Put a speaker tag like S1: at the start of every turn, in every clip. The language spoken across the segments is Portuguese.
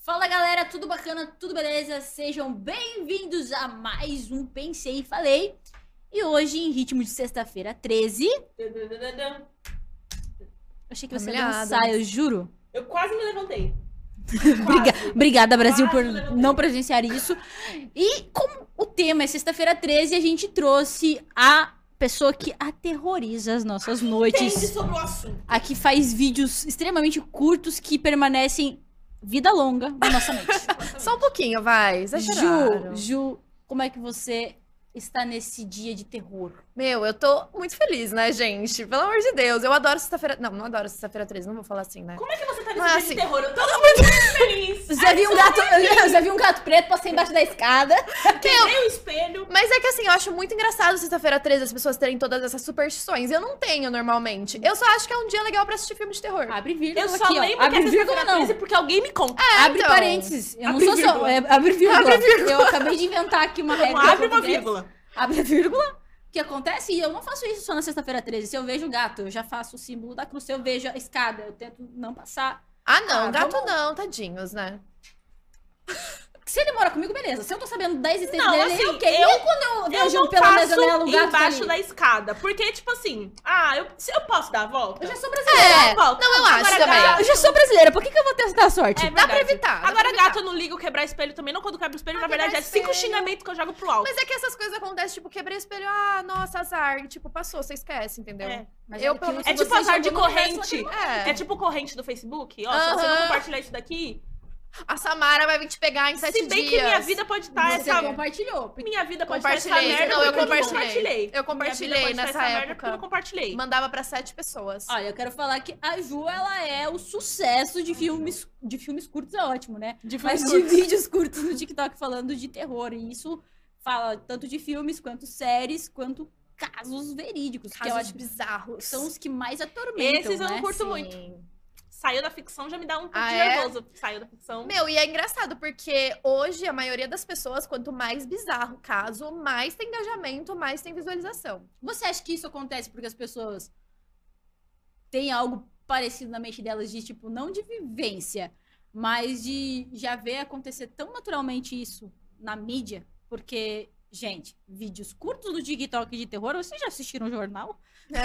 S1: Fala galera, tudo bacana, tudo beleza? Sejam bem-vindos a mais um Pensei e Falei. E hoje, em ritmo de sexta-feira 13, eu achei que você ia
S2: Amelhada.
S1: dançar, eu juro.
S3: Eu quase me levantei.
S1: Briga- Obrigada, Brasil, por
S3: Quase levantei.
S1: não presenciar isso. E como o tema é sexta-feira 13, a gente trouxe a pessoa que aterroriza as nossas noites.
S3: Entende sobre o assunto.
S1: a que faz vídeos extremamente curtos que permanecem vida longa na nossa mente.
S2: Só um pouquinho, vai.
S1: Ju,
S2: Exageraram.
S1: Ju, como é que você está nesse dia de terror?
S2: Meu, eu tô muito feliz, né, gente? Pelo amor de Deus. Eu adoro sexta-feira. Não, não adoro sexta-feira 13, não vou falar assim, né?
S3: Como é que você tá nesse
S2: Ah,
S3: dia
S2: sim.
S3: de terror? Eu tô muito feliz.
S1: Já vi um gato, eu já vi um gato preto passar embaixo da escada.
S3: Quebrei o espelho.
S2: Mas é que assim, eu acho muito engraçado sexta-feira 13 as pessoas terem todas essas superstições. Eu não tenho normalmente. Eu só acho que é um dia legal pra assistir filme de terror.
S3: Ah,
S1: Abre vírgula
S3: Eu só
S1: aqui, ó.
S3: lembro
S1: Abre
S3: que é
S1: vírgula
S3: sexta-feira
S1: não. Ah,
S3: 13 porque alguém me conta.
S2: É,
S1: Abre
S2: então.
S1: parênteses. Eu não
S3: Abre
S1: sou só.
S3: vírgula.
S1: é, abre vírgula.
S2: Abre vírgula.
S1: Eu acabei de inventar aqui uma regra.
S3: Não abre
S1: pra
S3: uma
S1: poder-
S3: vírgula.
S1: Abre vírgula. O que acontece? E eu não faço isso só na sexta-feira 13. Se eu vejo o gato, eu já faço o símbolo da cruz. Se eu vejo a escada, eu tento não passar.
S2: Ah, não,
S1: Ah,
S2: gato não, tadinhos, né?
S1: Se ele mora comigo, beleza. Se eu tô sabendo da existência
S3: Não,
S1: dele,
S3: assim,
S1: eu, ok.
S3: eu-
S1: E quando eu
S3: Eu
S1: vejo
S3: não
S1: pela
S3: passo
S1: mesa o gato tá
S3: embaixo
S1: ali?
S3: da escada. Porque, tipo assim, ah, eu, se eu posso dar a volta?
S1: Eu já sou brasileira.
S2: É,
S3: volta.
S2: não, eu
S3: Agora
S2: acho também.
S3: gato.
S1: Eu já sou brasileira, por que, que eu vou testar a sorte?
S3: É
S2: Dá pra
S3: verdade.
S2: evitar. dá pra
S3: Agora,
S2: evitar.
S3: gato, eu não ligo quebrar espelho também. Não quando quebra espelho,
S2: Ah,
S3: na verdade,
S2: quebrar
S3: é cinco
S2: espelho.
S3: xingamentos que eu jogo pro alto.
S2: Mas é que essas coisas acontecem, tipo, quebrei espelho, ah, nossa, azar. E, Tipo, passou, você esquece, entendeu?
S3: É.
S1: Mas
S2: Eu,
S1: aquilo
S2: pelo-
S1: que
S3: é tipo
S1: você
S3: azar de
S1: jogou no verso,
S3: corrente.
S2: É.
S3: É tipo corrente do Facebook. Ó, se você
S2: Aham.
S3: não compartilhar isso daqui,
S2: A Samara vai vir te pegar em sete
S3: se bem
S2: dias.
S3: que minha vida pode estar
S1: Você
S3: essa
S1: compartilhou. porque
S3: Minha vida pode estar essa
S2: Compartilhei.
S3: merda
S2: Não, eu
S3: porque
S2: compartilhei.
S3: compartilhei.
S2: Eu compartilhei
S3: Minha vida pode estar
S2: nessa
S3: essa merda
S2: tá época.
S3: porque eu não compartilhei.
S2: Mandava pra sete pessoas.
S1: Olha, eu quero falar que a Ju, ela é o sucesso de filmes, de filmes curtos, é ótimo, né?
S3: De
S1: Mas de vídeos curtos no TikTok falando de terror. E isso fala tanto de filmes, quanto séries, quanto casos verídicos. que eu
S2: Casos
S1: acho que
S2: bizarros.
S1: são os que mais atormentam,
S3: Esses eu
S1: né?
S3: não curto
S2: então, Sim.
S3: muito. Saiu da ficção já me dá um pouco
S2: Ah,
S3: de
S2: é?
S3: nervoso. Saiu da ficção.
S2: Meu, e é engraçado, porque hoje a maioria das pessoas, quanto mais bizarro o caso, mais tem engajamento, mais tem visualização.
S1: Você acha que isso acontece porque as pessoas têm algo parecido na mente delas de tipo, não de vivência, mas de já ver acontecer tão naturalmente isso na mídia? Porque, gente, vídeos curtos do TikTok de terror, vocês já assistiram o jornal?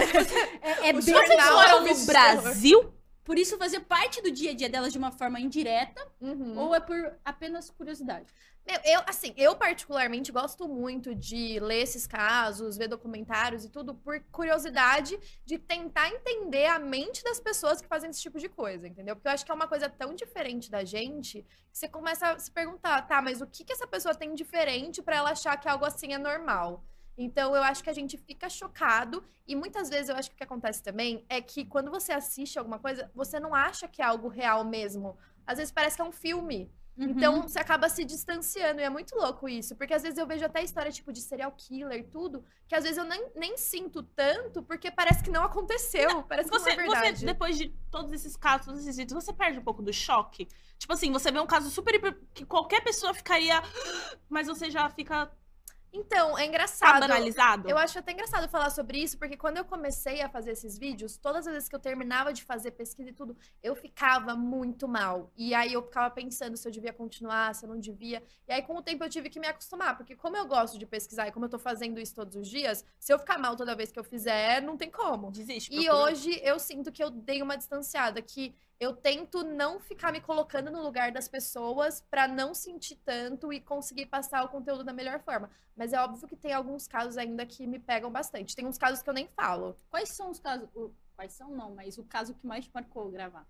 S1: É, é
S2: O
S1: bem
S2: jornal é
S1: jornal
S2: um vídeo
S1: no
S2: de
S1: Brasil. Por isso fazer parte do dia a dia delas de uma forma indireta
S2: Uhum.
S1: ou é por apenas curiosidade?
S2: Meu, eu, assim, eu particularmente gosto muito de ler esses casos, ver documentários e tudo, por curiosidade de tentar entender a mente das pessoas que fazem esse tipo de coisa, entendeu? Porque eu acho que é uma coisa tão diferente da gente que você começa a se perguntar, tá, mas o que, que essa pessoa tem diferente pra ela achar que algo assim é normal? Então, eu acho que a gente fica chocado e muitas vezes eu acho que o que acontece também é que quando você assiste alguma coisa, você não acha que é algo real mesmo. Às vezes parece que é um filme. Então
S3: Uhum.
S2: você acaba se distanciando e é muito louco isso, porque às vezes eu vejo até história tipo de serial killer e tudo, que às vezes eu nem, nem sinto tanto, porque parece que não aconteceu, parece que
S3: Você,
S2: não é
S3: você,
S2: verdade.
S3: depois de todos esses casos, todos esses vídeos, você perde um pouco do choque? Tipo assim, você vê um caso super hiper- que qualquer pessoa ficaria, mas você já fica tá
S2: Então, é engraçado.
S3: sabe, analisado.
S2: Eu acho até engraçado falar sobre isso, porque quando eu comecei a fazer esses vídeos, todas as vezes que eu terminava de fazer pesquisa e tudo, eu ficava muito mal. E aí eu ficava pensando se eu devia continuar, se eu não devia. E aí com o tempo eu tive que me acostumar, porque como eu gosto de pesquisar e como eu tô fazendo isso todos os dias, se eu ficar mal toda vez que eu fizer, não tem como.
S3: Desiste.
S2: E
S3: procura.
S2: hoje eu sinto que eu dei uma distanciada, que eu tento não ficar me colocando no lugar das pessoas pra não sentir tanto e conseguir passar o conteúdo da melhor forma. Mas é óbvio que tem alguns casos ainda que me pegam bastante. Tem uns casos que eu nem falo.
S1: Quais são os casos? o- Quais são não, mas o caso que mais te marcou gravar?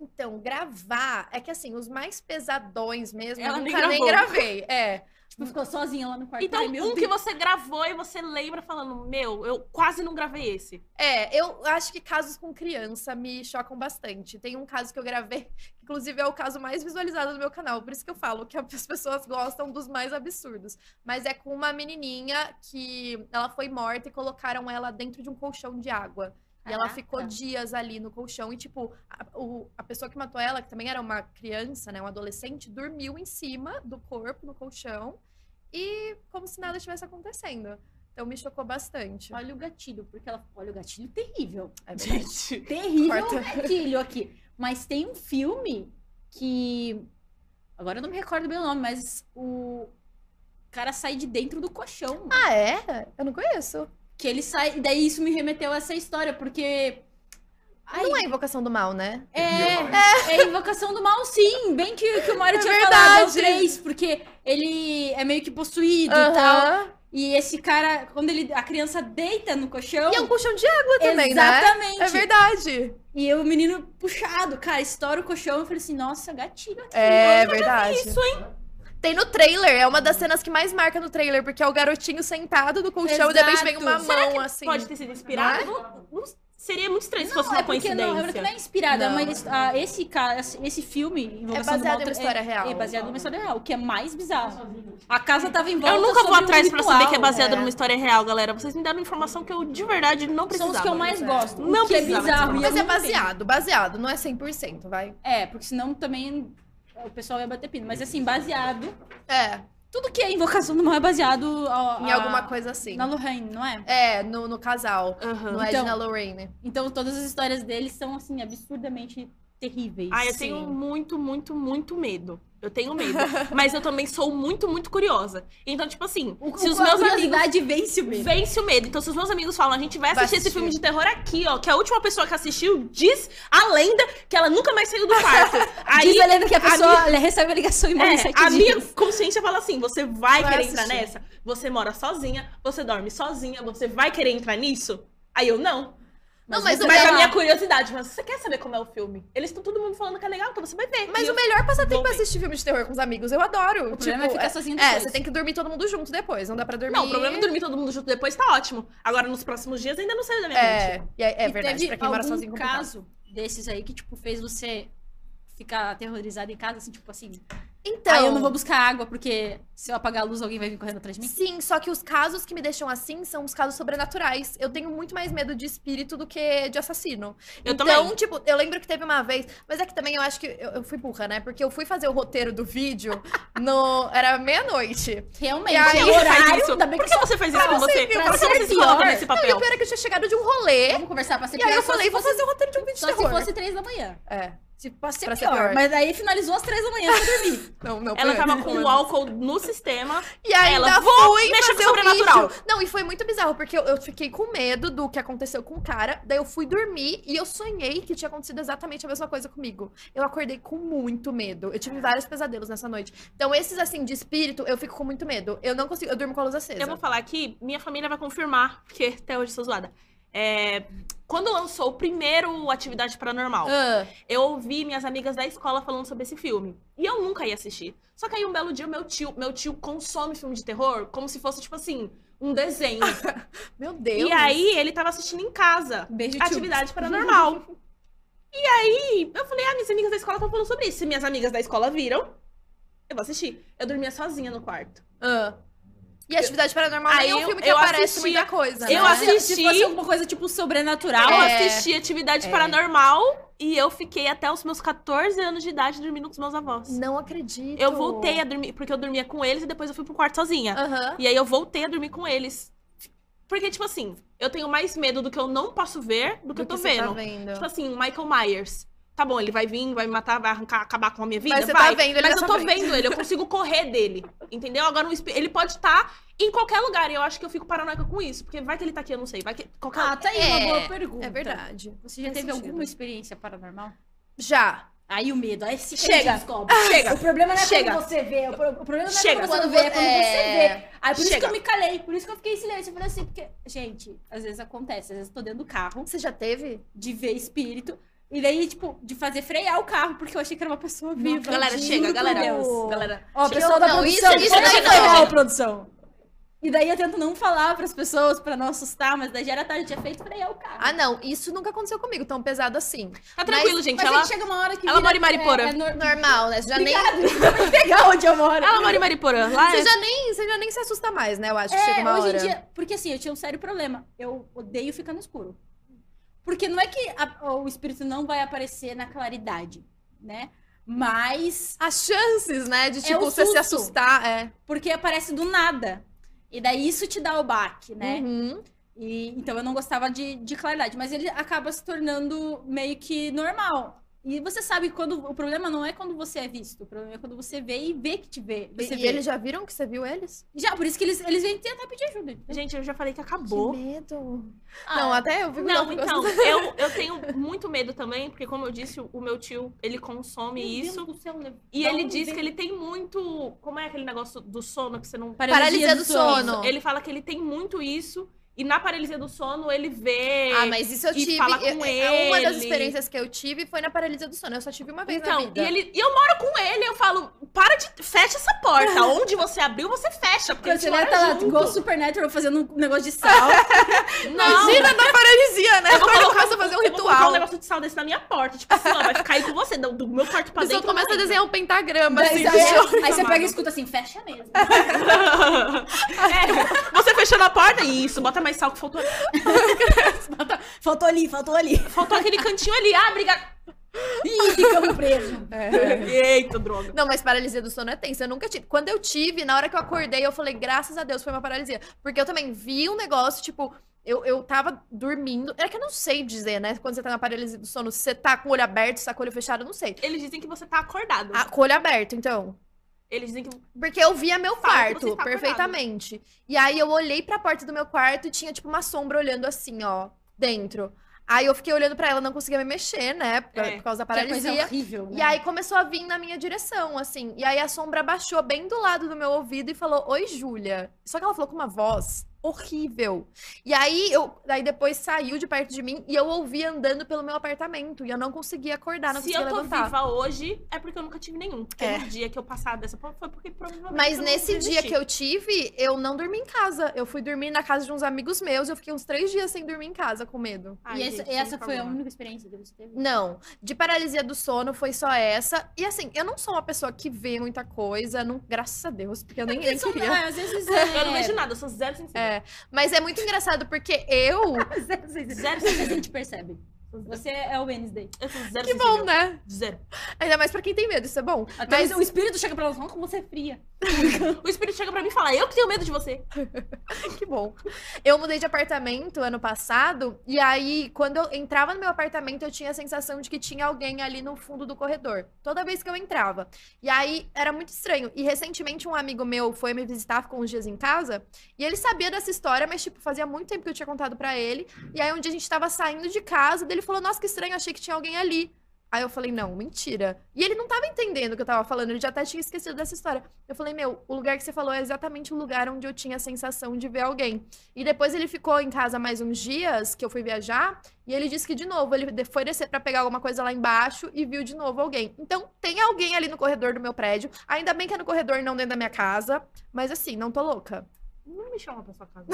S2: Então, gravar é que assim, os mais pesadões mesmo,
S3: Ela
S2: eu
S3: nem
S2: nunca nem
S3: gravou.
S2: gravei. É.
S1: Tipo, ficou sozinha lá no quarto.
S3: Então,
S1: falei, meu
S3: um que você gravou e você lembra falando, meu, eu quase não gravei esse.
S2: É, eu acho que casos com criança me chocam bastante. Tem um caso que eu gravei, que inclusive é o caso mais visualizado do meu canal, por isso que eu falo que as pessoas gostam dos mais absurdos. Mas é com uma menininha que ela foi morta e colocaram ela dentro de um colchão de água. E ela
S1: Caraca.
S2: ficou dias ali no colchão e, tipo, a, o- a pessoa que matou ela, que também era uma criança, né, um adolescente, dormiu em cima do corpo, no colchão, e como se nada estivesse acontecendo. Então me chocou bastante.
S1: Olha o gatilho, porque ela. Olha o gatilho terrível.
S2: É verdade.
S3: Gente.
S1: Terrível
S2: Corta.
S1: gatilho aqui. Mas tem um filme que Agora eu não me recordo bem o nome, mas o cara sai de dentro do colchão. mano.
S2: Ah, é? Eu não conheço.
S1: Que ele sai. E daí isso me remeteu a essa história, porque. Ai,
S2: Não é invocação do mal, né?
S1: é, é Invocação do Mal, sim. Bem que, que o Mario
S2: É
S1: tinha falado ao
S2: verdade.
S1: 3, porque ele é meio que possuído e tal.
S2: Aham.
S1: E esse cara, quando ele a criança deita no colchão.
S2: E é um colchão de água também, né?
S1: exatamente.
S2: É verdade.
S1: E o menino puxado, cara, estoura o colchão. Eu falei assim, nossa, gatilho aqui.
S2: É verdade.
S3: Isso, hein?
S2: Tem no trailer, é uma das cenas que mais marca no trailer, porque é o garotinho sentado no colchão e de repente vem uma
S1: Exato.
S2: mão assim.
S3: Pode ter sido inspirado. Não- não- seria muito estranho se fosse uma
S1: é porque Né? não, é porque
S3: coincidência.
S1: não é inspirada,
S2: Não.
S1: mas ah, esse, cara, esse filme, Invocação
S2: É
S1: do Mal,
S2: baseado em uma
S1: é-
S2: história real.
S1: É baseado numa história real, o que é mais bizarro. A casa tava em volta
S3: eu nunca vou
S1: sobre um
S3: atrás pra saber
S1: ritual.
S3: que é baseado
S2: é.
S3: numa história real, galera. Vocês me deram informação que eu de verdade não
S1: São
S3: precisava.
S1: os que eu mais gosto.
S3: Não
S1: o que é
S3: precisava
S1: bizarro.
S3: dessa
S1: e
S2: Mas
S1: eu
S2: é
S1: não entendo.
S2: baseado, baseado, não é 100%, vai.
S1: É, porque senão também o pessoal ia bater pino. Mas assim, baseado.
S2: É,
S1: Tudo que é Invocação do Mal é baseado a-
S2: em
S1: a-
S2: alguma coisa assim.
S1: Ah, na Lorraine, não é?
S2: É, no, no casal.
S3: Aham.
S2: Não é
S1: Então-
S2: de na Lorraine.
S1: Então todas as histórias deles são assim absurdamente terríveis.
S3: Ah, eu
S2: Sim.
S3: tenho muito, muito, muito medo. Eu tenho medo. Mas eu também sou muito, muito curiosa. Então, tipo assim, se os
S1: a
S3: meus amigos.
S1: curiosidade vence o medo.
S3: Vence o medo. Então, se os meus amigos falam, a gente vai
S2: Vai
S3: assistir esse
S2: assistir.
S3: filme de terror aqui, ó. Que a última pessoa que assistiu diz a lenda que ela nunca mais saiu do quarto. Aí
S1: Diz a lenda que a
S3: a
S1: pessoa recebe a ligação e morre em
S3: É,
S1: sete
S3: a
S1: dias.
S3: minha consciência fala assim: você vai,
S2: Vai
S3: querer entrar
S2: assistir.
S3: nessa? Você mora sozinha, você dorme sozinha, você vai querer entrar nisso? Aí eu não.
S2: Não, mas
S1: você
S2: o
S1: vai
S3: Mas a
S2: legal-
S1: lá.
S3: minha curiosidade, mas você quer saber como é o filme? Eles estão todo mundo falando que é legal, então você vai ver.
S2: Mas
S3: E
S2: o melhor passatempo
S3: Vou
S2: é
S3: ver.
S2: assistir filme de terror com os amigos. Eu adoro.
S1: O problema é ficar sozinho
S2: É,
S1: depois.
S2: você tem que dormir todo mundo junto depois. Não dá pra
S3: eu-
S2: dormir.
S3: Não, o problema é dormir todo mundo junto depois tá ótimo. Agora, nos próximos dias, ainda não saiu da minha mente.
S2: É, e é, é
S1: E
S2: verdade.
S1: teve
S2: Pra quem mora
S1: algum
S2: sozinho, é complicado.
S1: caso desses aí que, tipo, fez você ficar aterrorizado em casa, assim, tipo assim.
S2: Então,
S1: ah, eu não vou buscar água, porque se eu apagar a luz, alguém vai vir correndo atrás de mim.
S2: Sim, só que os casos que me deixam assim são os casos sobrenaturais. Eu tenho muito mais medo de espírito do que de assassino.
S3: Eu
S2: então,
S3: também.
S2: tipo, eu lembro que teve uma vez, mas é que também eu acho que eu, eu fui burra, né? Porque eu fui fazer o roteiro do vídeo no era meia-noite.
S1: Realmente,
S2: E aí,
S1: é
S3: Por que você faz
S1: horário,
S3: isso?
S1: ainda bem
S3: Por
S1: que
S3: que você faz isso
S2: Pra
S3: com
S2: você
S3: você?
S2: ver,
S3: Por
S2: pra
S3: que você
S2: ser
S3: se coloca
S1: pior.
S3: nesse
S2: Não, e o
S3: papel?
S2: pior é que eu tinha chegado de um rolê.
S1: Vamos conversar pra ser
S2: E aí
S1: pior,
S2: eu
S1: só
S2: falei,
S1: se
S2: vou
S1: fosse-
S2: fazer o roteiro de um vídeo de
S1: Só se
S2: terror.
S1: fosse três da manhã.
S2: É.
S1: Se pra ser,
S2: Pra ser
S1: pior.
S2: pior.
S1: Mas aí finalizou às três da manhã, tudo bem.
S2: Não, não,
S3: Ela
S2: foi-
S3: tava com o álcool no sistema.
S2: E ainda
S3: Ela, "Vou
S2: fui
S3: mexer com
S2: fazer
S3: o
S2: o
S3: sobrenatural."
S2: vídeo. Não, e foi muito bizarro, porque eu, eu fiquei com medo do que aconteceu com o cara. Daí eu fui dormir e eu sonhei que tinha acontecido exatamente a mesma coisa comigo. Eu acordei com muito medo. Eu tive vários pesadelos nessa noite. Então, esses assim, de espírito, eu fico com muito medo. Eu não consigo, eu durmo com a luz acesa.
S3: Eu vou falar aqui, minha família vai confirmar, porque até hoje eu sou zoada. É, quando lançou o primeiro Atividade Paranormal,
S2: Ah,
S3: eu ouvi minhas amigas da escola falando sobre esse filme. E eu nunca ia assistir. Só que aí um belo dia, meu tio, meu tio consome filme de terror como se fosse, tipo assim, um desenho.
S2: meu Ah, Deus.
S3: e aí ele tava assistindo em casa.
S1: Beijo, tio.
S3: Atividade Paranormal. E aí, eu falei, ah, minhas amigas da escola estão falando sobre isso. Se minhas amigas da escola viram, eu vou assistir. Eu dormia sozinha no quarto.
S2: Ah. E atividade paranormal
S3: Aí
S2: é um
S3: eu-
S2: filme que
S3: eu
S2: aparece
S3: assistia-
S2: muita coisa.
S3: eu
S2: né?
S3: assi-
S1: é? Se
S3: assisti-
S1: fosse alguma coisa, tipo, sobrenatural,
S3: Eu
S2: É.
S3: assisti Atividade
S2: É.
S3: Paranormal e eu fiquei até os meus 14 anos de idade dormindo com os meus avós.
S2: Não acredito.
S3: Eu voltei a dormir, porque eu dormia com eles e depois eu fui pro quarto sozinha.
S2: Aham.
S3: E aí eu voltei a dormir com eles. Porque, tipo assim, eu tenho mais medo do que eu não posso ver do que eu
S2: Do
S3: tô
S2: você tá
S3: vendo. Tipo assim, o Michael Myers. Tá bom, ele vai vir, vai me matar, vai arrancar, acabar com a minha vida,
S2: Mas você tá
S3: vai.
S2: vendo ele
S3: Mas
S2: na
S3: eu
S2: sua
S3: tô
S2: frente.
S3: vendo ele, eu consigo correr dele. Entendeu? Agora um espi- ele pode estar em qualquer lugar. E eu acho que eu fico paranoica com isso. Porque vai que ele tá aqui, eu não sei. Vai que. Qualquer...
S1: Ah, tá aí uma
S2: É,
S1: boa
S3: assim,
S1: pergunta.
S2: É verdade.
S1: Você já
S2: Faz
S1: teve
S2: sentido.
S1: alguma experiência paranormal?
S2: Já.
S1: Aí o medo, aí se
S3: Chega.
S1: descobre.
S2: Ah,
S3: Chega.
S1: O problema não é
S3: Chega.
S1: quando você vê, o pro- o problema não é
S3: Chega.
S1: quando você não
S2: Quando
S1: vê, é
S2: vo-
S1: quando você
S2: é.
S1: vê. Aí por isso que
S3: Chega.
S1: eu me calei, por isso que eu fiquei em silêncio. Eu falei assim, porque, gente, às vezes acontece, às vezes eu tô dentro do carro,
S2: Você já teve?
S1: de ver espírito, e daí, tipo, de fazer frear o carro, porque eu achei que era uma pessoa viva.
S3: Galera,
S1: Juro
S3: chega,
S1: por
S3: galera.
S1: Deus.
S3: Galera.
S1: Ó,
S2: Chega.
S1: pessoal da
S2: Não, isso-
S1: produção, é
S2: isso é
S1: pode
S2: daí não,
S1: frear,
S2: gente.
S1: produção. E daí eu tento não falar pras pessoas, pra não assustar, mas daí já era tarde, tinha feito frear o carro.
S2: Ah, não, isso nunca aconteceu comigo, tão pesado assim.
S3: Tá tranquilo, gente.
S1: mas
S3: ela...
S1: aí chega uma hora que
S3: ela
S1: vira-
S3: mora em Mariporã.
S1: É, é nor-
S2: Normal, né? Você já, nem, Ah,
S1: Obrigado, vou pegar onde eu moro.
S3: Ela mora em Mariporã. Lá é...
S2: você, já nem, você já nem se assusta mais, né? Eu acho que
S1: É,
S2: chega uma
S1: hoje
S2: hora.
S1: em dia, porque assim, eu tinha um sério problema. Eu odeio ficar no escuro. Porque não é que a- o espírito não vai aparecer na claridade, né? Mas
S2: As chances, né, de tipo,
S1: o
S2: você se
S1: susto.
S2: assustar, é.
S1: porque aparece do nada. E daí isso te dá o baque, né?
S2: Uhum.
S1: E, então eu não gostava de, de claridade, mas ele acaba se tornando meio que normal. E você sabe quando. O problema não é quando você é visto, o problema é quando você vê e vê que te vê. Você
S2: e, e
S1: vê.
S2: eles já viram que você viu eles?
S1: Já, por isso que eles, eles vêm tentar pedir ajuda. entendeu?
S3: Gente, eu já falei que acabou.
S2: Que medo.
S1: Ah,
S2: não, até eu vi
S3: Não, então, eu, eu tenho muito medo também, porque como eu disse, o meu tio, ele consome
S1: meu Deus
S3: isso.
S1: do céu, né?
S3: E
S1: Da
S3: ele
S2: um
S1: onde
S3: diz
S1: vem?
S3: que ele tem muito. Como é aquele negócio do sono que você não.
S2: Paralisia do sono.
S3: Ele fala que ele tem muito isso. E na paralisia do sono ele vê.
S2: Ah, mas isso eu
S3: e
S2: tive.
S3: fala
S2: eu-
S3: com
S2: é Uma das
S3: ele.
S2: experiências que eu tive foi na paralisia do sono. Eu só tive uma
S1: é
S2: vez na
S3: Então, e,
S2: vida.
S3: ele, e eu moro com ele, eu falo, para de. Fecha essa porta. Onde você abriu, você fecha. Porque a
S1: Quando
S3: gente
S1: você vai
S3: mora
S1: tá lá,
S3: junto.
S1: igual Supernatural fazendo um negócio de sal.
S3: Não,
S2: Imagina na paralisia, né?
S3: eu vou
S2: Agora
S3: colocar
S2: começa a fazer um
S3: eu vou colocar um
S2: ritual.
S3: negócio de sal desse na minha porta. Tipo assim, ó, vai ficar aí com você, do, do meu quarto
S2: A
S3: pra
S2: pessoa
S3: dentro.
S2: começa a desenhar um pentagrama,
S1: Mas
S2: assim,
S1: aí,
S2: do chão.
S1: aí você pega e escuta assim, fecha mesmo.
S3: É, você fechando a porta, isso, bota mais sal que faltou.
S1: faltou ali, faltou ali.
S3: Faltou aquele cantinho ali. Ah, obrigada.
S1: Ih, ficamos presos.
S3: É. Eita, droga.
S2: Não, mas paralisia do sono é tensa. Eu nunca tive. Quando eu tive, na hora que eu acordei, eu falei, graças a Deus, foi uma paralisia. Porque eu também vi um negócio, tipo, eu, eu tava dormindo. É que eu não sei dizer, né? Quando você tá na paralisia do sono, se você tá com o olho aberto, se tá com o olho fechado, eu não sei.
S3: Eles dizem que você tá acordado.
S2: Ah, com o olho aberto, então.
S3: Eles dizem que.
S2: Porque eu via
S3: Fala
S2: meu
S3: que você
S2: quarto
S3: está acordado.
S2: perfeitamente. E aí eu olhei pra porta do meu quarto e tinha, tipo, uma sombra olhando assim, ó, dentro. Aí eu fiquei olhando pra ela, não conseguia me mexer, né? Por,
S3: É,
S2: por causa da
S1: Que coisa
S2: paralisia.
S1: horrível, né?
S2: E aí começou a vir na minha direção, assim. E aí a sombra baixou bem do lado do meu ouvido e falou: Oi, Júlia. Só que ela falou com uma voz horrível. E aí eu. Aí depois saiu de perto de mim e eu ouvi andando pelo meu apartamento. E eu não conseguia acordar, não
S3: se
S2: conseguia
S3: eu tô
S2: levantar.
S3: viva hoje, é porque eu nunca tive nenhum. Porque
S2: É.
S3: no dia que eu passar dessa foi porque provavelmente.
S2: Mas
S3: eu não
S2: nesse dia
S3: desisti.
S2: que eu tive, eu não dormi em casa. Eu fui dormir na casa de uns amigos meus e eu fiquei uns três dias sem dormir em casa, com medo.
S3: Ai,
S1: e essa,
S3: gente,
S1: e essa
S3: sem
S1: foi a
S3: problema.
S1: única experiência que você teve?
S2: Não, de paralisia do sono foi só essa. E assim, eu não sou uma pessoa que vê muita coisa, não, graças a Deus, porque eu nem, nem
S1: São-
S2: queria.
S1: ah, às vezes
S3: Eu não
S1: é-
S3: vejo nada, eu sou zero sensível.
S2: É, mas é muito engraçado porque eu.
S1: Às vezes-
S3: Zero
S1: às vezes
S3: sensível.
S1: a gente percebe. Você é o Wednesday.
S3: Eu sou zero
S2: Que
S3: sensível.
S2: bom, né?
S3: Zero.
S2: Ainda mais pra quem tem medo, isso é bom.
S1: Até
S2: Mas-
S1: o espírito chega pra nós, não, como você é fria.
S3: O espírito chega pra mim e fala: Eu que tenho medo de você.
S2: Que bom. Eu mudei de apartamento ano passado, e aí, quando eu entrava no meu apartamento, eu tinha a sensação de que tinha alguém ali no fundo do corredor. Toda vez que eu entrava. E aí, era muito estranho. E recentemente, um amigo meu foi me visitar, ficou uns dias em casa, e ele sabia dessa história, mas, tipo, fazia muito tempo que eu tinha contado pra ele. E aí, um dia a gente tava saindo de casa, daí ele falou: Nossa, que estranho, achei que tinha alguém ali. Aí eu falei, não, mentira. E ele não tava entendendo o que eu tava falando, ele já até tinha esquecido dessa história. Eu falei, meu, o lugar que você falou é exatamente o lugar onde eu tinha a sensação de ver alguém. E depois ele ficou em casa mais uns dias, que eu fui viajar, e ele disse que de novo, ele de- foi descer pra pegar alguma coisa lá embaixo e viu de novo alguém. Então, tem alguém ali no corredor do meu prédio. Ainda bem que é no corredor e não dentro da minha casa, mas assim, não tô louca.
S3: Não me chama pra sua casa.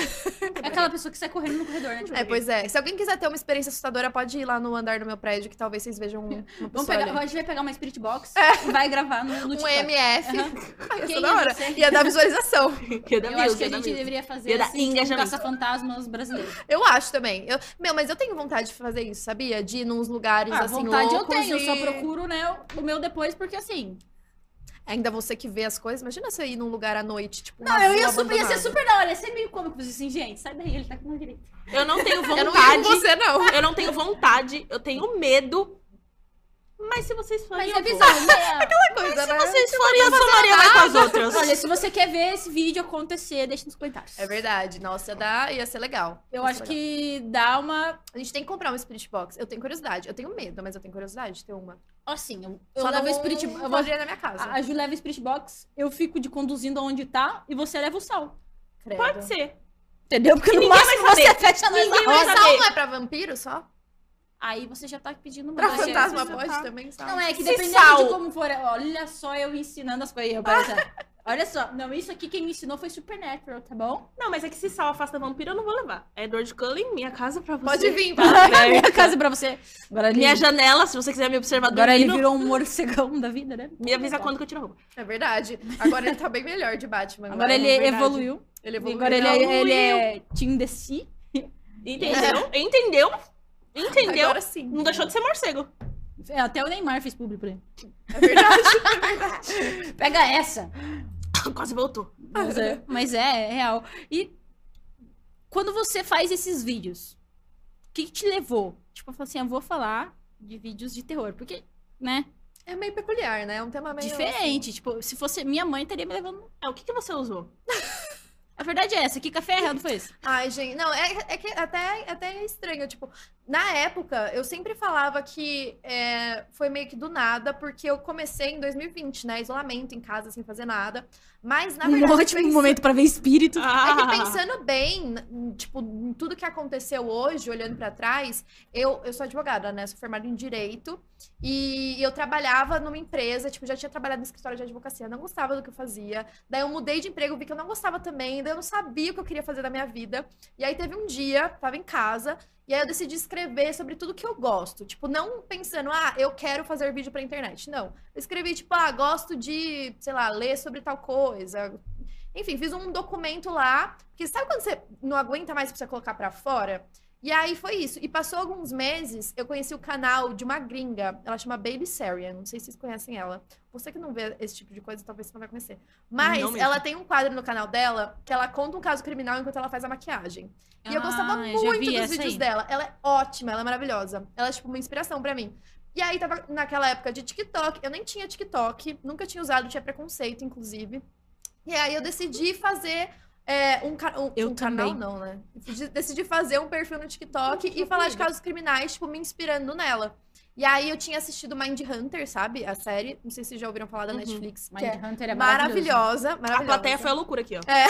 S1: É aquela pessoa que sai correndo no corredor, né? Tipo,
S2: É, pois é. Se alguém quiser ter uma experiência assustadora, pode ir lá no andar do meu prédio, que talvez vocês vejam um, uma pessoa
S1: vamos pegar,
S2: ali.
S1: a gente vai pegar uma spirit box e vai gravar no, no
S2: é. um
S1: TikTok.
S2: MF.
S1: Aham.
S2: Ai,
S1: Quem é
S2: essa da
S1: ia
S2: hora. é
S1: ser?
S2: Ia dar visualização.
S3: Eu,
S1: Eu
S2: é
S1: acho que a gente deveria fazer
S3: Ia dar
S1: assim, um
S3: engajamento.
S1: caça-fantasmas brasileiro.
S2: Eu acho também. Eu- meu, mas eu tenho vontade de fazer isso, sabia? De ir nos lugares
S1: Ah,
S2: assim
S1: vontade eu
S2: loucos
S1: tenho,
S2: e...
S1: só procuro né, o meu depois, porque assim...
S2: Ainda você que vê as coisas. Imagina você ir num lugar à noite, tipo.
S1: Não, eu ia, super, ia ser super da hora, ia ser meio cômico, fazer assim, gente, sai daí, ele tá com uma direita.
S3: Eu não tenho
S2: Eu não ia com
S3: vontade.
S2: você, não.
S3: Eu não tenho vontade, eu tenho medo. Mas se vocês forem.
S1: Mas
S3: eu
S1: é
S3: vou.
S1: bizarro, né?
S2: Coisa,
S3: Se
S2: né?
S3: vocês forem, eu sou Maria vai com as outras.
S1: Olha, se você quer ver esse vídeo acontecer, deixa nos comentários.
S2: É verdade. Nossa, ia, dar- ia ser legal.
S1: Eu
S2: Ia ser
S1: acho
S2: legal.
S1: que dá uma.
S2: A gente tem que comprar um Spirit Box. Eu tenho curiosidade. Eu tenho medo, mas eu tenho curiosidade de ter uma.
S1: Assim, eu, eu Ah,
S2: Só
S1: levo
S2: não
S1: o Spirit eu vou-
S2: poderia na minha casa.
S1: A, a Ju leva o Spirit Box, eu fico de conduzindo aonde tá e você leva o sal.
S2: credo.
S3: Pode ser.
S1: Entendeu? Porque
S3: ninguém
S1: no máximo
S3: vai saber.
S1: você fecha nós lá.
S3: Ninguém
S2: Mas
S3: vai
S2: sal
S3: saber.
S2: não é pra vampiro só?
S1: Aí você já tá pedindo
S2: Pra
S1: muito.
S3: Mas é,
S2: fantasma
S3: você
S2: pode
S3: tá-
S2: também sal?
S1: Não é que
S3: Se
S1: dependendo
S3: sal-
S1: de como for. Olha só eu ensinando as coisas, rapaziada. Olha só, não, isso aqui quem me ensinou foi Supernatural, tá bom?
S3: Não, mas é que se sal afasta vampiro, eu não vou levar. É dor de cama em minha casa pra você.
S2: Pode vir,
S3: Tá
S2: pode vir.
S3: certo.
S1: Minha casa pra você. Agora ele,
S3: Minha janela, se você quiser me observar
S1: agora ele
S3: dormindo,
S1: virou um morcegão da vida, né?
S3: me avisa quando que eu tiro a roupa.
S2: É verdade. Agora ele tá bem melhor de Batman.
S1: Agora
S2: né?
S1: ele é
S2: Verdade.
S1: evoluiu.
S2: Ele evoluiu.
S1: Agora ele
S3: Evoluiu.
S1: é, ele é Team The Sea.
S3: Entendeu? Entendeu? Entendeu?
S2: Agora sim.
S3: Não deixou de ser morcego.
S1: É, Até o Neymar fez público pra ele.
S2: É verdade.
S1: Pega essa!
S3: Quase voltou.
S1: Mas é, mas é, é real. E quando você faz esses vídeos, o que, que te levou? Tipo, eu falo assim, eu vou falar de vídeos de terror. Porque né?
S2: É meio peculiar, né? É um tema meio.
S1: Diferente. Tipo, se fosse minha mãe, teria me levando.
S3: É, o que, que você usou?
S1: A verdade é essa, que café errado foi esse?
S2: Ai, gente, não, é, é que até, até é estranho, tipo, na época, eu sempre falava que é, foi meio que do nada, porque eu comecei em 2020, né, isolamento em casa, sem fazer nada, mas na
S1: Um
S2: verdade...
S1: ótimo
S2: pensa-
S1: momento pra ver espírito.
S2: É
S3: Ah,
S2: que pensando bem, n- tipo, em tudo que aconteceu hoje, olhando pra trás, eu, eu sou advogada, né? Sou formada em direito e eu trabalhava numa empresa, tipo, já tinha trabalhado no escritório de advocacia, não gostava do que eu fazia. Daí eu mudei de emprego, vi que eu não gostava também, daí eu não sabia o que eu queria fazer da minha vida. E aí teve um dia, tava em casa, e aí eu decidi escrever sobre tudo que eu gosto. Tipo, não pensando, ah, eu quero fazer vídeo pra internet. Não. Eu escrevi, tipo, ah, gosto de, sei lá, ler sobre tal coisa, enfim, fiz um documento lá, porque sabe quando você não aguenta mais precisa colocar pra fora? E aí foi isso. E passou alguns meses, eu conheci o canal de uma gringa, ela chama Baby Sarian, não sei se vocês conhecem ela. Você que não vê esse tipo de coisa, talvez você não vai conhecer. Mas
S3: Não mesmo.
S2: ela tem um quadro no canal dela que ela conta um caso criminal enquanto ela faz a maquiagem. E eu gostava
S1: Ah, já
S2: muito
S1: vi
S2: dos
S1: essa
S2: vídeos
S1: aí.
S2: dela. Ela é ótima, ela é maravilhosa. Ela é, tipo, uma inspiração pra mim. E aí, tava naquela época de TikTok. Eu nem tinha TikTok, nunca tinha usado, tinha preconceito, inclusive. E aí, eu decidi fazer é, um, ca- um,
S1: Eu
S2: um canal,
S1: também.
S2: não, né? Decidi, decidi fazer um perfil no TikTok e falar de casos criminais, tipo, me inspirando nela. E aí, eu tinha assistido Mind Hunter, sabe? A série. Não sei se já ouviram falar da
S3: Uhum.
S2: Netflix. Que é
S1: Mindhunter é maravilhoso.
S2: maravilhosa,
S3: A
S2: maravilhosa.
S3: plateia foi a loucura aqui, ó.
S2: É.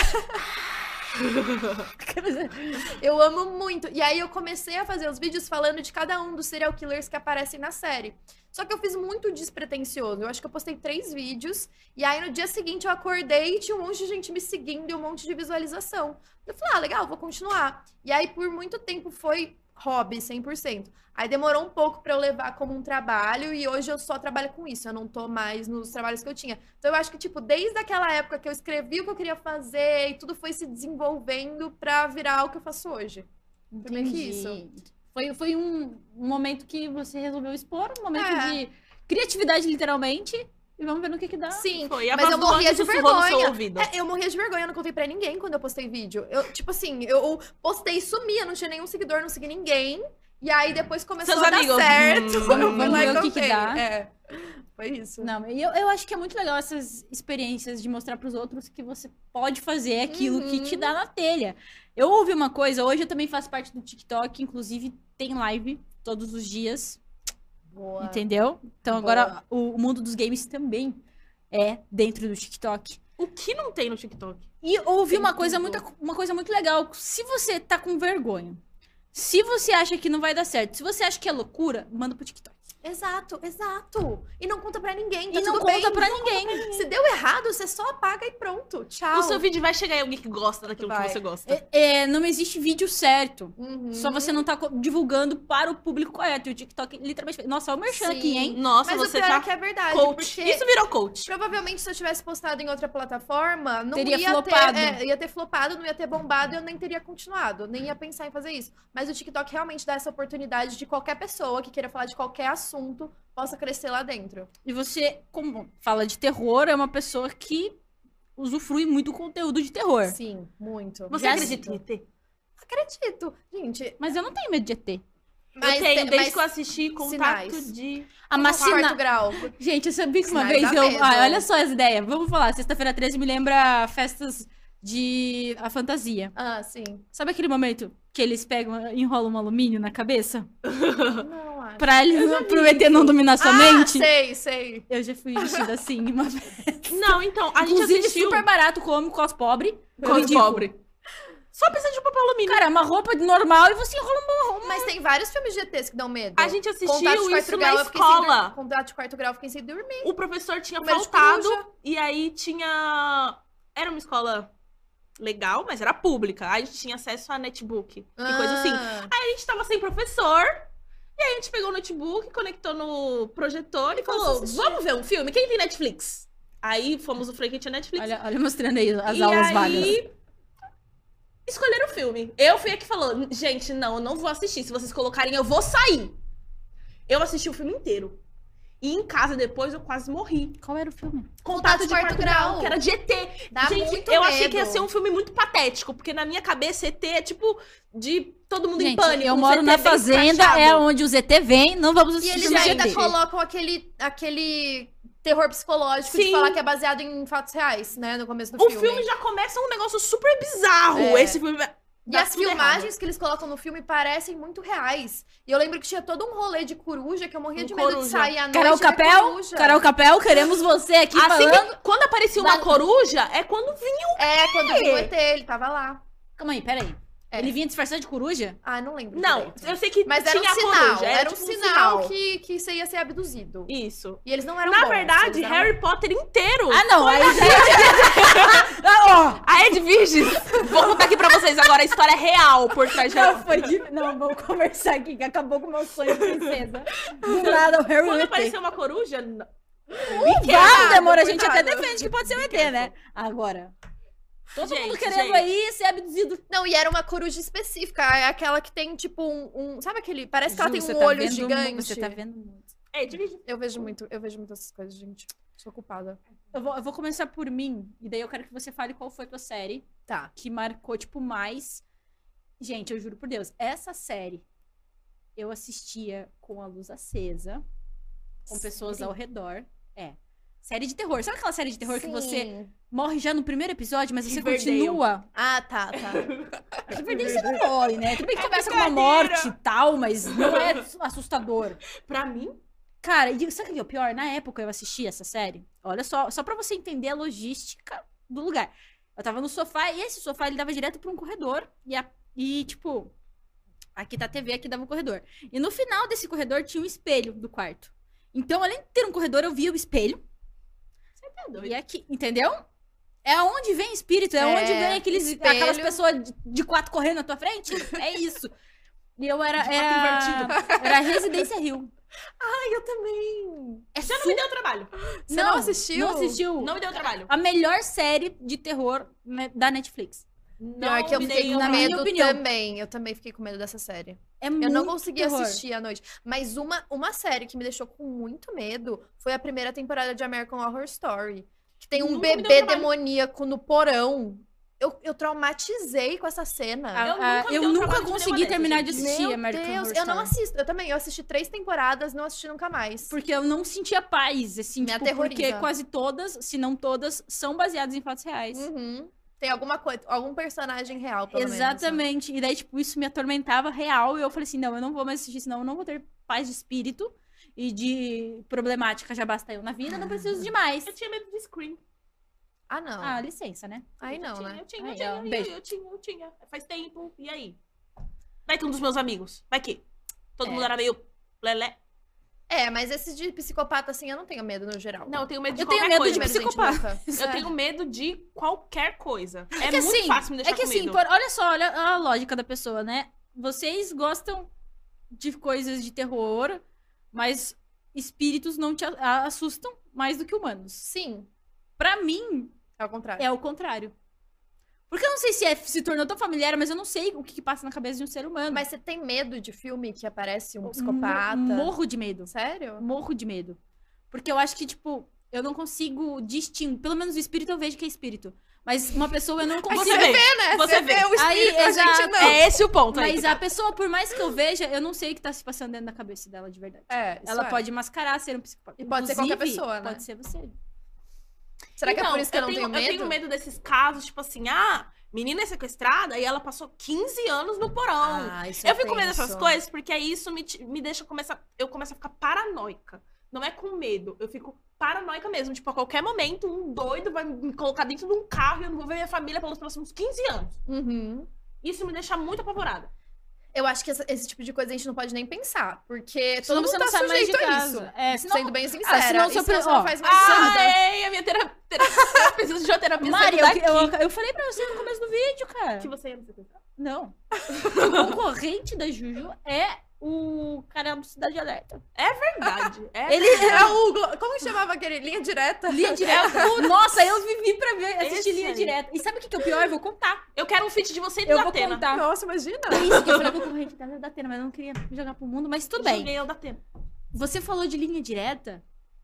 S2: Eu amo muito. E aí eu comecei a fazer os vídeos falando de cada um dos serial killers que aparecem na série. Só que eu fiz muito despretensioso. Eu acho que eu postei três vídeos. E aí no dia seguinte eu acordei e tinha um monte de gente me seguindo e um monte de visualização. Eu falei, ah, legal, vou continuar. E aí por muito tempo foi hobby 100%. Aí demorou um pouco pra eu levar como um trabalho e hoje eu só trabalho com isso. Eu não tô mais nos trabalhos que eu tinha. Então eu acho que, tipo, desde aquela época que eu escrevi o que eu queria fazer e tudo foi se desenvolvendo pra virar o que eu faço hoje. Foi meio que
S1: Entendi.
S2: isso.
S1: Foi, foi um momento que você resolveu expor, um momento
S2: É.
S1: de criatividade, literalmente. E vamos ver no que que dá.
S2: Sim,
S3: Foi, e a
S2: mas eu
S3: voz do
S2: morria
S3: anjo
S2: de
S3: sussurrou no seu
S2: vergonha.
S3: ouvido.
S2: É, eu morria de vergonha, eu não contei pra ninguém quando eu postei vídeo. Eu, tipo assim, eu postei e sumia, não tinha nenhum seguidor, não segui ninguém. E aí depois começou
S3: Seus
S2: a dar
S3: amigos,
S2: certo.
S3: hum,
S2: eu fui
S1: vamos
S2: lá
S1: ver
S2: e
S1: o que que
S2: contei.
S1: dá.
S2: É, foi isso.
S1: Não, e eu, eu acho que é muito legal essas experiências de mostrar pros outros que você pode fazer aquilo que te
S2: Uhum.
S1: dá na telha. Eu ouvi uma coisa, hoje eu também faço parte do TikTok, inclusive tem live todos os dias,
S2: Boa.
S1: entendeu? Então agora o, o mundo dos games também é dentro do TikTok.
S3: O que não tem no TikTok?
S1: E ouvi
S2: Tem
S1: uma coisa,
S2: tudo.
S1: muito, uma coisa muito legal. Se você tá com vergonha, se você acha que não vai dar certo, se você acha que é loucura, manda pro TikTok.
S2: Exato, exato. E não conta pra ninguém, tá
S1: e não
S2: tudo
S1: conta
S2: bem.
S1: pra ninguém.
S2: Se deu errado, você só apaga e pronto. Tchau.
S3: O seu vídeo vai chegar em alguém que gosta daquilo
S2: Vai.
S3: que você gosta.
S1: É, é, não existe vídeo certo.
S2: Uhum.
S1: Só você não tá co- divulgando para o público correto. E o TikTok literalmente. fez- Nossa, é o merchan
S2: Sim.
S1: aqui, hein?
S3: Nossa,
S2: Mas o
S3: você
S2: pior
S3: tá
S2: é que é verdade,
S3: coach.
S2: porque
S3: Isso virou coach.
S2: provavelmente se eu tivesse postado em outra plataforma, não
S1: Teria
S2: ia
S1: flopado.
S2: ter, é, ia ter flopado, não ia ter bombado, e eu nem teria continuado, nem ia pensar em fazer isso. Mas o TikTok realmente dá essa oportunidade de qualquer pessoa que queira falar de qualquer assunto possa crescer lá dentro.
S1: E você, como fala de terror, é uma pessoa que usufrui muito conteúdo de
S3: É.
S1: terror.
S2: Sim, muito.
S3: Você
S1: Já
S3: acredita em ET?
S2: Acredito, gente.
S1: Mas eu não tenho medo de ET.
S2: Mas
S3: eu tenho,
S2: te-
S3: desde
S2: mas
S3: que eu assisti Contato
S2: sinais.
S3: de...
S1: Ah, mas
S2: quarto
S1: sina-
S2: grau.
S1: Gente, eu sabia que uma
S2: Sinais
S1: vez
S2: dá
S1: eu.
S2: medo.
S1: Ah, olha só as ideias. Vamos falar. Sexta-feira 13 me lembra festas de. a fantasia.
S2: Ah, sim.
S1: Sabe aquele momento que eles pegam, enrolam um alumínio na cabeça?
S2: Não acho.
S1: Pra eles não, pro ET não dominar sua
S2: Ah,
S1: mente?
S2: sei, sei.
S1: Eu já fui vestida assim uma vez.
S3: Não, então, a gente
S1: Inclusive,
S3: assistiu...
S1: super barato, come, cos pobre.
S3: Cos
S1: Ridículo.
S3: pobre. Só precisa de um papel alumínio.
S1: Cara, uma roupa de normal e você enrola um
S2: Mas tem vários filmes de ETs que dão medo.
S3: A gente
S2: Contato de
S3: assistiu
S2: quarto
S3: isso
S2: grau,
S3: na
S2: eu fiquei sem
S3: escola.
S2: dormir. Contato de quarto grau, eu fiquei sem dormir.
S3: O professor tinha
S2: Mas
S3: faltado
S2: coruja.
S3: e aí tinha. Era uma escola legal, mas era pública. Aí a gente tinha acesso a netbook e coisa assim.
S2: Ah.
S3: Aí a gente tava sem professor. E aí a gente pegou o notebook, conectou no projetor e, falou:
S2: começou a assistir.
S3: vamos ver um filme? Quem tem Netflix? Aí fomos o Frank que tinha Netflix.
S1: Olha, olha mostrando aí as
S3: e
S1: aulas
S3: aí,
S1: vagas.
S3: Escolheram o filme. Eu fui a que falou: gente, não, eu não vou assistir. Se vocês colocarem, eu vou sair. Eu assisti o filme inteiro. E em casa depois eu quase morri.
S1: Qual era o filme?
S3: Contato de quarto grau, que era de ET.
S2: Dá
S3: Gente,
S2: muito
S3: eu achei que ia
S2: medo.
S3: ser um filme muito patético, porque na minha cabeça ET é tipo de todo mundo em
S1: Gente,
S3: pânico.
S1: eu
S3: um
S1: moro
S3: ET
S1: na
S3: bem
S1: fazenda,
S3: escrachado.
S1: é onde o ZT vem, não vamos
S2: E
S1: assistir
S2: eles
S1: filme de
S2: ainda
S1: ET.
S2: colocam aquele, aquele terror psicológico de
S3: Sim.
S2: falar que é baseado em fatos reais, né? No começo do
S3: O
S2: filme.
S3: filme já começa um negócio super bizarro.
S2: É.
S3: Esse filme.
S2: E
S3: dá
S2: as
S3: tudo
S2: filmagens que eles colocam no filme parecem muito reais. E eu lembro que tinha todo um rolê de coruja que eu morria
S3: Um
S2: de medo de
S3: coruja.
S2: sair à noite.
S1: Carol
S2: e ver
S1: Capel?
S2: coruja.
S1: Carol Capel, queremos você aqui
S3: errado. Assim que-
S1: falando.
S3: quando aparecia uma
S1: Na-
S3: coruja, é quando vinha.
S2: É, quando viu o ET, ele tava lá.
S1: Calma aí, peraí.
S2: É.
S1: Ele vinha disfarçado de coruja?
S2: Ah, não lembro.
S3: Não,
S2: direito.
S3: eu sei que
S2: Mas era
S3: tinha
S2: um
S3: a
S2: sinal.
S3: coruja.
S2: era um
S3: tipo
S2: sinal, Que, que você ia ser abduzido. E,
S3: Isso.
S2: eles não eram
S3: Na
S2: bons,
S3: verdade,
S2: eles eram-
S3: Harry Potter inteiro.
S1: Ah, não, aí já é. Ah,
S3: A Ed Virgis. Vou contar aqui pra vocês agora a história real por trás
S1: ó.
S3: dela.
S1: Não, foi de... Não, vamos conversar aqui, que acabou com o meu sonho de princesa. Do nada, o Harry
S3: Quando
S1: e o ET.
S3: apareceu uma coruja. n-
S1: Claro,
S2: errado,
S1: demora, a gente até
S2: coitado.
S1: defende que pode ser o ET, né? Agora. Todo mundo
S3: Gente,
S1: querendo
S3: gente.
S1: aí ser abduzido.
S2: Não, e era uma coruja específica. É aquela que tem, tipo, um. um- Sabe aquele. Parece que ela tem
S1: Ju,
S2: um
S1: você tá
S2: olho
S1: vendo mu-
S2: gigante.
S1: Você tá vendo muito.
S3: Ed Virgis.
S2: Eu vejo muito, eu vejo muito essas coisas, gente. Sou culpada.
S1: Eu vou, eu vou começar por mim, e daí eu quero que você fale qual foi a tua série
S2: Tá.
S1: que marcou, tipo, mais. Gente, eu juro por Deus, essa série eu assistia com a luz acesa, com pessoas
S2: Série?
S1: ao redor. É. Série de terror. Sabe aquela série de
S2: Então é
S1: terror que você morre já no primeiro episódio, mas você
S3: Riverdale.
S1: continua?
S2: Ah, tá, tá.
S1: Riverdale você não morre, né? Tudo bem que
S3: É
S1: começa com uma
S3: brincadeira.
S1: morte e tal, mas não é assustador.
S3: Pra mim,
S1: Cara, e sabe o que é o pior? Na época eu assisti essa série. Olha só, só pra você entender a logística do lugar. Eu tava no sofá e esse sofá ele dava direto pra um corredor. E, a- e, tipo, aqui tá a TV, aqui dava um corredor. E no final desse corredor tinha um espelho do quarto. Então, além de ter um corredor, eu via o espelho.
S3: tá doido.
S1: E aqui, entendeu? É onde vem espírito, é,
S2: É,
S1: onde vem aqueles,
S2: espelho.
S1: aquelas pessoas de, de quatro correndo na tua frente. É isso. E eu era.
S3: De quatro
S1: Era, era Residência Rio.
S2: Ai, eu também.
S1: É
S3: Já não me deu trabalho.
S2: Você não assistiu?
S1: Não assistiu?
S3: Não me deu trabalho.
S1: A melhor série de terror né, da Netflix.
S2: Pior é que eu
S3: me
S2: fiquei
S3: deu
S2: com
S1: na
S3: trabalho.
S1: minha
S2: medo
S1: opinião.
S2: também. Eu também fiquei com medo dessa série.
S1: É
S2: Eu
S1: muito
S2: não consegui
S1: terror.
S2: assistir à noite. Mas uma, uma série que me deixou com muito medo foi a primeira temporada de American Horror Story. Que tem um
S3: Nunca me deu
S2: bebê
S3: trabalho.
S2: demoníaco no porão. Eu, eu traumatizei com essa cena.
S1: Ah,
S3: Eu
S1: ah,
S3: nunca
S1: eu
S3: vi um
S1: nunca
S3: trabalho de
S1: consegui
S3: nenhuma
S1: terminar de
S3: dessas,
S1: assistir
S2: Meu
S1: American
S2: Deus,
S1: Horror
S2: eu não
S1: Story.
S2: assisto. Eu também, eu assisti três temporadas, não assisti nunca mais.
S1: Porque eu não sentia paz, assim,
S2: Me
S1: tipo, porque
S2: aterroriza.
S1: quase todas, se não todas, são baseadas em fatos reais.
S2: Uhum. Tem alguma coisa, algum personagem real, pelo menos, né?
S1: Exatamente. E daí, tipo, isso me atormentava real. E eu falei assim: não, eu não vou mais assistir, senão eu não vou ter paz de espírito e de problemática. Já basta eu na vida, não preciso de mais.
S3: Eu tinha medo de Scream.
S2: Ah, não.
S1: Ah, licença, né?
S2: Aí
S3: Eu
S2: não,
S3: tinha,
S2: né?
S3: Eu tinha,
S1: Aí,
S3: eu
S1: ó,
S3: tinha, eu
S1: beijo.
S3: tinha, eu tinha, eu tinha. Faz tempo. E aí? Vai que um dos meus amigos. Vai que. Todo
S1: É.
S3: mundo era meio lelé.
S2: É, mas esse de psicopata, assim, eu não tenho medo no geral.
S3: Não, eu tenho medo de
S1: Eu tenho
S3: qualquer
S1: medo
S3: coisa.
S1: de
S2: Primeiro, gente,
S1: psicopata.
S2: nunca.
S3: Eu tenho medo de qualquer coisa. É,
S1: que
S3: muito
S1: assim,
S3: fácil me deixar
S1: É que
S3: com
S1: assim,
S3: medo.
S1: por- olha só, olha a lógica da pessoa, né? Vocês gostam de coisas de terror, mas espíritos não te a- a- assustam mais do que humanos.
S2: Sim,
S1: Pra mim,
S2: é o contrário.
S1: é o contrário. Porque eu não sei se é- se tornou tão familiar, mas eu não sei o que, que passa na cabeça de um ser humano.
S2: Mas você tem medo de filme que aparece um
S1: Mo-
S2: psicopata?
S1: Morro de medo.
S2: Sério?
S1: Morro de medo. Porque eu acho que, tipo, eu não consigo distinguir. Pelo menos o espírito eu vejo que é espírito. Mas uma pessoa eu não consigo.
S3: Você vê.
S2: né?
S3: Você vê.
S2: o espírito,
S1: Aí,
S2: a gente
S1: exato.
S2: não.
S3: É esse o ponto. aí.
S1: Mas a pessoa, por mais que eu veja, eu não sei o que tá se passando dentro da cabeça dela de verdade.
S2: É, isso
S1: Ela
S2: é.
S1: pode mascarar ser um psicopata.
S2: E pode ser qualquer
S1: Inclusive,
S2: pessoa, né?
S1: Pode ser você.
S2: Será que é
S3: Então,
S2: por isso que eu não tenho, medo?
S3: Eu tenho medo desses casos, tipo assim, ah, menina é sequestrada e ela passou 15 anos no porão.
S2: Ah, isso
S3: eu fico com medo
S2: tenso.
S3: dessas coisas porque aí isso me, ti- me deixa começar, eu começo a ficar paranoica. Não é com medo, eu fico paranoica mesmo. Tipo, a qualquer momento, um doido vai me colocar dentro de um carro e eu não vou ver minha família pelos próximos 15 anos.
S2: Uhum.
S3: Isso me deixa muito apavorada.
S2: Eu acho que essa- esse tipo de coisa a gente não pode nem pensar, porque
S1: Senão
S2: todo mundo
S1: você não
S2: tá
S1: sai mais de
S2: sujeito a
S1: casa.
S2: isso.
S1: É, senão...
S2: Sendo bem sincera, ah,
S1: senão
S2: senão
S1: o seu
S2: isso não tá
S1: pre- ó,
S2: só faz mais nada.
S3: Ai, a minha terapia. eu preciso de uma terapia.
S1: Mari, eu,
S3: saindo daqui.
S1: eu, eu falei pra você no começo do vídeo, cara.
S3: que você ia me sequestrar.
S1: Não. o concorrente da Juju é o cara do Cidade Alerta.
S3: Verdade. É.
S1: Ele
S2: É o Glo- Como que chamava aquele? Linha direta?
S1: Linha
S3: É
S1: direta. Nossa, eu vivi pra ver, assistir
S3: Esse
S1: linha
S3: aí.
S1: direta. E sabe o que, que é o pior? Eu vou contar.
S3: Eu quero um feat de você e do
S1: Eu vou
S3: Datena.
S1: contar.
S2: Nossa, imagina.
S1: É isso que eu falei concorrente da Atena, mas eu não queria jogar pro mundo, mas tudo bem.
S3: Joguei o Datena.
S1: Você falou de linha direta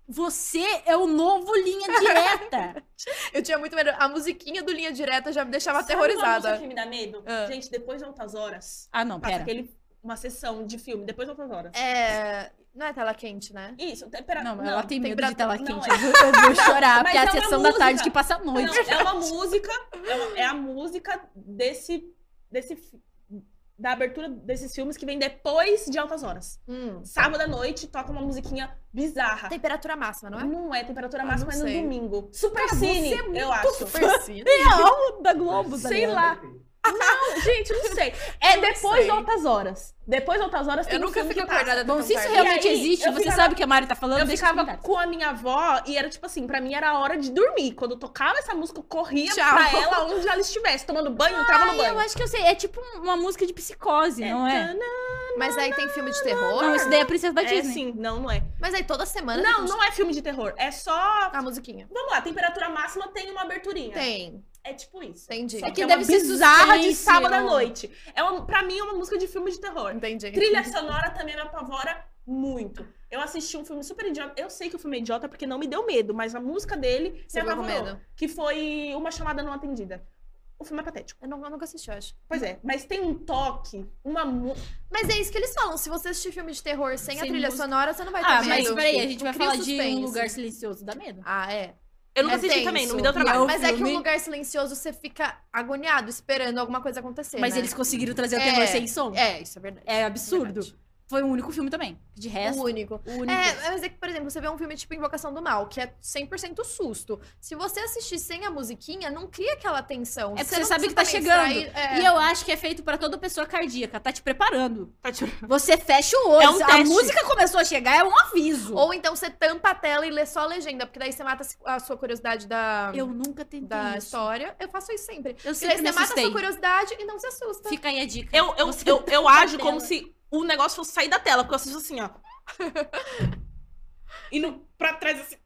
S1: Você é o novo linha direta.
S2: Eu tinha muito medo. A musiquinha do Linha Direta já me deixava
S3: Sabe uma música
S2: aterrorizada.
S3: que me dá medo?
S2: Ah.
S3: Gente, depois de altas horas,
S1: ah, não,
S3: passa
S1: pera.
S3: aquele, uma sessão de filme, depois de altas horas.
S2: É. Não é tela quente, né?
S3: Isso, tempera...
S1: Não, ela tem medo de tela
S3: temperatura-
S1: quente.
S3: não, é.
S1: Eu, vou, eu vou chorar,
S3: Mas
S1: porque é
S3: é
S1: a
S3: uma
S1: sessão da tarde
S3: música.
S1: que passa a noite.
S3: Não, é uma música, é, uma- é a música desse, desse, fi- da abertura desses filmes que vem depois de Altas Horas.
S2: Hum.
S3: Sábado à noite toca uma musiquinha bizarra.
S2: Tá. Temperatura máxima, não é?
S3: Não é temperatura
S2: Ah,
S3: máxima,
S2: não
S3: é no
S2: sei.
S3: domingo. Super cine,
S1: é
S3: eu acho.
S1: real da Globo, tá
S3: Sei
S1: ligado?
S3: lá. Não, gente, não sei. É depois
S2: sei.
S3: de Altas Horas. Depois de Altas Horas tem
S2: Eu
S3: um
S2: nunca
S3: filme
S2: fico
S3: que passa.
S2: acordada
S1: Bom,
S2: tão
S1: se isso
S2: tarde.
S1: realmente
S3: E aí,
S1: existe,
S3: eu
S1: você
S3: ficava-
S1: sabe o que a Mari tá falando,
S3: Eu
S1: deixa
S3: ficava
S1: comentários.
S3: com a minha avó e era tipo assim, pra mim era a hora de dormir. Quando eu tocava essa música, eu corria
S2: Tchau.
S3: pra ela onde ela estivesse, tomando banho, entrava no
S1: Ah, eu
S3: banho.
S1: acho que eu sei. É tipo uma música de psicose, não é?
S2: Mas aí tem filme de terror.
S1: Não, isso daí é Princesa da
S3: É
S1: Disney.
S3: sim, não, não é.
S2: Mas aí toda semana.
S3: Não,
S2: tem
S3: não é filme de terror. É só.
S2: A musiquinha.
S3: Vamos lá, temperatura máxima tem uma aberturinha.
S2: Tem,
S3: É tipo isso.
S2: entendi.
S3: Só
S1: É
S3: que,
S1: que
S3: é uma
S1: deve ser
S3: bizarra de
S1: suspense,
S3: sábado à
S1: eu-
S3: noite. É uma, pra mim é uma música de filme de terror.
S2: Entendi.
S3: Trilha sonora também me apavora muito. Eu assisti um filme super idiota. Eu sei que o filme é idiota porque não me deu medo, mas a música dele
S2: Você
S3: me
S2: ficou com
S3: apavorou.
S2: medo?
S3: Que foi Uma Chamada Não Atendida. O filme é patético.
S2: Eu, não, eu nunca assisti, eu acho.
S3: Pois é, mas tem um toque, uma música.
S2: Mas é isso que eles falam. Se você assistir filme de terror sem, a
S1: Sem
S2: trilha
S1: música.
S2: sonora, você não vai ter
S1: Ah,
S2: medo.
S1: mas peraí, a gente
S2: Não
S1: vai
S2: cria
S1: falar de
S2: suspense.
S1: um lugar silencioso, dá medo.
S2: Ah, é.
S3: Eu nunca
S2: É
S3: assisti
S2: tenso.
S3: também, não me deu trabalho.
S1: E o
S2: Mas é que um
S1: filme-
S2: lugar silencioso você fica agoniado, esperando alguma coisa acontecer.
S1: Mas
S2: né?
S1: eles conseguiram trazer o
S2: É,
S1: terror sem som. É,
S2: É, isso é verdade.
S1: absurdo.
S2: Verdade.
S1: Foi o único filme também. De resto,
S2: O único.
S1: o único.
S2: É, mas é que, por exemplo, você vê um filme tipo Invocação do Mal, que é 100% susto. Se você assistir sem a musiquinha, não cria aquela tensão.
S1: É porque
S2: não
S1: você sabe que tá
S2: precisa também
S1: chegando.
S2: sair- é.
S1: E eu acho que é feito pra toda pessoa cardíaca, tá te preparando.
S3: Tá tirando.
S1: Você fecha o olho,
S3: É um
S1: a
S3: teste.
S1: música começou a chegar, é um aviso.
S2: Ou então você tampa a tela e lê só a legenda, porque daí você mata a sua curiosidade da,
S1: Eu nunca tentei
S2: da
S1: isso.
S2: história. Eu faço isso sempre.
S1: Eu
S2: Porque daí
S1: sempre me
S2: você mata a
S1: assustei.
S2: sua curiosidade e não se assusta.
S1: Fica aí a dica.
S3: Eu, eu,
S1: Você- tá
S3: eu, eu ajo
S1: da
S3: como
S1: tela.
S3: se o negócio fosse sair da tela, porque eu assisto assim, ó. Indo pra trás, assim,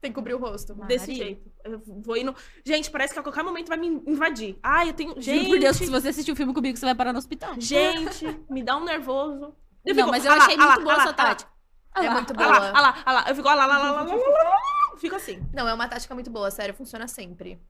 S2: Tem que cobrir o rosto.
S1: Mari.
S3: desse jeito. Eu vou indo. Gente, parece que a qualquer momento vai me invadir. Ai, eu tenho.
S1: Juro
S3: Gente,
S1: por Deus, que se você assistir um filme comigo, você vai parar no hospital.
S3: gente, me dá um nervoso.
S1: Não,
S3: fico,
S1: mas eu
S3: ah lá,
S1: achei
S3: ah lá,
S1: muito boa
S3: ah lá,
S1: essa
S3: ah lá,
S1: tática. Ah
S2: É
S1: lá.
S2: muito
S3: Ah lá,
S2: boa.
S3: ah lá, ah lá. Eu fico, ah lá, lá, lá, lá, lá, lá, lá, lá. Fico assim.
S2: Não, é uma tática muito boa, sério. Funciona sempre.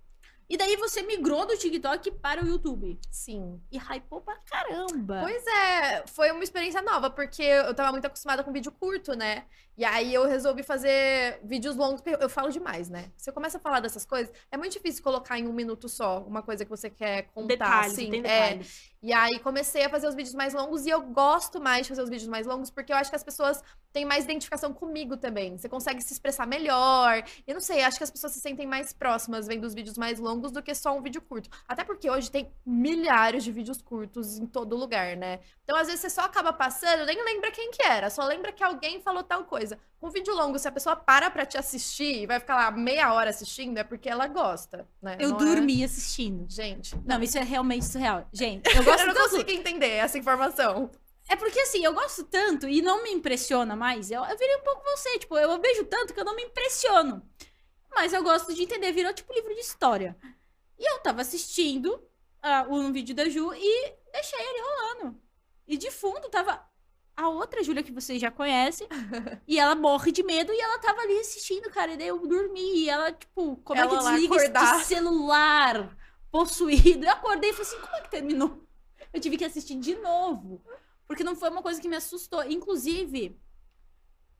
S1: E daí você migrou do TikTok para o YouTube.
S2: Sim.
S1: E hypou pra caramba.
S2: Pois é, foi uma experiência nova, porque eu tava muito acostumada com vídeo curto, né? E aí eu resolvi fazer vídeos longos, porque eu falo demais, né? Se eu começo a falar dessas coisas, é muito difícil colocar em um minuto só uma coisa que você quer contar.
S3: Detalhes,
S2: assim,
S3: tem
S2: é.
S3: detalhes.
S2: E aí comecei a fazer os vídeos mais longos e eu gosto mais de fazer os vídeos mais longos porque eu acho que as pessoas têm mais identificação comigo também. Você consegue se expressar melhor. Eu não sei, acho que as pessoas se sentem mais próximas vendo os vídeos mais longos do que só um vídeo curto. Até porque hoje tem milhares de vídeos curtos em todo lugar, né? Então às vezes você só acaba passando, nem lembra quem que era, só lembra que alguém falou tal coisa. Com vídeo longo, se a pessoa para pra te assistir e vai ficar lá meia hora assistindo, é porque ela gosta, né?
S1: Eu
S2: Não é-
S1: dormi assistindo.
S2: Gente,
S1: Não, isso é realmente surreal. Gente, eu
S2: eu
S1: gosto
S2: não
S1: tanto.
S2: consigo entender essa informação.
S1: É porque assim, eu gosto tanto e não me impressiona mais. Eu, eu virei um pouco você, tipo, eu vejo tanto que eu não me impressiono. Mas eu gosto de entender, virou tipo livro de história. E eu tava assistindo ah, um vídeo da Ju e deixei ele rolando. E de fundo tava a outra Júlia que vocês já conhecem. e ela morre de medo e ela tava ali assistindo, cara. E daí eu dormi. E ela, tipo, como é
S2: Ela
S1: que
S2: lá
S1: desliga
S2: acordar.
S1: esse celular possuído? Eu acordei e falei assim: como é que terminou? Eu tive que assistir de novo. Porque não foi uma coisa que me assustou. Inclusive,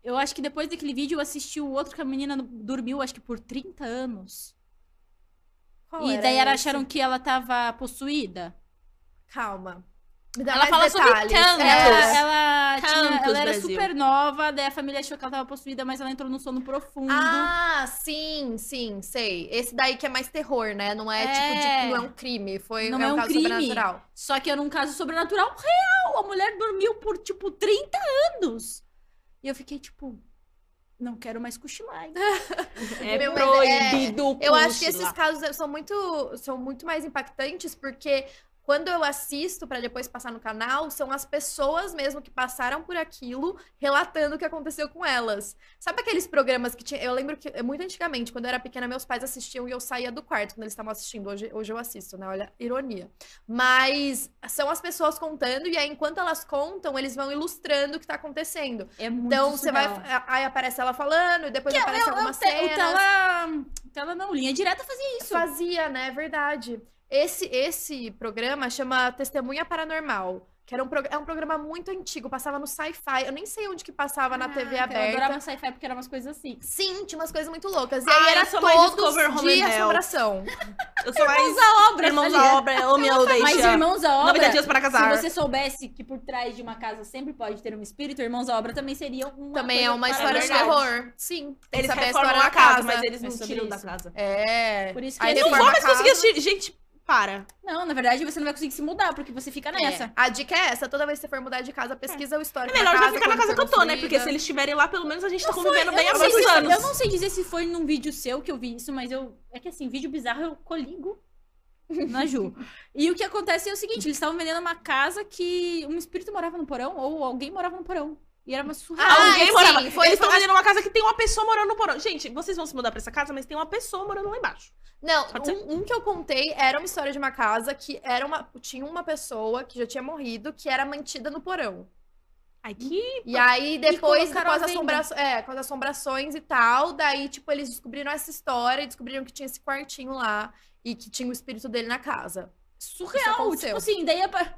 S1: eu acho que depois daquele vídeo eu assisti o outro que a menina no- dormiu, acho que por 30 anos.
S2: Qual
S1: e daí era-
S2: esse?
S1: acharam um que ela tava possuída.
S2: Calma. Me dá
S3: Ela
S2: mais
S3: fala
S2: detalhes.
S3: sobre cancro.
S1: Ela,
S2: É.
S1: ela, tinha-
S3: Tantos,
S1: ela era
S3: Brasil.
S1: super nova, daí a família achou que ela tava possuída, mas ela entrou num sono profundo.
S2: Ah, sim, sim, sei. Esse daí que é mais terror, né? Não é, tipo,
S1: É.
S2: de, não é um crime. Foi
S1: Não
S2: é
S1: é
S2: um
S1: um
S2: caso
S1: crime.
S2: sobrenatural.
S1: Só que era um caso sobrenatural real. A mulher dormiu por, tipo, 30 anos. E eu fiquei, tipo, não quero mais cochilar. hein?
S3: É
S2: Meu, mas
S3: proibido.
S2: Eu acho que esses
S3: cochilar.
S2: casos são muito, são muito mais impactantes porque Quando eu assisto pra depois passar no canal, são as pessoas mesmo que passaram por aquilo relatando o que aconteceu com elas. Sabe aqueles programas que tinha. Eu lembro que é muito antigamente, quando eu era pequena, meus pais assistiam e eu saía do quarto quando eles estavam assistindo. Hoje, hoje eu assisto, né? Olha, ironia. Mas são as pessoas contando, e aí, enquanto elas contam, eles vão ilustrando o que tá acontecendo.
S1: É muito
S2: Então você vai.
S1: surreal. é,
S2: Aí aparece ela falando, e depois aparece alguma
S1: Te- O
S2: cena.
S1: tela, tela não, linha direta fazia isso.
S2: Fazia, né? É verdade. Esse, esse programa chama Testemunha Paranormal. Que era um, prog- é um programa muito antigo, passava no sci-fi. Eu nem sei onde que passava na
S1: Caraca,
S2: TV
S1: Ah, Eu
S2: aberta.
S1: adorava sci-fi porque eram umas coisas assim.
S2: Sim, tinha umas coisas muito loucas. E
S3: Ah,
S2: aí
S3: eu
S2: era
S3: sou mais Discover
S2: todos
S3: Home
S2: de
S3: and Health.
S2: assombração.
S3: Eu sou mais
S1: A obra,
S3: irmãos
S1: tá ligado?
S3: à obra, homem ao deixa.
S1: Mas irmãos à obra,
S3: 90 dias para casar.
S1: se você soubesse que por trás de uma casa sempre pode ter um espírito, irmãos à obra também seria uma
S2: Também
S1: coisa
S2: é uma
S1: para-
S2: história de
S3: verdade.
S2: terror. Sim, tem que
S3: Eles
S2: saber a
S3: reformam
S2: história
S3: a
S2: da
S3: casa, mas eles
S1: É
S3: não
S1: sobre
S3: tiram da
S1: isso.
S3: casa.
S2: É.
S1: Por isso que
S2: Aí
S1: é
S3: Não
S2: reforma
S1: reforma
S3: vou
S2: a
S3: mais conseguir
S2: casa.
S3: assistir. Gente, para.
S1: Não, na verdade você não vai conseguir se mudar porque você fica nessa.
S2: É. A dica é essa: toda vez que você for mudar de casa, pesquisa o
S3: É
S2: histórico. da
S3: melhor já
S2: casa,
S3: ficar na
S2: quando
S3: casa que
S2: foi
S3: eu tô, né? Porque
S2: construída.
S3: se eles estiverem lá, pelo menos a gente tá convivendo
S1: Eu
S3: bem há
S1: não sei
S3: muitos
S1: se-
S3: anos.
S1: Eu não sei dizer se foi num vídeo seu que eu vi isso, mas eu. É que assim, vídeo bizarro eu coligo na Ju. e o que acontece é o seguinte: eles estavam vendendo uma casa que um espírito morava no porão, ou alguém morava no porão. E era uma surreal.
S2: Ah,
S3: Alguém
S2: sim,
S3: morava.
S2: foi-
S3: eles estão
S2: foi-
S3: vendendo uma casa que tem uma pessoa morando no porão. Gente, vocês vão se mudar pra essa casa, mas tem uma pessoa morando lá embaixo.
S2: Não,
S3: Pode ser?
S2: um, um que eu contei era uma história de uma casa que era uma, tinha uma pessoa que já tinha morrido que era mantida no porão.
S3: Ai, que.
S2: E aí depois, com
S1: colocaram
S2: as,
S1: à venda.
S2: assombra- é, com as assombrações e tal, daí tipo eles descobriram essa história e descobriram que tinha esse quartinho lá e que tinha o espírito dele na casa. Isso
S1: surreal.
S2: aconteceu.
S1: Tipo assim, daí é pra...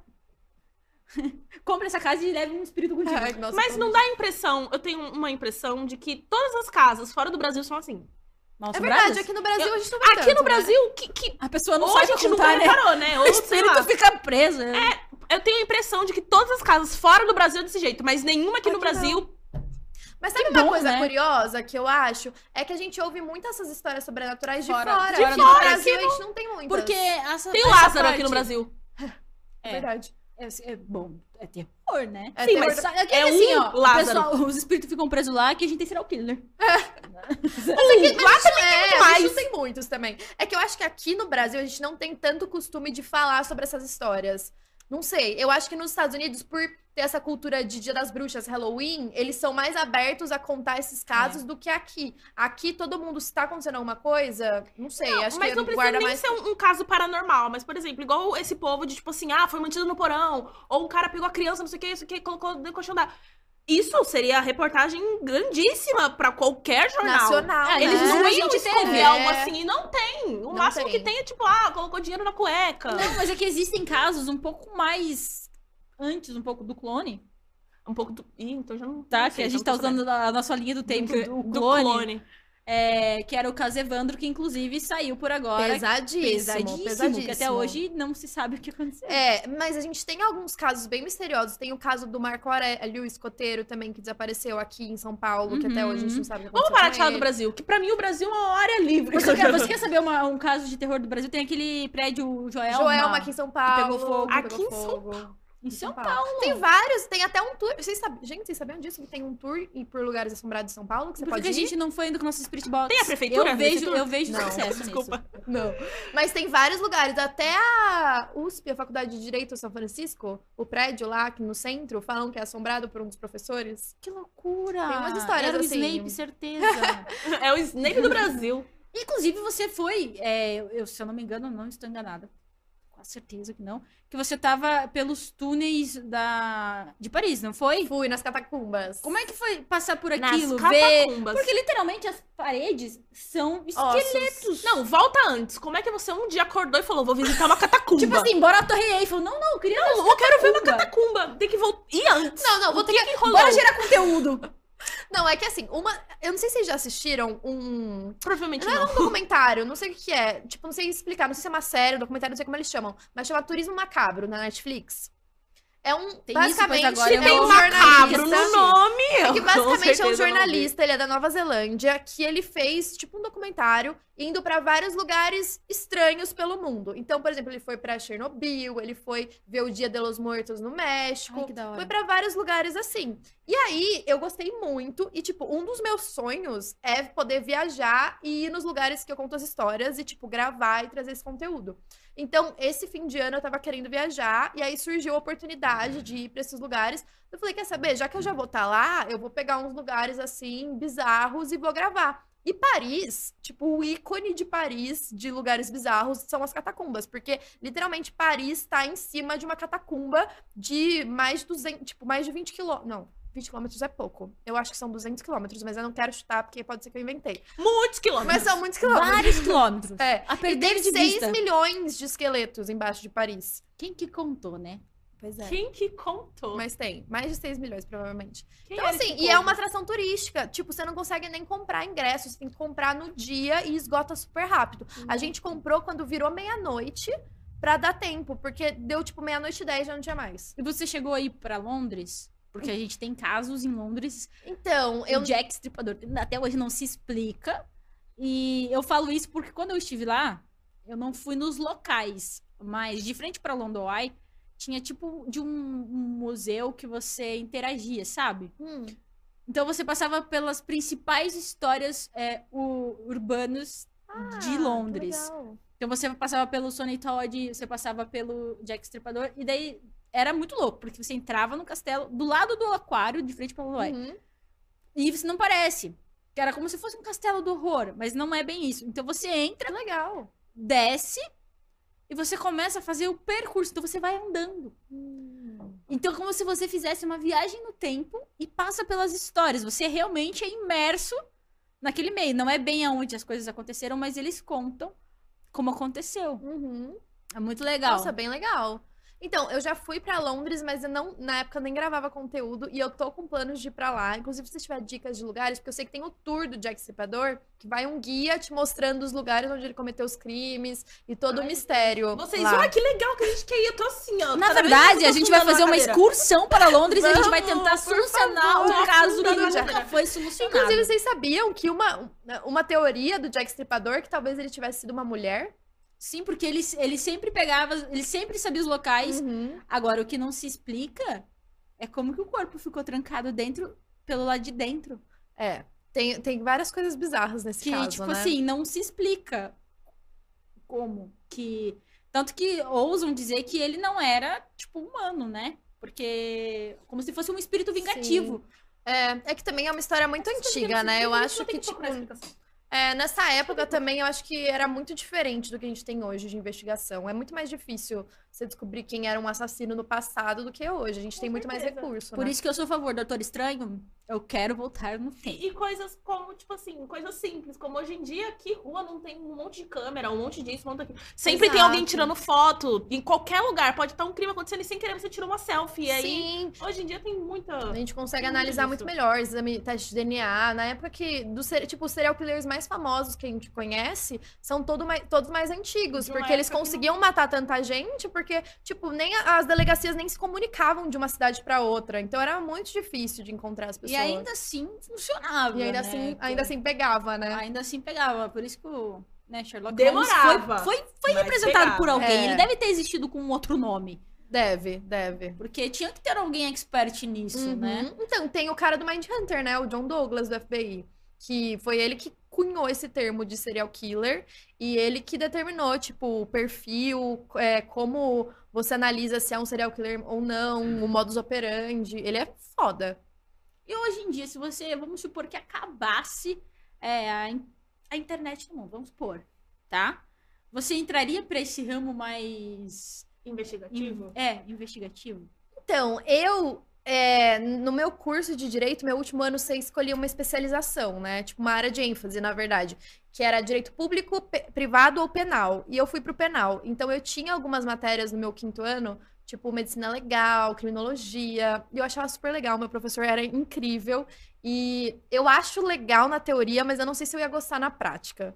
S1: Compra essa casa e leve um espírito contigo.
S2: Ai, Tipo, nossa, tá
S3: Mas
S2: como-
S3: não dá a impressão, eu tenho uma impressão de que todas as casas fora do Brasil são assim.
S1: Mal
S2: É
S1: assombradas?
S2: verdade, aqui no Brasil a gente não vê
S3: Aqui
S2: tanto,
S3: no
S2: né?
S3: Brasil, que, que...
S1: A pessoa não
S3: ou a
S1: sabe
S3: gente
S1: contar,
S3: nunca
S1: né?
S3: reparou, né?
S1: O
S3: Ou sei lá.
S1: espírito fica preso. É.
S3: Eu tenho a impressão de que todas as casas fora do Brasil é desse jeito, mas nenhuma aqui no
S2: Aqui não.
S3: Brasil
S2: Mas sabe uma
S1: bom,
S2: coisa
S1: né?
S2: curiosa que eu acho? É que a gente ouve muitas essas histórias sobrenaturais de
S1: Fora-
S2: fora.
S1: de
S2: Aqui no
S3: fora,
S2: Brasil
S3: aqui
S2: a gente não tem muitas.
S1: Porque essa,
S3: tem
S1: essa
S3: Lázaro
S1: parte-
S3: aqui no Brasil.
S2: É
S1: É.
S2: verdade.
S1: É, é bom, é terror, né?
S2: É
S3: Sim,
S2: terror.
S3: mas-
S1: Sabe, é que
S3: É
S1: assim,
S3: um
S1: ó, o
S3: Lázaro.
S1: pessoal- os espíritos ficam presos lá que a gente tem serial killer.
S2: Mas isso- é,
S3: muito
S2: a gente
S3: mais.
S2: não tem muitos também. É que eu acho que aqui no Brasil a gente não tem tanto costume de falar sobre essas histórias. Não sei. Eu acho que nos Estados Unidos, por ter essa cultura de Dia das Bruxas, Halloween, eles são mais abertos a contar esses
S3: É.
S2: casos do que aqui. Aqui todo mundo, se tá acontecendo alguma coisa, não sei. acho
S3: mas
S2: que
S3: não precisa
S2: guarda
S3: nem
S2: mais.
S3: ser um, um caso paranormal. Mas, por exemplo, igual esse povo de tipo assim, ah, foi mantido no porão, ou um cara pegou a criança, não sei o que, isso que, colocou dentro do colchão da. Isso seria reportagem grandíssima pra qualquer jornal. É,
S2: nacional.
S1: Ah,
S3: Eles
S2: né?
S1: Mas
S3: não
S1: a
S3: iam
S1: gente
S3: esconder
S2: teve.
S3: algo
S2: É.
S3: assim, e não tem. O máximo
S2: tem.
S3: que tem é tipo, ah, colocou dinheiro na cueca.
S1: Não, mas é que existem casos um pouco mais antes um pouco do clone,
S3: Um pouco do. Ih, então já não.
S1: tá?
S3: não
S1: que
S3: sei,
S1: a gente
S3: já
S1: tá
S3: não tô
S1: usando a nossa linha do
S3: sabendo.
S1: tempo do,
S3: do
S1: clone,
S3: clone.
S1: é, que era o caso Evandro, que inclusive saiu por agora.
S3: é
S2: Pesadíssimo, pesadíssimo.
S1: Que até hoje não se sabe o que aconteceu.
S2: É, mas a gente tem alguns casos bem misteriosos. Tem o caso do Marco Aurélio Escoteiro também, que desapareceu aqui em São Paulo, que até
S1: Uhum.
S2: hoje a gente não sabe o que
S3: Vamos
S2: aconteceu
S3: parar
S2: com
S3: de falar do
S2: ele.
S3: Brasil, que pra mim o Brasil é uma área livre.
S1: Você quer, você quer saber uma- um caso de terror do Brasil? Tem aquele prédio Joelma,
S2: Joelma aqui em São Paulo.
S1: pegou fogo.
S2: que
S3: Aqui
S2: pegou
S3: em São
S2: fogo.
S1: em São Paulo.
S2: Tem vários, tem até um tour. Vocês sabem, gente, vocês sabiam disso? Que tem um tour e por lugares assombrados de São Paulo que você
S1: Por que
S2: pode
S1: a
S2: ir?
S1: gente não foi indo com o nosso Spirit Box?
S3: Tem a prefeitura?
S1: Eu vejo,
S3: Prefeitura?
S1: eu vejo
S2: Não.
S1: sucesso nisso.
S3: Desculpa.
S2: Não. Mas tem vários lugares, até a USP, a Faculdade de Direito de São Francisco, o prédio lá aqui no centro, falam que é assombrado por um dos professores.
S1: Que loucura!
S2: Tem umas histórias
S1: Era o
S2: assim.
S1: Snape, certeza.
S3: É o Snape do Brasil.
S1: Inclusive, você foi, é, eu, se eu não me engano, não estou enganada, com certeza que não, que você tava pelos túneis da... de Paris, não foi?
S2: Fui nas catacumbas.
S1: Como é que foi passar por
S3: Nas
S1: aquilo, ver...
S3: catacumbas.
S1: Porque literalmente as paredes são
S2: Ossos.
S1: esqueletos.
S3: Não, volta antes. Como é que você um dia acordou e falou, vou visitar uma catacumba?
S1: Tipo assim, bora a Torre Eiffel. Não, não, eu queria não,
S3: eu quero ver uma catacumba. Tem que voltar. E antes.
S2: Não, não, vou
S3: O
S2: ter
S3: que
S2: que
S3: que rolou?
S1: Bora gerar conteúdo.
S2: Não, é que assim, uma. Eu não sei se vocês já assistiram um
S3: Provavelmente
S2: Não,
S3: não.
S2: um documentário, não sei o que, que é. Tipo, não sei explicar, não sei se é uma série, um documentário, não sei como eles chamam. Mas chama Turismo Macabro na Netflix. É um.
S1: Tem isso,
S2: basicamente,
S1: pois agora
S2: é
S1: eu
S3: Tem
S2: um
S1: vou-
S3: um
S2: jornalista.
S3: macabro no nome.
S2: É
S3: eu
S2: que
S3: com
S2: basicamente é um
S3: certeza não vi.
S2: jornalista, ele é da Nova Zelândia, que ele fez tipo um documentário indo pra vários lugares estranhos pelo mundo. Então, por exemplo, ele foi pra Chernobyl, ele foi ver o Dia de los Muertos no México.
S1: Ai, que da hora.
S2: Foi pra vários lugares assim. E aí, eu gostei muito. E, tipo, um dos meus sonhos é poder viajar e ir nos lugares que eu conto as histórias e, tipo, gravar e trazer esse conteúdo. Então, esse fim de ano eu tava querendo viajar, e aí surgiu a oportunidade de ir pra esses lugares. Eu falei, quer saber, já que eu já vou estar lá, eu vou pegar uns lugares assim, bizarros, e vou gravar. E Paris, tipo, o ícone de Paris, de lugares bizarros, são as catacumbas. Porque, literalmente, Paris tá em cima de uma catacumba de mais de 200, tipo, mais de 20 quilômetros. Não, 20 quilômetros é pouco. Eu acho que são 200 quilômetros, mas eu não quero chutar, porque pode ser que eu inventei.
S3: Muitos quilômetros.
S2: Mas são muitos quilômetros.
S1: Vários quilômetros.
S2: É.
S1: A
S2: E
S1: perder
S2: tem
S1: de
S2: 6
S1: vista.
S2: milhões de esqueletos embaixo de Paris.
S1: Quem que contou, né?
S2: Pois
S3: Quem que contou?
S2: Mas tem, mais de 6 milhões, provavelmente.
S3: Quem
S2: então,
S3: era
S2: assim,
S3: esse
S2: e é
S3: povo?
S2: uma atração turística. Tipo, você não consegue nem comprar ingressos, você tem que comprar no dia e esgota super rápido. A gente comprou quando virou meia-noite pra dar tempo, porque deu tipo meia-noite e 10 já não tinha mais.
S1: E você chegou aí pra Londres? Porque a gente tem casos em Londres
S2: Então, eu.
S1: O Jack Stripador até hoje não se explica. E eu falo isso porque quando eu estive lá, eu não fui nos locais, mas de frente pra London Eye tinha tipo de um, um museu que você interagia, sabe?
S2: Hum,
S1: Então você passava pelas principais histórias é, u- urbanas de Londres.
S2: Ah, que legal.
S1: Então você passava pelo Sony Todd, você passava pelo Jack Stripador e daí era muito louco, porque você entrava no castelo do lado do aquário, de frente pra London Eye.
S2: Uhum.
S1: E isso não parece. Que era como se fosse um castelo do horror, mas não é bem isso. Então você entra,
S2: Que legal.
S1: desce e você começa a fazer o percurso. Então você vai andando.
S2: Uhum.
S1: Então é como se você fizesse uma viagem no tempo e passa pelas histórias. Você realmente é imerso naquele meio. Não é bem aonde as coisas aconteceram, mas eles contam como aconteceu.
S2: Uhum.
S1: É muito legal.
S2: Nossa, bem legal. Então, eu já fui pra Londres, mas eu não, na época eu nem gravava conteúdo e eu tô com planos de ir pra lá. Inclusive, se você tiver dicas de lugares, porque eu sei que tem o tour do Jack Stripador, que vai um guia te mostrando os lugares onde ele cometeu os crimes e todo o
S3: Ai,
S2: mistério.
S3: Vocês,
S2: lá.
S3: olha que legal que a gente quer ir. Eu tô assim, ó.
S1: Na
S3: cada
S1: verdade,
S3: vez mais
S1: a gente vai
S3: aprofundando
S1: fazer
S3: na
S1: uma
S3: cadeira.
S1: excursão para Londres e a gente vai
S3: Vamos,
S1: tentar
S3: por
S1: solucionar
S3: favor,
S1: um caso que
S3: aprofundando na
S1: nunca
S3: cadeira.
S1: foi solucionado.
S2: Inclusive, vocês sabiam que uma, uma teoria do Jack Stripador que talvez ele tivesse sido uma mulher?
S1: Sim, porque ele, ele sempre pegava, ele sempre sabia os
S3: Hum.
S1: locais.
S2: Uhum.
S1: Agora, o que não se explica é como que o corpo ficou trancado dentro, pelo lado de dentro.
S2: É. Tem, tem várias coisas bizarras nesse
S1: Que,
S2: caso,
S1: tipo
S2: né?
S1: assim, não se explica como que. Tanto que ousam dizer que ele não era, tipo, humano, né? Porque. Como se fosse um espírito vingativo.
S2: É, é que também é uma história muito
S3: Essas coisas
S2: antiga,
S3: não
S2: né?
S3: tem-
S2: Eu
S3: é não
S2: acho
S3: tem
S2: que,
S3: procurar
S2: tipo,
S3: explicação.
S2: É, nessa época também eu acho que era muito diferente do que a gente tem hoje de investigação. É muito mais difícil você descobrir quem era um assassino no passado do que hoje. A gente
S3: Com
S2: tem muito mais
S3: certeza.
S2: recurso,
S1: Por
S2: né?
S1: isso que eu sou a favor, Doutor Estranho. Eu quero voltar no tempo.
S3: E coisas como, tipo assim, coisas simples, como hoje em dia que rua não tem um monte de câmera, um monte disso, um monte daquilo. Sempre tem alguém
S2: Exato.
S3: tirando foto, em qualquer lugar, pode estar um crime acontecendo e sem querer você tirou uma selfie. E aí,
S2: Sim,
S3: hoje em dia tem muita.
S2: a gente consegue
S3: Tem muito
S2: analisar muito
S3: disso.
S2: melhor, exame, teste de DNA. Na época que, do, ser- tipo, os serial killers mais famosos que a gente conhece são todo mai- todos mais antigos,
S3: De uma
S2: porque eles
S3: época que não-
S2: conseguiam matar tanta gente porque, tipo, nem a- as delegacias nem se comunicavam de uma cidade pra outra. Então era muito difícil de encontrar as
S1: E
S2: pessoas.
S1: ainda assim funcionava.
S2: E ainda
S1: né?
S2: assim, ainda assim pegava, né?
S1: Ainda assim pegava, por isso que o né, Sherlock
S3: Demorava.
S1: Holmes foi, foi, foi
S3: Mas
S1: representado por
S3: pegava.
S1: alguém.
S2: É.
S1: Ele deve ter existido com um outro nome.
S2: Deve, deve.
S1: Porque tinha que ter alguém expert nisso,
S2: Uhum.
S1: né?
S2: Então, tem o cara do Mindhunter, né? O John Douglas do FBI. Que foi ele que cunhou esse termo de serial killer. E ele que determinou, tipo, o perfil, é, como você analisa se é um serial killer ou não, o modus operandi. Ele é foda.
S1: E hoje em dia, se você, vamos supor que acabasse é, a, in- a internet do mundo, vamos supor, tá? Você entraria pra esse ramo mais.
S3: Investigativo.
S1: É, investigativo.
S2: Então, eu, é, no meu curso de direito, meu último ano, você escolhi uma especialização, né? Tipo, uma área de ênfase, na verdade, que era direito público, pe- privado ou penal. E eu fui pro penal. Então, eu tinha algumas matérias no meu quinto ano, tipo, medicina legal, criminologia. E eu achava super legal. Meu professor era incrível. E eu acho legal na teoria, mas eu não sei se eu ia gostar na prática.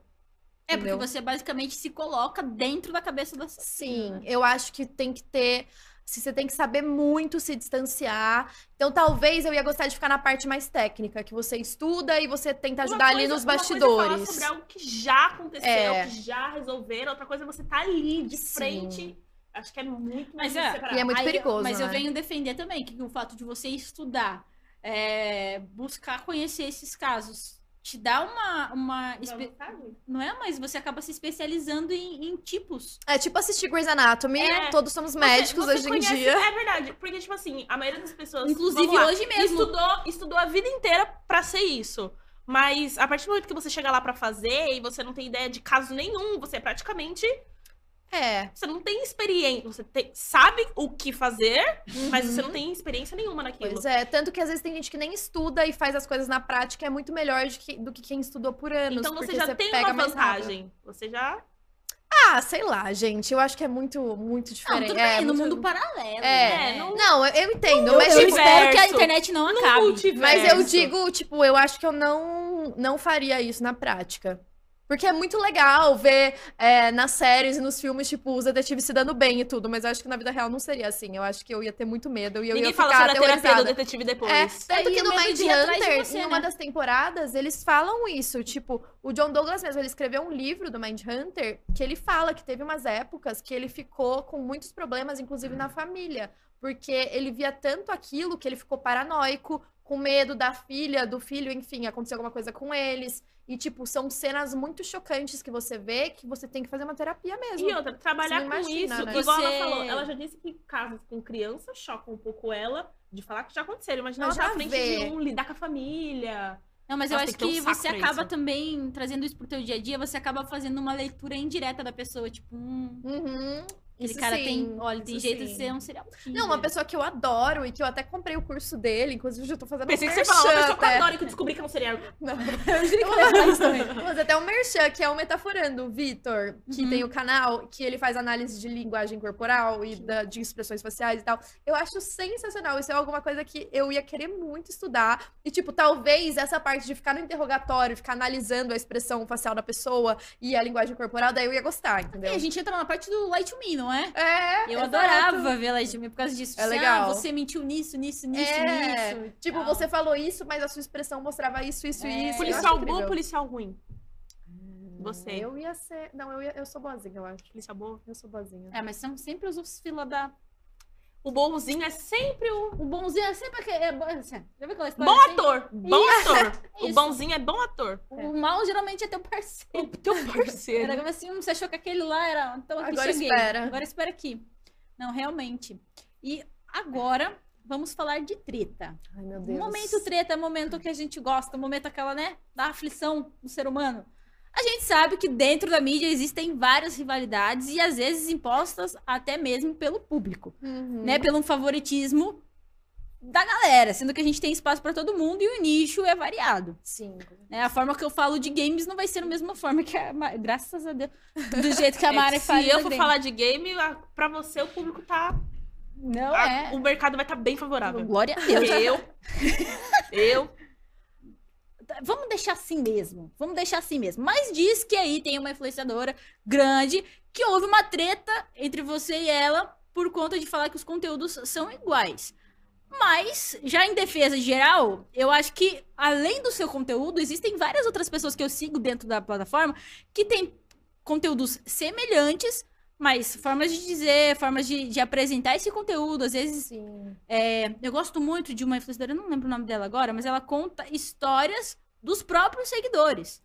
S1: É, porque
S2: Entendeu?
S1: você basicamente se coloca dentro da cabeça da
S3: Né?
S2: Sim, eu acho que tem que ter. se Você tem que saber muito se distanciar. Então, talvez eu ia gostar de ficar na parte mais técnica, que você estuda e você tenta
S3: Uma
S2: ajudar ali
S3: coisa-
S2: nos
S3: uma coisa é falar
S2: bastidores.
S3: sobre algo que já aconteceu,
S2: É.
S3: que já resolveram, outra coisa é você tá ali de
S2: Sim.
S3: frente. Acho que é muito mais
S1: Mas é,
S3: separado.
S2: E é muito
S1: Aí eu-
S2: perigoso,
S1: Mas eu
S2: né?
S1: venho defender também que o fato de você estudar, é, buscar conhecer esses casos, te dá uma. uma espe-
S3: Não, sabe?
S1: Não é, mas você acaba se especializando em, em tipos.
S2: É tipo assistir Grey's Anatomy,
S3: É.
S2: todos somos médicos
S3: Você- você
S2: tipo, hoje
S3: conhece-
S2: em dia.
S3: É verdade, porque, tipo assim, a maioria das pessoas.
S1: Inclusive
S3: vamos lá,
S1: hoje mesmo.
S3: Estudou, estudou a vida inteira pra ser isso. Mas a partir do momento que você chega lá pra fazer e você não tem ideia de caso nenhum, você é praticamente.
S2: É.
S3: Você não tem experiência. Você tem- sabe o que fazer, mas você não tem experiência nenhuma naquilo.
S2: Uhum. Pois é, tanto que às vezes tem gente que nem estuda e faz as coisas na prática, é muito melhor de que- do que quem estudou por anos.
S3: então você
S2: é, porque
S3: já
S2: você
S3: tem
S2: pega
S3: uma
S2: mais rápido.
S3: vantagem. Você já.
S2: Ah, sei lá, gente, eu acho que é muito, muito
S1: Não,
S2: diferente.
S1: tudo
S2: é,
S1: bem, no
S2: muito-
S1: mundo paralelo.
S2: É,
S1: né?
S3: não-
S2: Não, eu eu entendo,
S1: Eu,
S2: mas
S1: eu
S2: tipo,
S1: espero que a
S3: universo.
S1: internet não
S3: No
S1: acabe.
S3: multiverso.
S2: Mas eu digo, tipo, eu acho que eu não, não faria isso na prática. Porque é muito legal ver é, nas séries e nos filmes, tipo, os detetives se dando bem e tudo, mas eu acho que na vida real não seria assim. Eu acho que eu ia ter muito medo e eu
S3: Ninguém
S2: ia
S3: fala
S2: ficar
S3: sobre a terapia do
S2: aterrorizada.
S3: detetive
S2: É,
S3: depois.
S2: tanto
S1: Aí
S2: que
S1: o
S2: no
S1: medo de ir atrás de
S2: Mindhunter,
S1: você,
S2: em uma
S1: né?
S2: das temporadas, eles falam isso. Tipo, o John Douglas mesmo, ele escreveu um livro do Mindhunter que ele fala que teve umas épocas que ele ficou com muitos problemas, inclusive na família. Porque ele via tanto aquilo que ele ficou paranoico, com medo da filha, do filho, enfim, aconteceu alguma coisa com eles. E, tipo, são cenas muito chocantes que você vê que você tem que fazer uma terapia mesmo.
S3: E outra, trabalhar
S2: Você
S3: com
S2: não imagina,
S3: isso,
S2: né?
S3: igual
S1: Você-
S3: ela falou, ela já disse que casos com criança chocam um pouco ela de falar que já aconteceram. Imagina
S2: Mas
S3: ela tá
S2: já
S3: à frente
S2: vê.
S3: de um, lidar com a família.
S1: Não, mas eu
S3: Nossa,
S1: acho
S3: tem que
S1: que
S3: ter um saco
S1: você
S3: pra
S1: acaba
S3: isso.
S1: também trazendo isso pro teu dia a dia, você acaba fazendo uma leitura indireta da pessoa, tipo, hum,
S2: Uhum.
S1: aquele
S2: Isso
S1: cara
S2: sim,
S1: tem, olha, tem
S2: isso
S1: jeito de
S2: sim.
S1: ser um serial killer.
S2: Não, uma pessoa que eu adoro e que eu até comprei o curso dele, inclusive eu já tô fazendo
S3: Pensei
S2: um
S3: que você falava uma
S2: merchan
S3: pessoa com
S2: até.
S3: a Dora que eu descobri que é um serial.
S2: Não.
S1: Eu juro que
S2: Eu
S1: eu lembro disso também.
S2: vou fazer até um merchan, que é o Metaforando, o Vitor, que
S1: Uhum.
S2: tem o canal, que ele faz análise de linguagem corporal e da- de expressões faciais e tal. Eu acho sensacional. Isso é alguma coisa que eu ia querer muito estudar. E, tipo, talvez essa parte de ficar no interrogatório, ficar analisando a expressão facial da pessoa e a linguagem corporal, daí eu ia gostar,
S1: E a
S2: entendeu?
S1: gente entra na parte do Light to Me, não é?
S2: É,
S1: Eu
S2: exato.
S1: adorava ver Light to Me por causa disso.
S2: É
S1: Assim,
S2: legal.
S1: Ah, você mentiu nisso, nisso, nisso,
S2: É,
S1: nisso.
S2: Tipo,
S1: tal.
S2: você falou isso, mas a sua expressão mostrava isso, isso
S1: É.
S2: e isso. Eu acho
S3: Policial bom,
S2: incrível.
S3: policial ruim. Você.
S2: Eu ia ser. Não, eu, ia... eu sou boazinha, eu acho.
S3: Policial bom.
S2: Eu sou boazinha.
S1: É, mas são sempre os fila da...
S3: O bonzinho é sempre o
S1: O bonzinho é sempre aquele... É, bo- assim, já viu aquela história?
S3: bom
S1: assim?
S3: ator. Bom ator. O
S1: Isso.
S3: bonzinho é bom ator.
S1: O mal geralmente é teu parceiro.
S3: O teu parceiro.
S1: Era como assim, hum, você achou que aquele lá era. Então aqui
S2: Agora
S1: cheguei.
S2: espera.
S1: Agora espera aqui. Não, realmente. E agora vamos falar de treta.
S2: Ai, meu
S1: Um Momento treta é momento que a gente gosta, momento aquela, né? Da aflição do ser humano. A gente sabe que dentro da mídia existem várias rivalidades e às vezes impostas até mesmo pelo público
S2: Uhum.
S1: né, pelo favoritismo da galera, sendo que a gente tem espaço pra todo mundo e o nicho é variado.
S2: Sim.
S1: né? A forma que eu falo de games não vai ser da mesma forma que a Ma- graças a Deus, do jeito que a
S3: É que
S1: Mari um fala.
S3: se eu for falar de game, a- pra você o público tá.
S1: não
S3: a-
S1: é.
S3: O mercado vai estar bem favorável.
S1: Glória a Deus.
S3: Eu. Eu.
S1: Vamos deixar assim mesmo. Vamos deixar assim mesmo. Mas diz que aí tem uma influenciadora grande que houve uma treta entre você e ela por conta de falar que os conteúdos são iguais. Mas, já em defesa geral, eu acho que além do seu conteúdo, existem várias outras pessoas que eu sigo dentro da plataforma que têm conteúdos semelhantes, mas formas de dizer, formas de, de apresentar esse conteúdo, às vezes
S2: Sim.
S1: é, eu gosto muito de uma influenciadora, eu não lembro o nome dela agora, mas ela conta histórias dos próprios seguidores.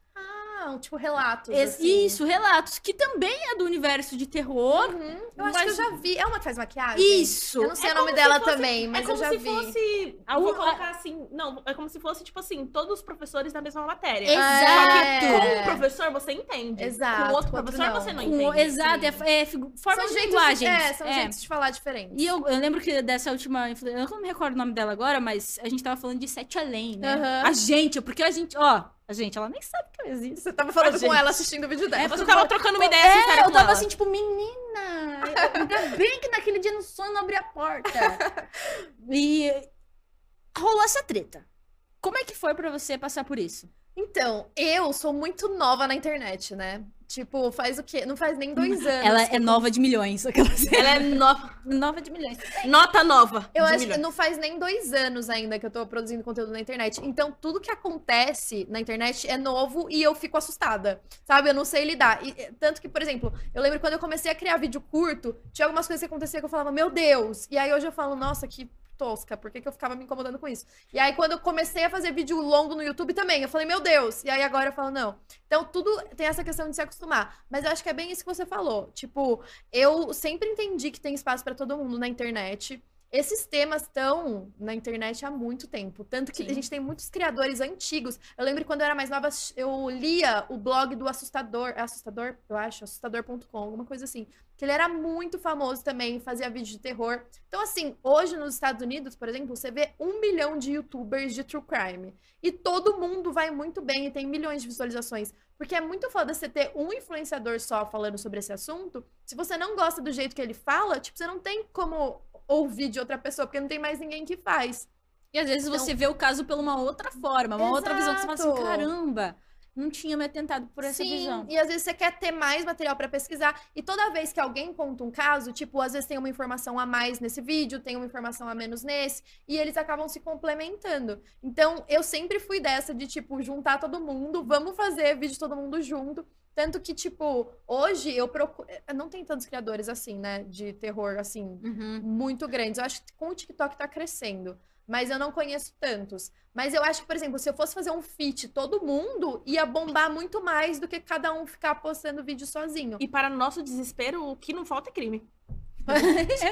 S2: Ah, tipo relatos.
S1: Es-
S2: assim.
S1: Isso, relatos, que também é do universo de terror.
S2: Uhum. Eu acho que
S1: Mas-
S2: eu já vi. É uma que faz maquiagem?
S1: Isso.
S2: Eu não sei
S3: É
S2: o nome
S3: como
S2: dela
S3: se fosse-
S2: também, mas
S3: é como
S2: eu já
S3: se
S2: vi.
S3: fosse.
S1: um, A
S3: vou
S1: u-
S3: colocar assim. Não, é como se fosse, tipo assim, todos os professores da mesma matéria.
S1: Exato.
S3: Com
S2: É.
S3: um professor você entende.
S2: Exato,
S3: Com outro
S2: com outro
S3: professor
S2: não.
S3: você não
S1: Com-
S3: entende.
S1: exato, é, é figu- forma de linguagem.
S2: É, são jeitos de falar diferentes.
S1: E eu, eu lembro que dessa última influ- eu não me recordo o nome dela agora, mas a gente tava falando de Sete Além, né?
S2: Aham.
S1: A gente, porque a gente, ó, a gente, ela nem sabe que eu existo.
S2: Você tava falando
S3: Ah,
S2: com
S3: gente.
S2: ela assistindo o vídeo dela.
S3: É, você tava trocando uma ideia
S1: É,
S3: sincera
S1: eu
S3: com
S1: tava
S3: ela.
S1: assim, tipo, menina,
S2: tá
S1: ainda bem que naquele dia no sono não abri a porta. e rolou essa treta. Como é que foi pra você passar por isso?
S2: Então, eu sou muito nova na internet, né? Tipo, faz o quê? Não faz nem dois anos.
S1: Ela é nova de milhões. aquelas-
S3: Ela é nova.
S1: nova de milhões.
S3: Nota nova.
S2: Eu
S3: de
S2: acho que
S3: milhões.
S2: não faz nem dois anos ainda que eu tô produzindo conteúdo na internet. Então, tudo que acontece na internet é novo e eu fico assustada. Sabe? Eu não sei lidar. E, eh, tanto que, por exemplo, eu lembro quando eu comecei a criar vídeo curto, tinha algumas coisas que acontecia que eu falava, meu Deus! E aí hoje eu falo, nossa, que tosca, por que, que eu ficava me incomodando com isso? E aí, quando eu comecei a fazer vídeo longo no YouTube também, eu falei, meu Deus! E aí agora eu falo, não. Então, tudo tem essa questão de se acostumar. Mas eu acho que é bem isso que você falou. Tipo, eu sempre entendi que tem espaço pra todo mundo na internet. Esses temas estão na internet há muito tempo. Tanto que
S1: Sim.
S2: a gente tem muitos criadores antigos. Eu lembro que quando eu era mais nova, eu lia o blog do Assustador. é Assustador, eu acho, assustador.com, alguma coisa assim. Que ele era muito famoso também, fazia vídeo de terror. Então, assim, hoje nos Estados Unidos, por exemplo, você vê um milhão de youtubers de true crime. E todo mundo vai muito bem e tem milhões de visualizações. Porque é muito foda você ter um influenciador só falando sobre esse assunto. Se você não gosta do jeito que ele fala, tipo, você não tem como ouvir de outra pessoa, porque não tem mais ninguém que faz.
S1: E às vezes você vê o caso por uma outra forma, uma outra visão que você fala assim,
S2: Exato.
S1: caramba, não tinha me atentado por essa visão.
S2: E às vezes você quer ter mais material pra pesquisar. E toda vez que alguém conta um caso, tipo, às vezes tem uma informação a mais nesse vídeo, tem uma informação a menos nesse, e eles acabam se complementando. Então, eu sempre fui dessa de, tipo, juntar todo mundo, vamos fazer vídeo todo mundo junto. Tanto que, tipo, hoje eu procuro. Não tem tantos criadores assim, né? De terror, assim,
S1: Uhum.
S2: muito grandes. Eu acho que com o TikTok tá crescendo, mas eu não conheço tantos. Mas eu acho que, por exemplo, se eu fosse fazer um feat todo mundo, ia bombar muito mais do que cada um ficar postando vídeo sozinho.
S3: E para nosso desespero, o que não falta é crime.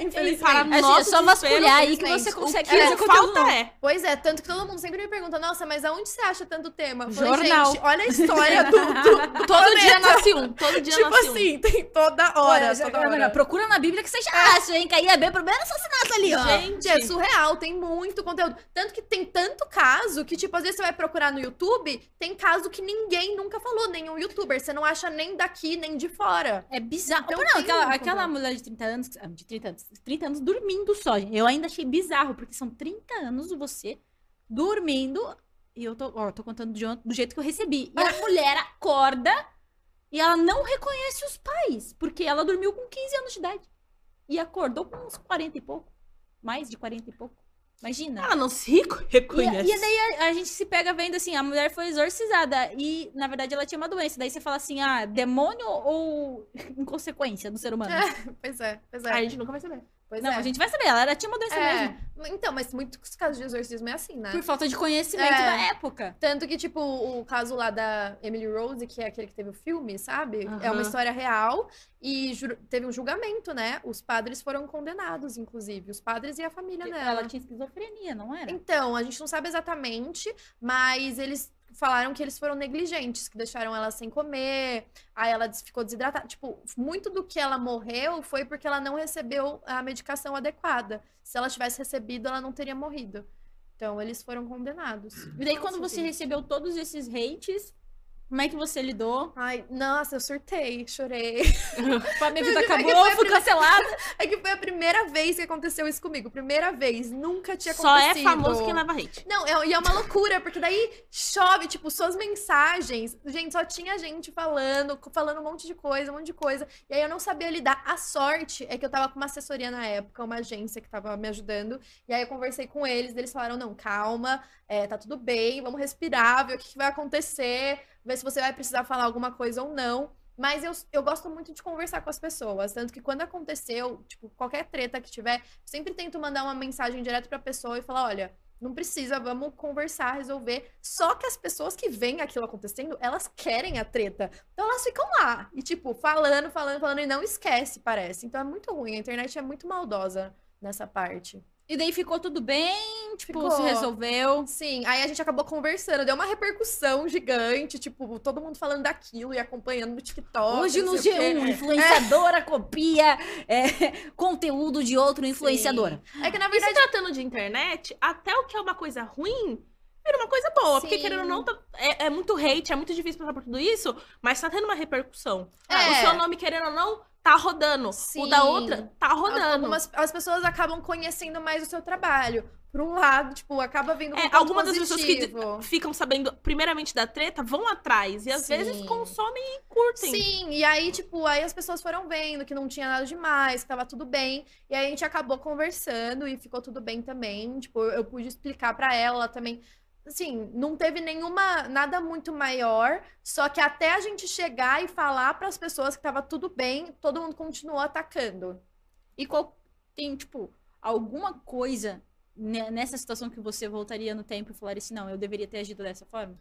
S2: Infelizmente.
S3: para
S1: Assim, é
S3: nosso
S1: só vasculhar aí que
S2: infelizmente,
S1: você
S2: o
S1: consegue
S3: O que
S1: fazer
S3: não
S1: conteúdo
S3: falta
S1: novo.
S3: é.
S2: Pois é, tanto que todo mundo sempre me pergunta, nossa, mas aonde você acha tanto tema? Eu falei,
S3: Jornal.
S2: gente, olha a história do, do, do
S3: Todo dia
S2: planeta.
S3: nasce um. Todo dia
S2: Tipo
S3: nasce
S2: assim, tem toda hora,
S1: Olha, já-
S2: toda hora.
S1: olha, procura na Bíblia que você já acha, hein? Que aí é bem o primeiro assassinato ali, ó.
S3: um.
S2: Gente, é surreal, tem muito conteúdo. Tanto que tem tanto caso que, tipo, às vezes você vai procurar no YouTube, tem caso que ninguém nunca falou, nenhum youtuber. Você não acha nem daqui, nem de fora.
S1: É bizarro.
S2: Então
S1: Pô, não,
S2: tem
S1: aquela,
S2: muito
S1: aquela
S2: conteúdo.
S1: mulher de 30 anos, ah, de 30 anos, 30 anos dormindo só, gente. Eu ainda achei bizarro, porque são 30 anos você dormindo. E eu tô, ó, tô contando de on- do jeito que eu recebi. E a mulher acorda e ela não reconhece os pais, porque ela dormiu com 15 anos de idade. E acordou com uns 40 e pouco. Mais de 40 e pouco. Imagina.
S3: Ela não se rico-
S1: E,
S3: reconhece.
S1: e daí a, a gente se pega vendo assim, a mulher foi exorcizada e, na verdade, ela tinha uma doença. Daí você fala assim, ah, demônio ou inconsequência do ser humano?
S2: É, Pois é, pois é.
S3: A gente nunca vai saber.
S2: pois
S1: Não,
S2: é.
S1: a gente vai saber, ela era- tinha uma doença
S2: É.
S1: mesmo.
S2: Então, mas muitos casos de exorcismo é assim, né?
S1: Por falta de conhecimento
S2: É.
S1: da época.
S2: Tanto que, tipo, o caso lá da Emily Rose, que é aquele que teve o filme, sabe? É
S3: Aham.
S2: uma história real e ju- teve um julgamento, né? Os padres foram condenados, inclusive. Os padres e a família dela.
S1: Ela tinha esquizofrenia, não era?
S2: Então, a gente não sabe exatamente, mas eles falaram que eles foram negligentes, que deixaram ela sem comer, aí ela des- ficou desidratada. Tipo, muito do que ela morreu foi porque ela não recebeu a medicação adequada. Se ela tivesse recebido, ela não teria morrido. Então, eles foram condenados.
S1: E daí, quando você recebeu todos esses hates, como é que você lidou?
S2: Ai, nossa, eu surtei, chorei.
S1: Pô, minha vida
S2: Como é que
S1: acabou,
S2: foi a
S1: fui
S2: primeira-
S1: cancelada.
S2: É que foi a primeira vez que aconteceu isso comigo. Primeira vez, nunca tinha
S3: Só é
S2: acontecido.
S3: famoso quem leva hate.
S2: Não, é, e é uma loucura, porque daí chove, tipo, suas mensagens. Gente, só tinha gente falando, falando um monte de coisa, um monte de coisa. E aí eu não sabia lidar. A sorte é que eu tava com uma assessoria na época, uma agência que tava me ajudando. E aí eu conversei com eles, eles falaram: não, calma, é, tá tudo bem, vamos respirar, ver o que, que vai acontecer, ver se você vai precisar falar alguma coisa ou não. Mas eu, eu gosto muito de conversar com as pessoas. Tanto que quando aconteceu, tipo, qualquer treta que tiver, sempre tento mandar uma mensagem direto pra pessoa e falar: olha. Não precisa, vamos conversar, resolver. Só que as pessoas que veem aquilo acontecendo, elas querem a treta. Então elas ficam lá. E, tipo, falando, falando, falando, e não esquece, parece. Então é muito ruim. A internet é muito maldosa nessa parte.
S1: E daí ficou tudo bem, tipo,
S2: Ficou.
S1: se resolveu.
S2: Sim, aí a gente acabou conversando, deu uma repercussão gigante, tipo, todo mundo falando daquilo e acompanhando no TikTok.
S1: Hoje
S2: não
S1: no
S2: sei o quê.
S1: G1, influenciadora copia é, conteúdo de outro influenciadora.
S2: É que na
S3: E se
S2: verdade.
S3: tratando de internet, até o que é uma coisa ruim vira uma coisa boa. Porque
S2: Sim.
S3: querendo ou não, tá- é, é muito hate, é muito difícil passar por tudo isso, mas tá tendo uma repercussão.
S2: É.
S3: O seu nome, querendo ou não, tá rodando. O
S2: Sim.
S3: da outra tá rodando.
S2: Algumas, as pessoas acabam conhecendo mais o seu trabalho. Por um lado, tipo, acaba vendo
S3: É,
S2: um
S3: algumas das pessoas que
S2: positivo.
S3: Ficam sabendo primeiramente da treta, vão atrás. E às
S2: Sim.
S3: vezes consomem e curtem.
S2: Sim, e aí, tipo, aí as pessoas foram vendo que não tinha nada demais, que tava tudo bem. E aí a gente acabou conversando e ficou tudo bem também. Tipo, eu, eu pude explicar pra ela ela também. Assim, não teve nenhuma, nada muito maior. Só que até a gente chegar e falar pras pessoas que tava tudo bem, todo mundo continuou atacando.
S1: E qual tem, tipo, alguma coisa ne- nessa situação que você voltaria no tempo e falaria assim, não, eu deveria ter agido dessa forma?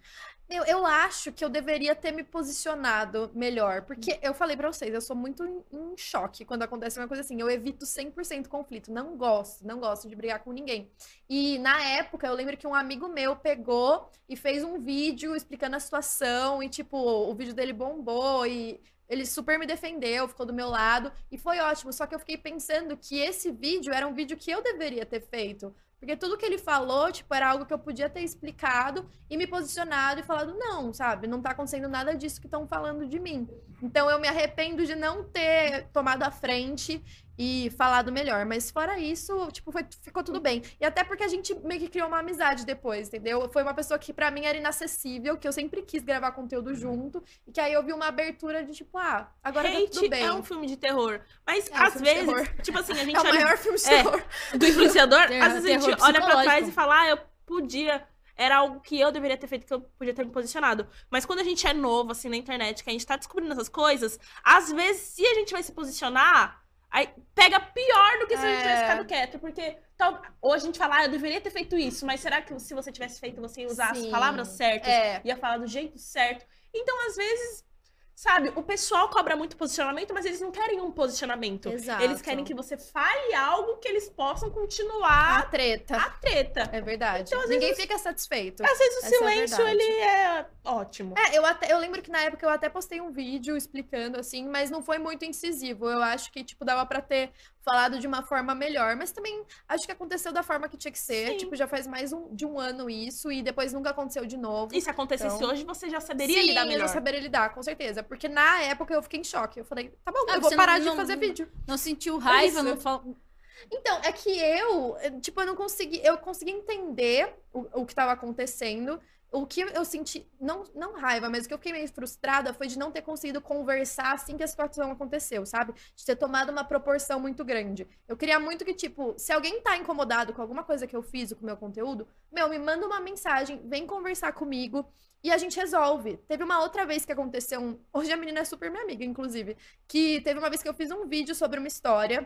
S2: Eu, eu acho que eu deveria ter me posicionado melhor, porque eu falei pra vocês, eu sou muito em, em choque quando acontece uma coisa assim. Eu evito 100% conflito, não gosto, não gosto de brigar com ninguém. E na época, eu lembro que um amigo meu pegou e fez um vídeo explicando a situação e tipo, o vídeo dele bombou e ele super me defendeu, ficou do meu lado e foi ótimo, só que eu fiquei pensando que esse vídeo era um vídeo que eu deveria ter feito. Porque tudo que ele falou, tipo, era algo que eu podia ter explicado e me posicionado e falado, não, sabe, não tá acontecendo nada disso que estão falando de mim. Então eu me arrependo de não ter tomado a frente e falado melhor. Mas fora isso, tipo, foi- ficou tudo bem. E até porque a gente meio que criou uma amizade depois, entendeu? Foi uma pessoa que pra mim era inacessível, que eu sempre quis gravar conteúdo junto, e que aí eu vi uma abertura de tipo, ah, agora tá tudo
S3: Hate
S2: bem.
S3: é um filme de terror. Mas
S2: É um
S3: às
S2: filme de
S3: vezes, tipo assim, a gente
S2: É o
S3: olha
S2: maior filme de
S3: É.
S2: terror.
S3: do influenciador,
S1: Terror-
S3: às vezes a gente
S1: terror
S3: olha pra trás
S1: psicológico.
S3: e fala, ah, eu podia. Era algo que eu deveria ter feito, que eu podia ter me posicionado. Mas quando a gente é novo, assim, na internet, que a gente tá descobrindo essas coisas, às vezes, se a gente vai se posicionar, aí pega pior do que se a gente tivesse
S2: É.
S3: ficado quieto. Porque tal, hoje a gente fala, ah, eu deveria ter feito isso, mas será que se você tivesse feito, você ia usar as
S2: Sim.
S3: palavras certas?
S2: É.
S3: Ia falar do jeito certo? Então, às vezes, sabe, o pessoal cobra muito posicionamento, mas eles não querem um posicionamento.
S2: Exato.
S3: Eles querem que você fale algo que eles possam continuar
S2: a treta.
S3: a treta.
S2: É verdade.
S3: Então, às
S2: Ninguém fica satisfeito.
S3: Às vezes o
S2: Essa é a
S3: silêncio,
S2: verdade.
S3: ele é ótimo.
S2: É, eu, até, eu lembro que na época eu até postei um vídeo explicando assim, mas não foi muito incisivo. Eu acho que, tipo, dava pra ter falado de uma forma melhor, mas também acho que aconteceu da forma que tinha que ser.
S3: Sim.
S2: Tipo, já faz mais um- de um ano isso e depois nunca aconteceu de novo.
S3: E se acontecesse
S2: Então-
S3: hoje, você já saberia
S2: Sim,
S3: lidar
S2: eu já
S3: melhor.
S2: saberia lidar, com certeza. Porque na época eu fiquei em choque. Eu falei, tá bom,
S1: Ah,
S2: eu vou
S1: você
S2: parar
S1: não-
S2: de
S1: não-
S2: fazer vídeo.
S1: Não sentiu raiva?
S3: isso.
S1: Não fal...
S2: Então, é que eu, eh, tipo, eu não consegui, eu consegui entender o, o que estava acontecendo. O que eu senti, não, não raiva, mas o que eu fiquei meio frustrada foi de não ter conseguido conversar assim que a situação aconteceu, sabe? De ter tomado uma proporção muito grande. Eu queria muito que, tipo, se alguém tá incomodado com alguma coisa que eu fiz ou com o meu conteúdo, meu, me manda uma mensagem, vem conversar comigo e a gente resolve. Teve uma outra vez que aconteceu, um... hoje a menina é super minha amiga, inclusive, que teve uma vez que eu fiz um vídeo sobre uma história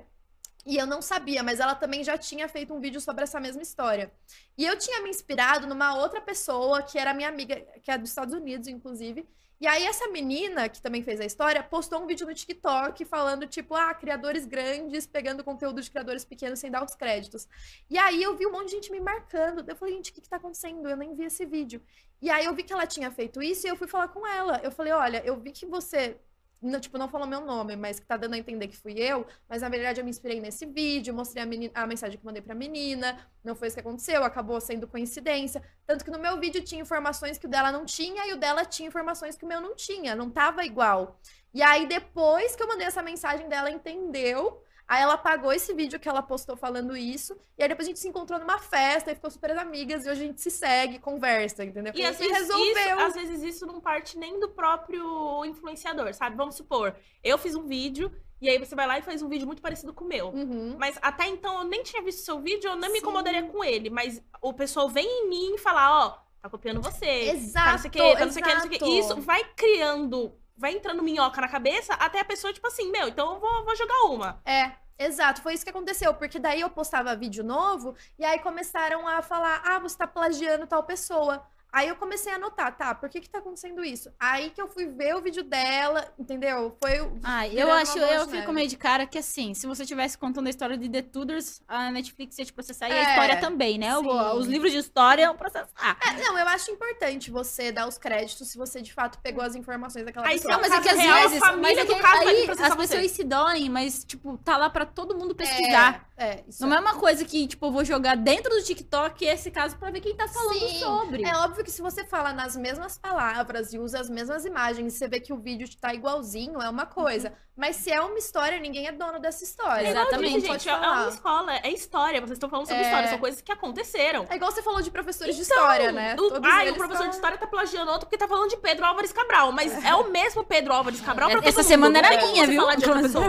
S2: e eu não sabia, mas ela também já tinha feito um vídeo sobre essa mesma história. E eu tinha me inspirado numa outra pessoa, que era minha amiga, que é dos Estados Unidos, inclusive. E aí, essa menina, que também fez a história, postou um vídeo no TikTok falando, tipo, ah, criadores grandes pegando conteúdo de criadores pequenos sem dar os créditos. E aí, eu vi um monte de gente me marcando. Eu falei, gente, o que, que tá acontecendo? Eu nem vi esse vídeo. E aí, eu vi que ela tinha feito isso e eu fui falar com ela. Eu falei, olha, eu vi que você, não, tipo, não falou meu nome, mas que tá dando a entender que fui eu. Mas na verdade eu me inspirei nesse vídeo, mostrei a, meni- a mensagem que mandei pra menina, não foi isso que aconteceu, acabou sendo coincidência. Tanto que no meu vídeo tinha informações que o dela não tinha e o dela tinha informações que o meu não tinha, não tava igual. E aí depois que eu mandei essa mensagem dela, entendeu? Aí ela apagou esse vídeo que ela postou falando isso, e aí depois a gente se encontrou numa festa e ficou super amigas, e hoje a gente se segue, conversa, entendeu?
S3: E às vezes, Isso, às vezes isso não parte nem do próprio influenciador, sabe? Vamos supor, eu fiz um vídeo, e aí você vai lá e faz um vídeo muito parecido com o meu.
S2: Uhum.
S3: Mas até então eu nem tinha visto seu vídeo, eu nem me
S2: Sim.
S3: incomodaria com ele. Mas o pessoal vem em mim e fala, ó, tá copiando você. tá não sei
S2: Exato,
S3: o que, tá não sei o que, não sei o que.
S2: exato.
S3: E isso vai criando, vai entrando minhoca na cabeça até a pessoa, tipo assim, meu, então eu vou, vou jogar uma.
S2: É, exato, foi isso que aconteceu, porque daí eu postava vídeo novo e aí começaram a falar: "Ah, você tá plagiando tal pessoa". Aí eu comecei a notar, tá, por que que tá acontecendo isso? Aí que eu fui ver o vídeo dela, entendeu? Foi o-
S1: Ah, eu
S2: Virando uma
S1: acho,
S2: bola
S1: eu
S2: de
S1: fico
S2: neve.
S1: meio de cara que assim, se você tivesse contando a história de The Tudors, a Netflix ia te processar e
S2: É,
S1: a história também, né? Eu vou-
S2: sim.
S1: os livros de história
S3: um
S1: iam processar.
S2: É, não, eu acho importante você dar os créditos se você de fato pegou as informações daquela
S3: Aí
S2: pessoa.
S3: se
S1: Não,
S3: ela
S1: mas
S3: No
S1: é
S3: caso
S1: que às
S3: real, a
S1: vezes.
S3: família
S1: Mas é
S3: do
S1: que
S3: caso vai
S1: aí
S3: processar
S1: as
S3: você.
S1: pessoas se doem, mas, tipo, tá lá pra todo mundo pesquisar.
S2: pesquisar. É, isso
S1: Não é uma coisa que, tipo, eu vou jogar dentro do TikTok esse caso pra ver quem tá falando
S2: Sim,
S1: sobre.
S2: É óbvio que se você fala nas mesmas palavras e usa as mesmas imagens e você vê que o vídeo tá igualzinho, é uma
S1: Uhum.
S2: coisa. Mas se é uma história, ninguém é dono dessa história.
S1: É igual
S3: Então,
S1: Exatamente.
S3: gente,
S2: Pode
S3: é uma
S2: falar.
S3: escola, é história. Vocês estão falando sobre
S2: É.
S3: história, são coisas que aconteceram.
S2: É igual você falou de professores de história, né?
S3: Do-
S2: Todos
S3: ai, Então, o
S2: eles
S3: professor
S2: são-
S3: de história tá plagiando outro porque tá falando de Pedro Álvares Cabral. Mas é, o mesmo Pedro Álvares
S2: É,
S3: Cabral pra todo
S1: Essa
S3: mundo.
S1: semana era
S3: Não tem como
S1: minha,
S3: você
S1: viu?
S3: falar de outra pessoa.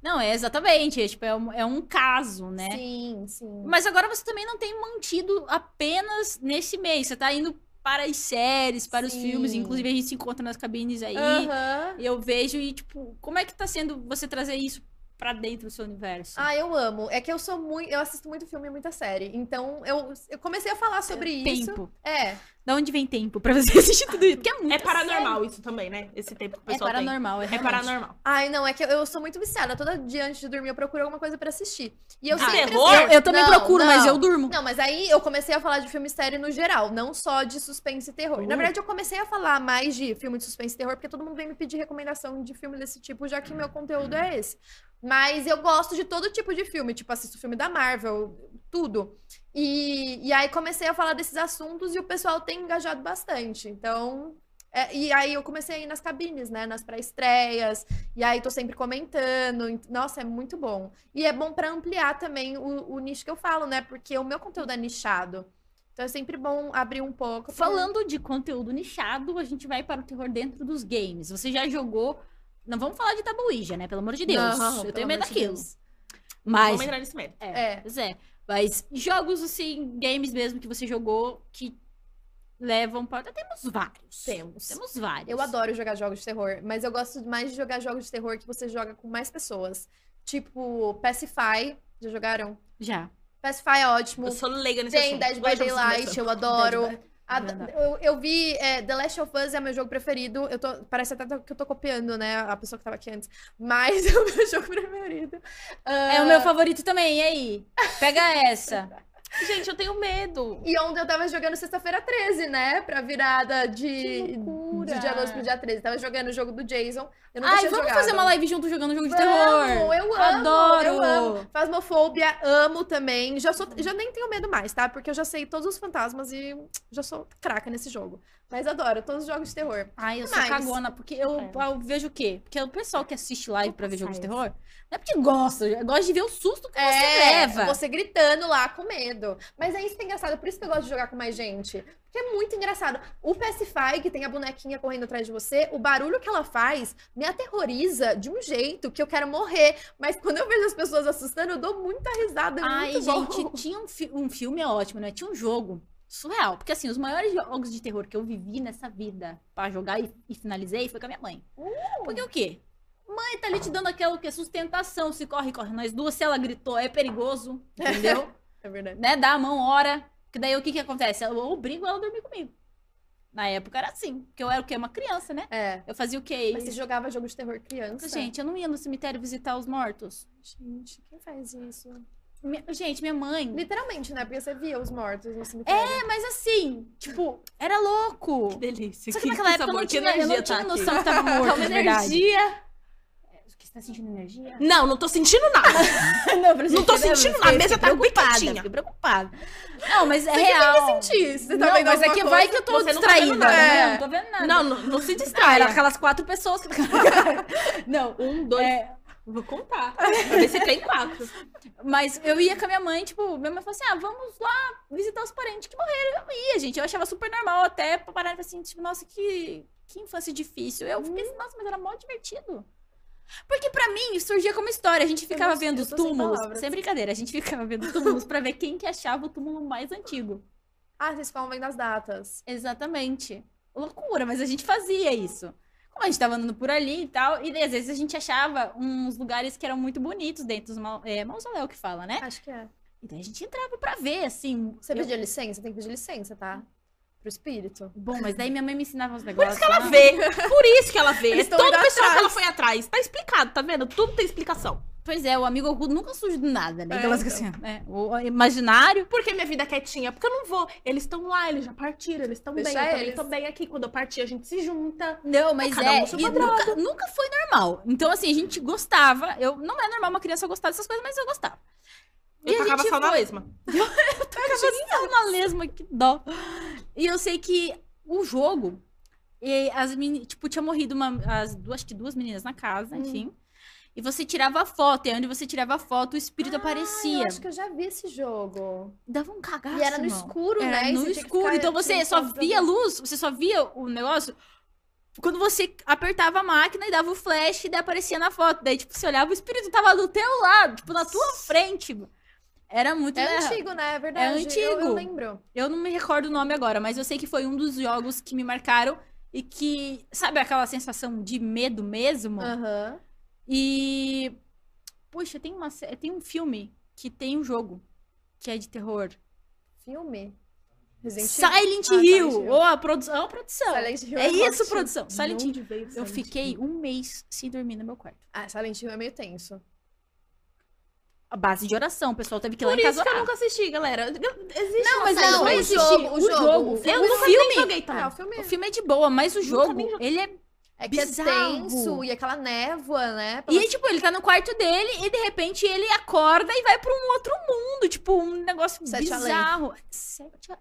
S1: Não, é exatamente. É, tipo, é um, é um caso, né?
S2: Sim, sim.
S1: Mas agora você também não tem mantido apenas nesse mês. Você tá indo para as séries, para os
S2: Sim.
S1: filmes. Inclusive, a gente se encontra nas cabines aí.
S2: Aham.
S1: Eu vejo e, tipo, como é que tá sendo você trazer isso pra dentro do seu universo.
S2: Ah, eu amo. É que eu sou muito. Eu assisto muito filme e muita série. Então, eu, eu comecei a falar sobre isso.
S1: tempo.
S2: É.
S1: Da onde vem tempo pra você assistir tudo isso? Porque é muito
S3: É paranormal isso também, né? Esse tempo que o
S1: É
S3: pessoal tem.
S1: paranormal, é,
S3: É
S1: realmente.
S3: paranormal.
S2: Ai, não, é que eu, eu sou muito viciada. Todo dia antes de dormir eu procuro alguma coisa pra assistir. E eu
S3: Ah,
S2: sempre.
S3: terror?
S1: Eu, eu também
S2: Não,
S1: procuro, mas
S2: não.
S1: eu durmo.
S2: Não, mas aí eu comecei a falar de filme e série no geral, não só de suspense e terror. Na
S3: Uh.
S2: verdade, eu comecei a falar mais de filme de suspense e terror, porque todo mundo vem me pedir recomendação de filme desse tipo, já que meu conteúdo é esse. Mas eu gosto de todo tipo de filme, tipo, assisto filme da Marvel, tudo. E, e aí comecei a falar desses assuntos e o pessoal tem engajado bastante. Então. é, e aí eu comecei a ir nas cabines, né? Nas pré-estreias. E aí tô sempre comentando. ent- Nossa, é muito bom. E é bom pra ampliar também o, o nicho que eu falo, né? Porque o meu conteúdo é nichado. Então é sempre bom abrir um pouco. pra-
S1: Falando de conteúdo nichado, a gente vai para o terror dentro dos games. Você já jogou. Não vamos falar de tabuija, né? Pelo amor de Deus.
S2: Não,
S1: eu
S2: pelo
S1: tenho medo
S2: amor de
S1: daquilo.
S2: Deus.
S1: Mas.
S3: Vamos entrar nesse medo.
S2: É.
S1: Pois é. Mas jogos, assim, games mesmo que você jogou que levam para. Temos vários.
S2: Temos.
S1: Temos vários.
S2: Eu adoro jogar jogos de terror, mas eu gosto mais de jogar jogos de terror que você joga com mais pessoas. Tipo, Pacify. Já jogaram?
S1: Já.
S2: Pacify é ótimo.
S3: Eu sou leiga nesse
S2: Tem
S3: assunto.
S2: Dead by
S3: Dois jogos
S2: Daylight,
S3: começando.
S2: eu adoro.
S1: Dead Ah,
S2: Ad-
S1: Verdade.
S2: Eu, eu vi é, The Last of Us é meu jogo preferido. Eu tô, parece até que eu tô copiando, né? A pessoa que tava aqui antes. Mas é o meu jogo preferido. Ah,
S1: É o meu favorito também, e aí? Pega essa.
S3: Gente, eu tenho medo.
S2: E ontem eu tava jogando sexta-feira 13, né? Pra virada de,
S1: Que loucura.
S2: de dia 12 pro dia 13. Tava jogando o jogo do Jason. Eu não
S1: Ai,
S2: tinha
S1: vamos
S2: jogado.
S1: fazer uma live junto jogando jogo de
S2: Vamos,
S1: terror.
S2: eu amo,
S1: Adoro.
S2: eu amo. Fasmofobia, amo também. Já, sou, já nem tenho medo mais, tá? Porque eu já sei todos os fantasmas e já sou craca nesse jogo. Mas adoro todos os jogos de terror.
S1: Ai, eu sou
S2: Mas-
S1: cagona, porque eu,
S3: É.
S1: eu vejo o quê? Porque o pessoal que assiste live
S3: Vou
S1: pra ver jogo de
S3: passar
S1: terror, não é porque gosta, eu gosto de ver o susto que você
S2: é,
S1: leva.
S2: você gritando lá com medo. Mas é isso que é engraçado, por isso que eu gosto de jogar com mais gente. Porque é muito engraçado. O Pacify, que tem a bonequinha correndo atrás de você, o barulho que ela faz me aterroriza de um jeito que eu quero morrer. Mas quando eu vejo as pessoas assustando, eu dou muita risada. É
S1: Ai,
S2: muito bom.
S1: gente, tinha um, fi- um filme é ótimo, né? Tinha um jogo surreal. Porque, assim, os maiores jogos de terror que eu vivi nessa vida pra jogar e, e finalizei foi com a minha mãe.
S2: Uh.
S1: Porque o quê? Mãe tá ali te dando aquela o quê? sustentação. Se corre, corre. Nós duas, se ela gritou, é perigoso, entendeu?
S2: É verdade.
S1: né? Dá a mão, ora. Que daí o que que acontece? Eu obrigo ela a dormir comigo. Na época era assim. Porque eu era o quê? Uma criança, né?
S2: É.
S1: Eu fazia o quê?
S2: Mas você jogava jogo de terror criança?
S1: Gente, eu não ia no cemitério visitar os mortos.
S2: Gente, quem faz isso?
S1: Minha- Gente, minha mãe.
S2: Literalmente, né? Porque você via os mortos no cemitério.
S1: É, mas assim, tipo, era louco.
S3: Que delícia.
S1: Só que naquela época eu não
S3: sabor,
S1: tinha, eu não
S3: energia
S1: tinha
S3: tá
S1: noção
S3: aqui.
S1: que tava
S3: Tá
S1: morto,
S3: uma
S1: de verdade.
S3: energia.
S1: Que Você tá sentindo energia?
S3: Não, não tô sentindo nada.
S1: não, pra
S3: Não tô sentindo nada, a mesa tá
S1: preocupada,
S3: quietinha.
S1: fiquei preocupada. Não, mas é
S2: Você que
S1: real.
S2: tem que sentir. Você tá
S1: não,
S2: vendo
S1: mas é
S2: alguma
S1: que
S2: coisa?
S1: vai que eu tô
S3: Você não tá
S1: distraída.
S3: vendo
S1: né? Não,
S2: nada. É.
S1: não tô vendo nada.
S3: Não, não, não se
S1: Ah, era
S3: distraia.
S1: aquelas quatro pessoas que... não,
S3: Um, dois.
S1: é,
S3: Vou contar. Pra ver se tem quatro.
S1: mas eu ia com a minha mãe, tipo, minha mãe falou assim, ah, vamos lá visitar os parentes que morreram. Eu ia, gente, eu achava super normal até parar e falar assim, tipo, nossa, que, que infância difícil. Eu fiquei
S2: Uhum.
S1: assim, nossa, mas era mó divertido. Porque pra mim surgia como história, a gente ficava
S2: não sei,
S1: vendo
S2: eu
S1: os
S2: tô sem
S1: túmulos, sem,
S2: palavras.
S1: brincadeira, a gente ficava vendo os túmulos pra ver quem que achava o túmulo mais antigo.
S2: Ah, vocês falam bem das datas.
S1: Exatamente. Loucura, mas a gente fazia isso. Como a gente tava andando por ali e tal, e daí, às vezes a gente achava uns lugares que eram muito bonitos dentro dos mau- é, mausoléu que fala, né?
S2: Acho que é.
S1: E daí a gente entrava pra ver, assim.
S2: Você
S1: eu-
S2: pedia licença? Tem que pedir licença, tá? Pro espírito.
S1: Bom, mas daí minha mãe me ensinava uns negócios. né?
S3: Ela
S1: lá.
S3: vê. Por isso que ela vê.
S2: Eles
S3: É
S2: tão
S3: todo o
S2: indo
S3: pessoal
S2: atrás.
S3: que ela foi atrás. Tá explicado, tá vendo? Tudo tem explicação.
S1: Pois é, o amigo oculto nunca surge do nada, né?
S2: É,
S1: Aquelas que assim, né? O imaginário.
S3: Por que minha vida é quietinha? Porque eu não vou. Eles estão lá, eles já partiram, eles estão bem.
S2: Deixa
S3: Eu também
S2: eles.
S3: tô bem aqui. Quando eu partir, a gente se junta.
S1: Não, mas
S3: Cada
S1: é.
S3: um seu
S1: e
S3: quadrado.
S1: nunca, nunca foi normal. Então, assim, a gente gostava. Eu, não é normal uma criança gostar dessas coisas, mas eu gostava. E
S3: Eu
S1: a
S3: tacava
S1: gente
S3: sal na
S1: foi.
S3: lesma.
S1: Ficava uma lesma, que dó. E eu sei que o jogo, e as meni- tipo, tinha morrido uma- as duas, acho que duas meninas na casa,
S2: Hum.
S1: enfim. E você tirava a foto, e onde você tirava a foto, o espírito
S2: Ah, eu
S1: aparecia.
S2: acho que eu já vi esse jogo.
S1: Dava um cagaço.
S2: e era no
S1: irmão.
S2: escuro,
S1: Era
S2: né? E
S1: É, no
S2: você tinha que
S1: escuro.
S2: ficar tipo
S1: Então você
S2: tirando
S1: só
S2: foto da
S1: via
S2: luz.
S1: luz, você só via o negócio quando você apertava a máquina e dava o flash e daí aparecia na foto. Daí, tipo, você olhava, o espírito tava do teu lado, tipo, na tua frente. mano. Era muito
S2: É
S1: legal.
S2: antigo, né? É verdade. Eu, eu
S1: antigo.
S2: lembro.
S1: Eu não me recordo o nome agora, mas eu sei que foi um dos jogos que me marcaram e
S2: Ah.
S1: que, sabe aquela sensação de medo mesmo?
S2: Aham.
S1: E Puxa, tem, uma, sé- tem um filme que tem um jogo que é de terror.
S2: Filme? Resident
S1: Silent
S2: Ah,
S1: Hill!
S2: Silent Hill.
S1: Ou a produção. ó, a produção.
S2: Silent Hill
S1: É
S2: forte.
S1: isso, produção. Silent Hill. Eu
S3: Silent
S1: fiquei
S3: Hill?
S1: um mês sem dormir no meu quarto.
S2: Ah, Silent Hill é meio tenso.
S1: A base de oração, o pessoal teve que ir lá
S3: Por
S1: em casa
S3: isso que eu
S1: orar.
S3: nunca assisti, galera. Existe um
S1: Não,
S3: uma
S1: mas é- eu
S3: série
S1: não
S2: não,
S3: sobre
S2: o
S3: isso?
S1: assisti.
S2: jogo, o
S1: o
S2: jogo.
S1: jogo.
S2: Eu
S1: o
S3: nunca
S1: filme.
S3: nem joguei,
S2: Ah, o
S3: tá?
S2: filme
S1: O filme é de boa, mas o
S3: Nunca
S1: jogo,
S3: nem joguei.
S1: ele é.
S2: é que é
S1: bizarro.
S2: tenso e aquela névoa, né?
S1: E aí, tipo, ele tá no quarto dele e de repente ele acorda e vai pra um outro mundo. Tipo, um negócio
S2: Sete além.
S1: bizarro. Sete a-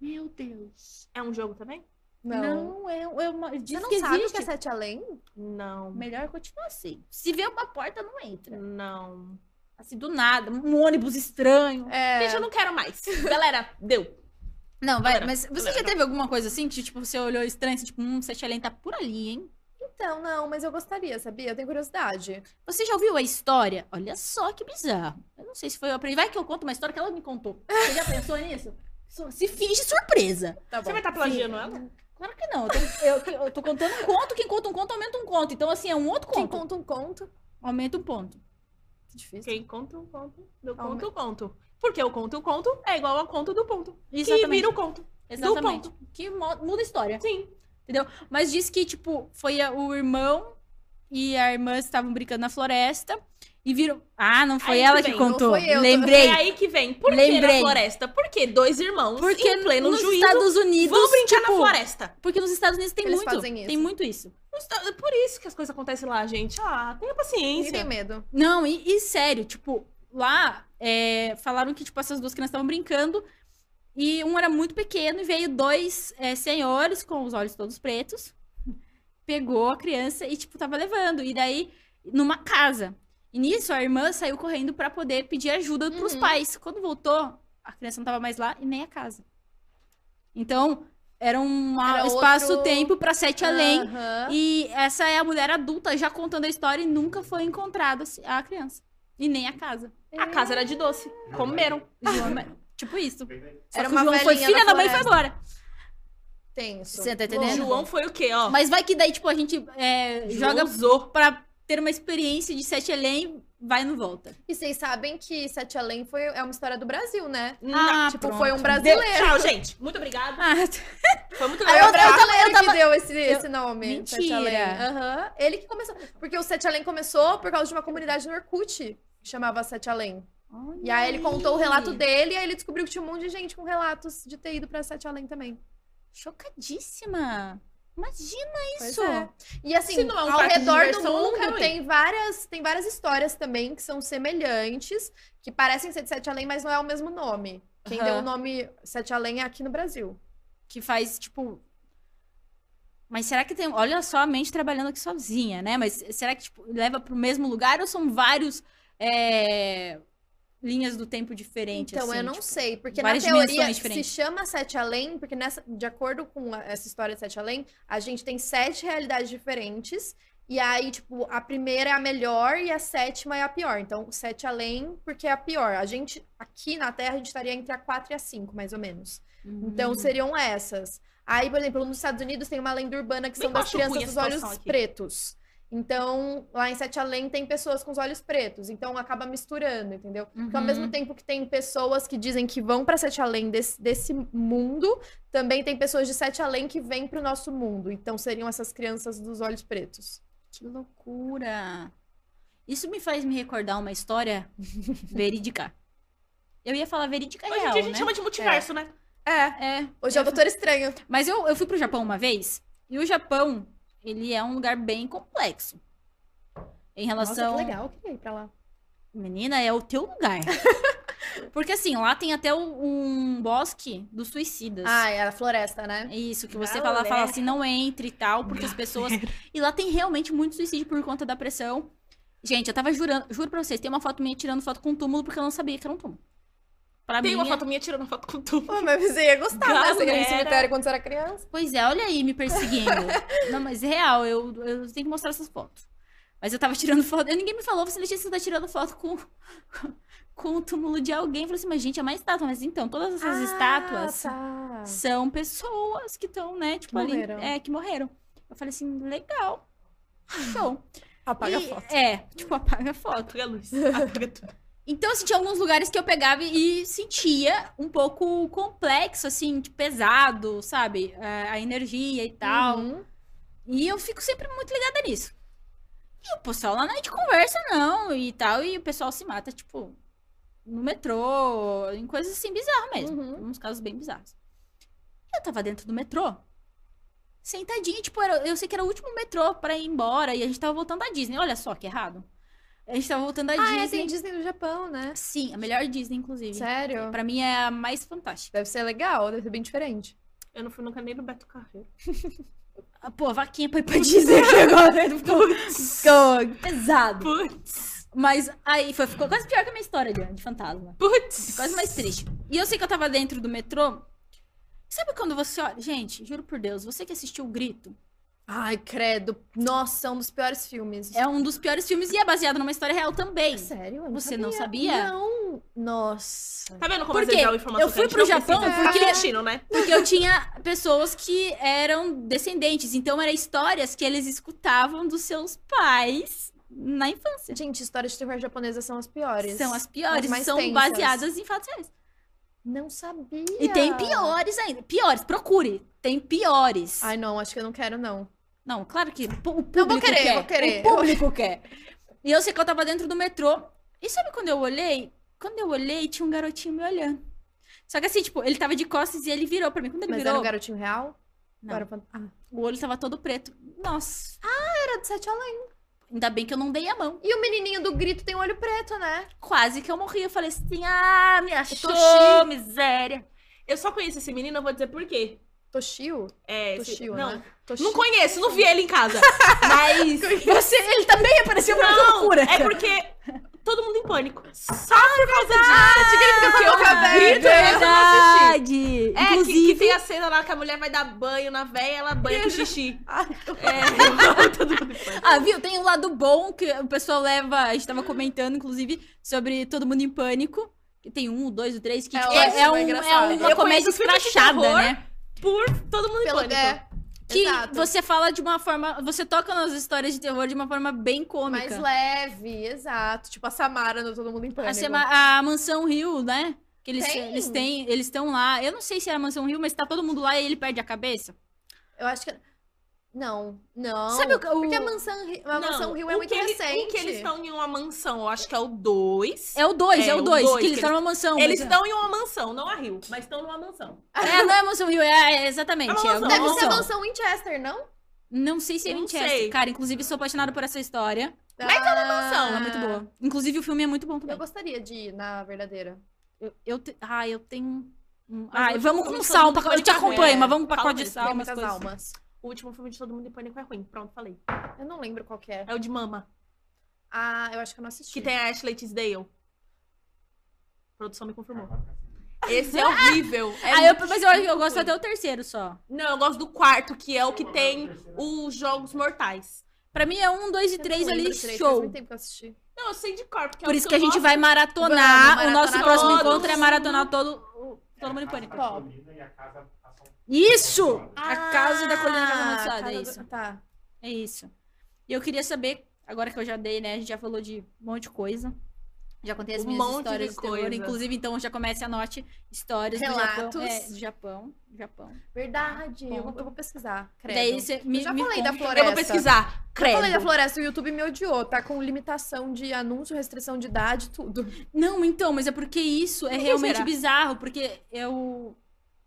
S1: Meu Deus.
S3: É um jogo também?
S1: Não,
S2: Não.
S1: é, é uma.
S2: Você
S1: Diz
S2: não
S1: que
S2: sabe o
S1: existe.
S2: que é Sete Além?
S3: Não.
S1: Melhor continuar assim. Se vê uma porta, não entra.
S3: Não.
S1: Assim, do nada, um ônibus estranho.
S2: É.
S3: Gente, eu não quero mais. Galera, deu.
S1: Não, vai,
S3: Galera,
S1: mas você
S3: galera,
S1: já teve alguma coisa assim que, tipo, você olhou estranho, assim, tipo, hum, Sete Além tá por ali, hein?
S2: Então, não, mas eu gostaria, sabia? Eu tenho curiosidade.
S1: Você já ouviu a história? Olha só que bizarro. Eu não sei se foi eu aprendi. Vai que eu conto uma história que ela me contou. Você já pensou nisso? So- Se finge surpresa.
S2: Tá
S3: Você
S2: bom.
S3: vai estar plagiando ela?
S1: Claro que não. Eu tô, eu- eu tô contando um conto. Quem conta um conto, aumenta um conto. Então, assim, é um outro
S2: Quem
S1: conto.
S2: conta um conto?
S1: Aumenta um ponto.
S2: Difícil.
S3: Quem conta um conto, eu
S2: Calma.
S3: conto o conto. Porque eu conto o conto é igual ao conto do ponto. E
S1: Exatamente.
S3: vira o conto.
S1: Exatamente. Que mo- muda a história.
S3: Sim.
S1: Mas diz que, tipo, foi a- o irmão e a irmã estavam brincando na floresta e viram. Ah, não foi
S3: Aí
S1: ela
S3: tudo
S1: que
S3: bem,
S2: não
S1: contou.
S2: foi eu, tô-
S1: Lembrei.
S3: É aí que vem. Por que na
S1: Lembrei.
S3: floresta? Porque dois irmãos
S1: Porque
S3: em pleno
S1: nos
S3: juízo
S1: Estados Unidos.
S3: vão brincar na
S1: tipo,
S3: floresta.
S1: Porque nos Estados Unidos tem
S2: Eles
S1: muito.
S2: fazem isso.
S1: Tem muito isso.
S3: Nos Estados- Por isso que as coisas acontecem lá, gente. Ah, tenha
S2: Ninguém
S3: paciência.
S2: tem medo.
S1: Não, e, e sério, tipo, lá é, falaram que, tipo, essas duas crianças estavam brincando. E um era muito pequeno e veio dois é, senhores com os olhos todos pretos. Pegou a criança e, tipo, tava levando. E daí, numa casa. E nisso, a irmã saiu correndo pra poder pedir ajuda pros
S2: Uhum.
S1: pais. Quando voltou, a criança não tava mais lá e nem a casa. Então, era um
S2: Era outro- Ah.
S1: espaço-tempo pra sete além.
S2: Aham.
S1: E essa é a mulher adulta já contando a história e nunca foi encontrada se- a criança. E nem a casa.
S3: A casa era de doce. Comeram.
S1: João é ma- tipo isso. Só
S2: Era
S1: que
S2: uma
S1: o João foi
S2: velhinha
S1: filha
S2: na
S1: da mãe e foi
S2: floresta.
S1: embora.
S2: Tenso.
S1: Você tá entendendo?
S2: Bom,
S3: João foi o quê, ó?
S1: Mas vai que daí, tipo, a gente é,
S3: João
S1: joga
S3: usou.
S1: pra ter uma experiência de sete além, vai e não volta.
S2: E vocês sabem que Sete Além foi, é uma história do Brasil, né?
S3: Na-
S1: Ah,
S2: tipo,
S1: pronto.
S2: foi um brasileiro.
S3: Deu- Tchau, gente. Muito obrigada.
S1: Ah,
S3: Foi muito
S2: Foi
S3: legal.
S2: o
S3: tá?
S2: brasileiro
S1: eu tava-
S2: que deu esse, esse nome.
S1: Mentira.
S2: Sete Além. Aham. Ele que começou. Porque o Sete Além começou por causa de uma comunidade no Orkut que chamava Sete Além. E aí ele contou o relato dele e aí ele descobriu que tinha um monte de gente com relatos de ter ido pra Sete Além também.
S1: Chocadíssima. Imagina
S2: Pois
S1: isso.
S2: é. E assim,
S3: Se não é um
S2: ao
S3: parque de
S2: redor do
S3: diversão, eu não
S2: mundo
S3: quero ir.
S2: tem várias, tem várias histórias também que são semelhantes, que parecem ser de Sete Além, mas não é o mesmo nome. Quem
S1: Aham.
S2: deu o nome Sete Além é aqui no Brasil.
S1: Que faz, tipo. Mas será que tem. Olha só a mente trabalhando aqui sozinha, né? Mas será que tipo, leva pro mesmo lugar ou são vários. é, Linhas do tempo diferentes.
S2: então,
S1: assim,
S2: eu não
S1: tipo?
S2: sei, porque na
S1: várias
S2: teoria
S1: dimensões
S2: se
S1: diferentes.
S2: chama Sete Além, porque nessa, de acordo com a- essa história de Sete Além, a gente tem sete realidades diferentes, e aí, tipo, a primeira é a melhor e a sétima é a pior. Então, Sete Além, porque é a pior. A gente, aqui na Terra, a gente estaria entre a quatro e a cinco, mais ou menos.
S1: Uhum.
S2: Então seriam essas. Aí, por exemplo, nos Estados Unidos tem uma lenda urbana que
S3: Bem
S2: são das
S3: machucunha
S2: crianças
S3: a
S2: dos
S3: situação
S2: olhos
S3: aqui.
S2: pretos. Então, lá em Sete Além tem pessoas com os olhos pretos. Então acaba misturando, entendeu? Porque ao
S1: Uhum.
S2: mesmo tempo que tem pessoas que dizem que vão pra Sete Além desse, desse mundo, também tem pessoas de Sete Além que vêm pro nosso mundo. Então seriam essas crianças dos olhos pretos.
S1: Que loucura! Isso me faz me recordar uma história verídica. Eu ia falar verídica
S3: Hoje em
S1: real,
S3: dia a gente
S1: né?
S3: chama de multiverso, né?
S2: É.
S1: É,
S2: Hoje é o Doutor Estranho.
S1: mas eu, eu fui pro Japão uma vez, e o Japão, ele é um lugar bem complexo. Em relação...
S2: Nossa, que legal, eu queria ir pra lá.
S1: Menina, é o teu lugar. Porque assim, lá tem até um, um bosque dos suicidas.
S2: Ah, é a floresta, né?
S1: É Isso, que
S3: um
S1: você fala, fala assim, não entre e tal, porque as pessoas. E lá tem realmente muito suicídio por conta da pressão. Gente, eu tava jurando, juro pra vocês, tem uma foto minha tirando foto com um túmulo porque eu não sabia que era um túmulo. Pra
S3: Tem
S1: mim.
S3: uma
S1: é-
S3: foto minha tirando foto com tu.
S2: Pô, mas você ia gostar, né? Você ia no
S3: Galera.
S2: cemitério quando você era criança.
S1: Pois é, olha aí me perseguindo. não, mas é real, eu, eu tenho que mostrar essas fotos. Mas eu tava tirando foto, e ninguém me falou, você Letícia, você tá tirando foto com, com o túmulo de alguém. Eu falei assim, mas gente, é uma estátua. Mas então, todas essas
S2: Ah,
S1: estátuas
S2: tá.
S1: são pessoas que estão, né, tipo, ali,
S2: morreram.
S1: é, que morreram. Eu falei assim, legal, show.
S2: Apaga
S1: E-
S2: a foto.
S1: É, tipo, apaga a foto.
S3: Apaga a luz. Apaga tudo.
S1: Então, assim, tinha alguns lugares que eu pegava e sentia um pouco complexo, assim, de pesado, sabe? É, A energia e tal.
S2: Uhum.
S1: E eu fico sempre muito ligada nisso. E o pessoal lá não é de conversa, não, e tal. E o pessoal se mata, tipo, no metrô, em coisas assim bizarras mesmo.
S2: Uhum.
S1: Uns casos bem bizarros. Eu tava dentro do metrô, sentadinha, tipo, era- eu sei que era o último metrô pra ir embora. E a gente tava voltando da Disney. Olha só que errado. A gente tava voltando da
S2: Ah, é,
S1: Disney.
S2: tem Disney do Japão, né?
S1: Sim, a melhor Disney, inclusive.
S2: Sério?
S1: Pra mim é a mais fantástica.
S2: Deve ser legal, deve ser bem diferente.
S3: Eu não fui nunca nem no Beto Carreiro.
S1: Ah, Pô, a vaquinha pra ir pra Disney aqui agora. né? Ficou, ficou pesado.
S3: Putz.
S1: Mas aí foi, ficou quase pior que a minha história de, de fantasma.
S3: Putz.
S1: É Quase mais triste. E eu sei que eu tava dentro do metrô. Sabe quando você olha. Gente, juro por Deus, você que assistiu o Grito
S2: Ai, credo. Nossa, é um dos piores filmes.
S1: é um dos piores filmes e é baseado numa história real também.
S2: É Sério? Eu
S1: Você não sabia?
S2: Não. Nossa.
S3: Tá vendo como
S1: Por
S3: às vezes
S1: quê?
S3: dá uma informação
S1: Eu fui
S3: que a
S1: pro
S3: gente não precisa?
S1: Japão
S3: Tá
S1: porque-
S3: mentindo, né?
S1: Porque eu tinha pessoas que eram descendentes. Então eram histórias que eles escutavam dos seus pais na infância.
S2: Gente, histórias de terror japonesa são as piores.
S1: São as piores,
S2: mais
S1: são
S2: tensas.
S1: baseadas em fatos reais. Ah.
S2: Não sabia.
S1: E tem piores ainda. Piores, procure. Tem piores.
S2: Ai, não, acho que eu não quero, não.
S1: Não, claro que o pu- o público
S2: Eu vou querer,
S1: quer.
S2: vou querer.
S1: O público quer. E eu sei que eu tava dentro do metrô. E sabe quando eu olhei? Quando eu olhei, tinha um garotinho me olhando. Só que assim, tipo, ele tava de costas e ele virou pra mim. Quando ele
S2: Mas
S1: virou,
S2: era um garotinho real?
S1: Não.
S2: Era, fan- ah,
S1: o olho tava todo preto. Nossa,
S2: era de sete além.
S1: ainda bem que eu não dei a mão.
S2: E o menininho do grito tem olho preto, né?
S1: Quase que eu morri. Eu falei assim, ah, me achou,
S2: Toshi.
S1: miséria.
S3: Eu só conheço esse menino, eu vou dizer por quê.
S2: Toshio?
S3: É, esse-
S2: Toshio,
S3: não.
S2: né? Toshio.
S3: Não conheço, não vi ele em casa. Mas.
S1: Você, ele também apareceu pra
S3: Não,
S1: loucura.
S3: é porque todo mundo em pânico. Só por causa disso. Significa que eu
S2: boca aberta.
S3: grito
S1: né?
S3: mesmo não assisti.
S1: verdade.
S3: É, que- que,
S1: Inclusive,
S3: tem a cena lá que a mulher vai dar banho na véia, ela banha com xixi.
S2: Ai,
S3: É, todo mundo em pânico.
S1: Ah, viu? Tem um lado bom que o pessoal leva. A gente tava comentando, inclusive, sobre Todo Mundo em Pânico. Que tem um, dois, o três, que
S2: É
S1: tipo,
S2: ótimo,
S1: é, um-
S2: é engraçado.
S1: é uma comédia
S3: Eu conheço filme de
S1: escrachada,
S3: terror
S1: né?
S3: Por todo mundo em
S2: Pelo...
S3: pânico.
S2: É,
S1: Que
S2: exato.
S1: você fala de uma forma. Você toca nas histórias de terror de uma forma bem
S2: mais
S1: é cômica.
S2: leve, exato. Tipo a Samara no Todo Mundo em Pânico.
S1: a, Sema- a Mansão Rio, né? Que eles
S2: Tem.
S1: eles têm, eles estão lá. Eu não sei se era a Mansão Rio, mas tá todo mundo lá e ele perde a cabeça.
S2: Eu acho que... Não, não.
S1: Sabe o que- o-
S2: Porque a Mansão, Ri- a Mansão Rio é
S3: o
S2: muito
S3: que ele-
S2: recente.
S3: O que eles estão em uma mansão, eu acho que é o 2.
S1: É o dois, é,
S3: É,
S1: o
S3: o
S1: dois,
S3: dois, é.
S1: que eles
S3: que
S1: estão numa mansão.
S3: Eles
S1: mas-
S3: estão em uma mansão, não a Rio, mas estão numa mansão.
S1: É, não é a Mansão Rio, é, é exatamente.
S3: É uma
S1: é uma
S3: mansão.
S2: Deve ser a
S1: mansão.
S2: Mansão Winchester, não?
S1: Não sei se é
S3: Não
S1: Winchester.
S3: sei.
S1: Cara, inclusive sou apaixonada por essa história.
S2: Mas é uma
S1: Não, é muito boa. Inclusive o filme é muito bom
S2: Eu
S1: também.
S2: gostaria de ir na verdadeira.
S1: Eu, eu te- Ah, eu tenho. um-
S3: Mas
S1: Ai,
S3: eu-
S1: vamos
S3: eu
S1: com
S3: não sou
S1: sal.
S3: muito
S1: pacote- Eu te
S3: fã de
S1: acompanho,
S3: café.
S1: mas vamos com
S3: Fala
S1: pacote de
S3: isso,
S1: sal.
S2: Tem
S1: umas
S2: muitas
S1: coisas assim.
S2: almas.
S3: O último filme de Todo Mundo em Pânico é ruim. Pronto, falei.
S2: Eu não lembro qual que é.
S3: É o de Mama,
S2: Ah, eu acho que eu não assisti.
S3: que tem a Ashley Tisdale. A produção me confirmou. Esse é horrível. é
S1: Ah, eu-
S3: muito
S1: mas eu, eu
S3: ruim.
S1: gosto até o terceiro só.
S3: Não, eu gosto do quarto, que é o que tem os Jogos Mortais.
S1: Pra mim é um, dois e
S2: Eu não
S1: três ali,
S2: lembro direito, Faz
S1: show.
S2: muito tempo que eu assisti.
S3: Não, eu sei de cor, porque é
S1: Por
S3: o
S1: isso
S3: eu
S1: que a gente
S3: gosto.
S1: vai maratonar.
S2: Vamos
S1: o nosso
S2: maratonar
S1: próximo
S3: todos.
S1: encontro é maratonar todo. o- Todo mundo em pânico. Isso! A casa da colina
S2: Ah,
S1: casa amaldiçoada,
S2: Casa
S1: é
S2: do-
S1: isso.
S2: Tá.
S1: É isso. E eu queria saber, agora que eu já dei, né? A gente já falou de um monte de coisa. Já contei as
S3: Um
S1: minhas
S3: monte de
S1: histórias de, terror.
S3: coisa.
S1: Inclusive, então já comece a note histórias do Japão.
S2: Relatos.
S1: É, do Japão. Japão.
S2: Verdade. Eu vou,
S1: Ponto.
S2: eu vou pesquisar. Credo.
S1: Daí você me,
S2: eu já
S1: me
S2: falei
S1: conta.
S2: da floresta.
S3: Eu vou pesquisar.
S2: Eu
S3: Credo.
S2: falei da floresta, o YouTube me odiou. Tá com limitação de anúncio, restrição de idade, tudo.
S1: Não, então, mas é porque isso é
S3: que
S1: realmente
S3: será?
S1: bizarro, porque eu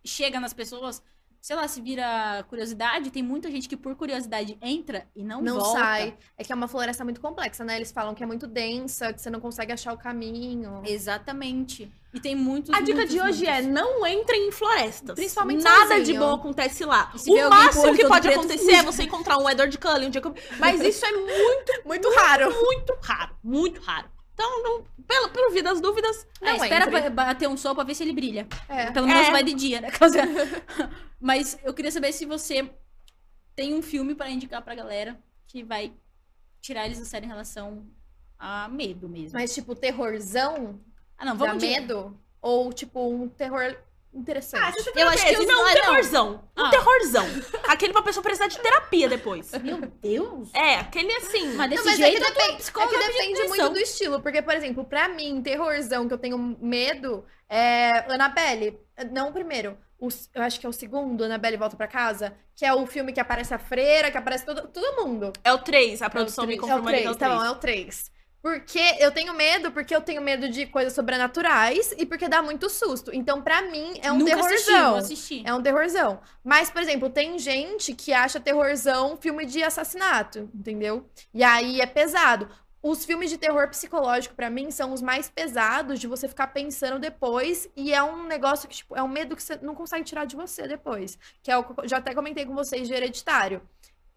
S1: chega nas pessoas, sei lá, se vira curiosidade, tem muita gente que por curiosidade entra e não,
S2: Não
S1: volta.
S2: sai. É que é uma floresta muito complexa, né? Eles falam que é muito densa, que você não consegue achar o caminho.
S1: Exatamente. E tem muitos
S3: A dica
S1: muitos,
S3: de hoje é
S1: muitos.
S3: não entrem em florestas.
S2: Principalmente
S3: Nada
S2: sozinho.
S3: de bom acontece lá.
S1: E se vê
S3: O
S1: alguém com o
S3: máximo
S1: olho
S3: que
S1: todo
S3: pode
S1: preto,
S3: acontecer é você encontrar um Edward Cullen, um Jacob... Mas isso é muito
S2: Muito raro.
S3: raro, muito raro. Então, não, pelo, pelo vida das dúvidas,
S1: É,
S2: Não
S1: espera
S2: entre.
S1: ba- bater um sol pra ver se ele brilha.
S2: É.
S1: Pelo menos
S3: É.
S1: vai de dia, né? Caso- Mas eu queria saber se você tem um filme pra indicar pra galera que vai tirar eles da série em relação a medo mesmo.
S2: Mas, tipo, terrorzão
S1: ah, não,
S2: dá
S1: vamos de...
S2: medo? Ou, tipo, um terror interessante.
S3: você
S1: Eu acho que
S3: esse
S1: os-
S3: não, um
S1: ah, não.
S3: terrorzão. Um
S1: Ah.
S3: terrorzão. Aquele pra pessoa precisar de terapia depois.
S1: Meu Deus!
S3: É, aquele assim.
S1: Mas desse
S2: Não, mas é que
S1: jeito eu tô
S2: depen-
S1: psicóloga
S2: é que
S1: de
S2: depende
S1: depressão.
S2: muito do estilo. Porque, por exemplo, pra mim, terrorzão que eu tenho medo é Annabelle. Não o primeiro. o s- eu acho que é o segundo, Annabelle Volta Pra Casa, que é o filme que aparece a freira, que aparece todo, todo mundo.
S3: É o 3, a produção me
S1: três.
S2: É o
S3: confirmou ali que é
S2: 3,
S3: o
S2: tá
S3: 3.
S2: bom, é o 3. Porque eu tenho medo, porque eu tenho medo de coisas sobrenaturais e porque dá muito susto. Então, pra mim, é um
S1: Nunca assisti,
S2: terrorzão.
S1: não assisti.
S2: É um terrorzão. Mas, por exemplo, tem gente que acha terrorzão filme de assassinato, entendeu? E aí é pesado. Os filmes de terror psicológico, pra mim, são os mais pesados de você ficar pensando depois. E é um negócio que, tipo, é um medo que você não consegue tirar de você depois. Que é o que eu já até comentei com vocês de Hereditário.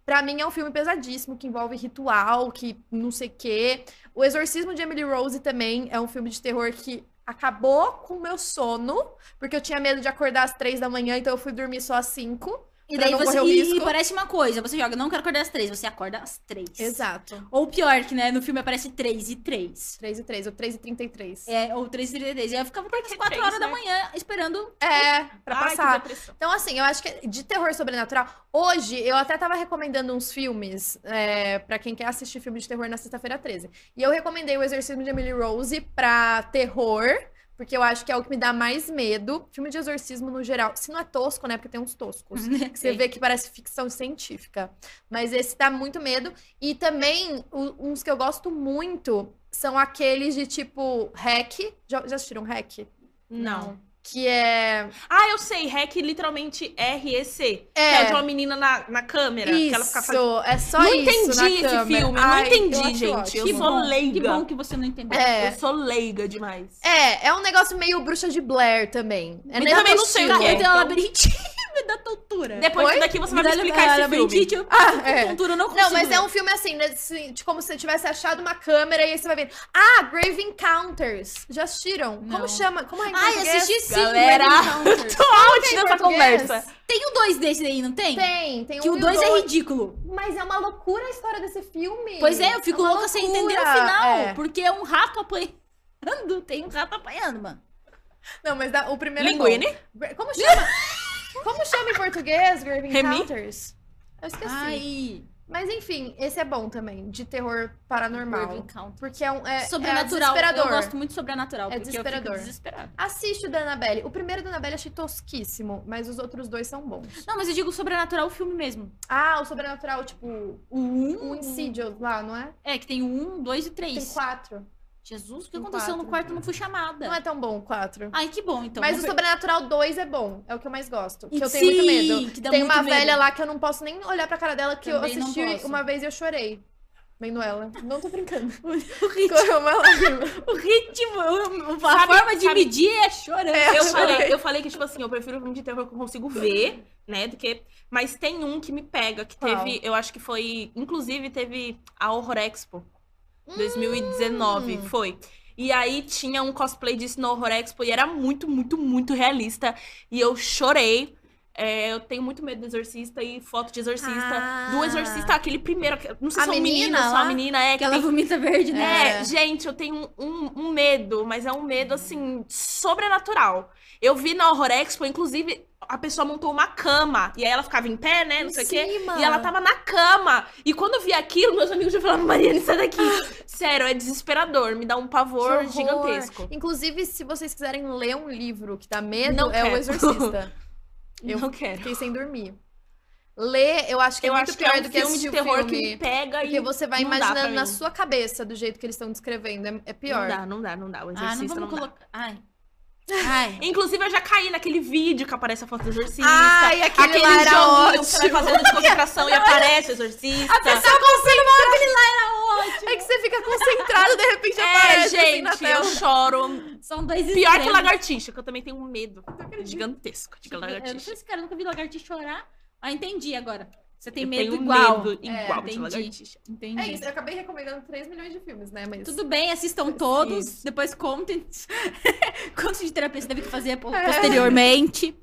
S2: Pra mim é um filme pesadíssimo, que envolve ritual, que não sei o quê. O Exorcismo de Emily Rose também é um filme de terror que acabou com o meu sono. Porque eu tinha medo de acordar às três da manhã, então eu fui dormir só às cinco.
S1: E
S2: pra
S1: daí
S2: não
S1: você.
S2: correr
S1: E,
S2: o um risco.
S1: e parece uma coisa, você joga, não quero acordar às três, você acorda às três.
S2: Exato.
S1: Ou pior, que né, no filme aparece três e três.
S2: Três e três, ou três e trinta e três.
S1: É, ou três e trinta e três. E aí eu ficava até
S3: que
S1: as quatro
S3: três,
S1: horas da
S3: né?
S1: manhã esperando.
S2: É, pra
S3: Ai, que
S2: passar.
S3: depressão.
S2: Então, assim, eu acho que de terror sobrenatural. Hoje, eu até tava recomendando uns filmes é, para quem quer assistir filme de terror na sexta-feira 13. E eu recomendei o Exorcismo de Emily Rose pra terror, porque eu acho que é o que me dá mais medo. Filme de exorcismo no geral. Se não é tosco, né? Porque tem uns toscos. que você vê que parece ficção científica. Mas esse dá muito medo. E também, o- uns que eu gosto muito são aqueles de tipo hack. Já, já assistiram hack?
S3: Não.
S2: Que é.
S3: Ah, eu sei, REC literalmente REC. Que
S2: É.
S3: é de uma menina na, na câmera. Que ela fica
S2: Isso,
S3: fazendo.
S2: é só
S3: não
S2: isso.
S3: entendi
S2: na
S3: esse
S2: câmera.
S3: filme, eu não
S2: Ai,
S3: entendi,
S2: acho
S3: gente.
S2: ótimo.
S1: que
S3: eu sou
S1: bom, Que
S3: leiga.
S1: bom que você não entendeu.
S2: É.
S3: Eu sou leiga demais.
S2: É, é um negócio meio bruxa de Blair também. É
S3: Eu
S2: nesse
S3: também não sei o
S2: estilo.
S3: que é.
S1: Eu tenho
S3: então.
S1: labirintite, me dá tontura.
S3: Depois
S2: Oi?
S3: disso daqui você vai
S1: Me dá
S3: me explicar esse filme.
S1: labirintite, eu
S2: Ah, é.
S1: tontura, eu não consigo.
S2: Não, mas é
S1: ler.
S2: um filme assim, nesse- de como se você tivesse achado uma câmera e aí você vai ver. Ah, Grave Encounters. Já assistiram? Como
S1: Não.
S2: chama? Como é em
S1: Ai,
S2: português?
S1: assisti sim,
S3: Galera.
S1: Grave Encounters.
S3: Tô out
S2: Tem
S3: dessa
S2: português?
S3: conversa.
S1: Tem o dois desse aí, não tem?
S2: Tem, tem
S1: Que
S2: um
S1: o
S2: e
S1: dois é
S2: dois.
S1: ridículo.
S2: Mas é uma loucura a história desse filme.
S1: Pois é, eu fico
S2: uma
S1: louca sem entender o
S2: loucura.
S1: final.
S2: É.
S1: Porque é um rato apanhando. Tem um rato apanhando, mano.
S2: Não, mas dá- o primeiro. é bom.
S3: Linguine?
S2: Como chama? Como chama em português Grave
S3: Remy?
S2: Encounters? Eu esqueci.
S1: Ai.
S2: Mas enfim, esse é bom também, de terror paranormal.
S1: Urban Count.
S2: Porque é um. É,
S1: Sobrenatural.
S2: É desesperador.
S1: eu gosto muito de sobrenatural.
S2: É
S1: porque
S2: desesperador.
S1: eu fico desesperada.
S2: Assiste o da Annabelle. O primeiro da Annabelle eu achei tosquíssimo, mas os outros dois são bons.
S1: Não, mas eu digo sobrenatural o filme mesmo.
S2: Ah, o sobrenatural, tipo,
S1: O um.
S2: o Insidious lá, não é?
S1: É, que tem o um, dois e três.
S2: Tem quatro.
S1: Jesus, o que
S2: Tem
S1: aconteceu no
S2: quatro.
S1: quarto? Eu não fui chamada.
S2: Não é tão bom o quatro.
S1: Ai, que bom, Tá. então.
S2: mas o
S1: Vou ver.
S2: Sobrenatural 2 é bom. É o que eu mais gosto. Que eu tenho
S1: Sim,
S2: muito medo.
S1: que dá
S2: Tem
S1: muito
S2: uma
S1: medo.
S2: velha lá que eu não posso nem olhar pra cara dela, que
S1: Também
S2: eu
S1: não
S2: assisti
S1: posso.
S2: uma vez e eu chorei. Vendo ela. Não tô brincando.
S1: O ritmo,
S2: Correu uma
S3: Tá
S2: lágrima.
S1: o ritmo, o- o- a
S3: Sabe-
S1: forma de
S3: sabe-
S1: medir é chorando.
S2: É,
S3: Eu falei, eu falei que, tipo assim, eu prefiro filme de terror que eu consigo ver, né? Do que. Mas tem um que me pega, que
S2: Qual?
S3: teve. Eu acho que foi. Inclusive, teve a Horror Expo
S2: Hum.
S3: 2019. Foi. E aí tinha um cosplay disso no Horror Expo e era muito, muito, muito realista. E eu chorei. É, eu tenho muito medo do exorcista e foto de exorcista. Do exorcista, aquele primeiro. que- Não sei
S2: Ah. A
S3: se é um menino,
S2: menina
S3: se é
S2: lá?
S3: uma menina, é. Que
S1: Aquela
S3: tem-
S1: vomita verde, né?
S3: é,
S2: É.
S3: gente, eu tenho um, um medo, mas é um medo, assim, sobrenatural. Eu vi na Horror Expo, inclusive, a pessoa montou uma cama. E aí ela ficava em pé, né? Não sei o quê. E ela tava na cama. E quando eu vi aquilo, meus amigos já falaram, Mariane, sai daqui. Sério, é desesperador. Me dá um pavor
S2: Que horror.
S3: gigantesco.
S2: Inclusive, se vocês quiserem ler um livro que dá medo,
S3: Não
S2: é
S3: quero.
S2: O Exorcista. Eu
S3: Não quero.
S2: fiquei sem dormir. Ler, eu acho que é
S3: eu
S2: muito
S3: acho que
S2: pior
S3: é um
S2: do que
S3: filme
S2: assistir
S3: de
S2: o
S3: terror que
S2: filme.
S3: me pega
S2: porque
S3: e
S2: você vai
S3: não dá pra
S2: imaginando na
S3: mim.
S2: sua cabeça do jeito que eles estão descrevendo. É, é
S3: Não
S2: pior.
S3: dá, não dá, não dá. O
S1: Ah, não
S3: exorcista
S1: vamos
S3: não, dá.
S1: colocar. Ai. Ai. é
S3: Inclusive, eu já caí naquele vídeo que aparece a foto do exorcista.
S2: Ai, tá. aquele,
S3: Aquele
S2: lá era
S3: joguinho que você
S2: ótimo.
S3: vai fazendo desconcentração e aparece o exorcista.
S2: É que você fica concentrado, de repente
S3: É,
S2: aparece assim na
S3: gente, eu
S2: tela.
S3: choro.
S1: São dois
S3: Pior que
S1: extremos.
S3: lagartixa, que eu também tenho um medo gigantesco de
S1: Eu não sei
S3: lagartixa.
S1: se cara eu nunca vi lagartixa chorar. Ah, entendi agora. Você tem
S3: eu
S1: medo
S3: tenho
S1: igual. É,
S3: medo igual de
S1: entendi.
S3: lagartixa.
S1: Entendi.
S2: É isso, eu acabei recomendando 3 milhões de filmes, né? Mas...
S1: Tudo bem, assistam todos, depois contem. Conto de terapia você deve fazer po-
S2: É.
S1: posteriormente.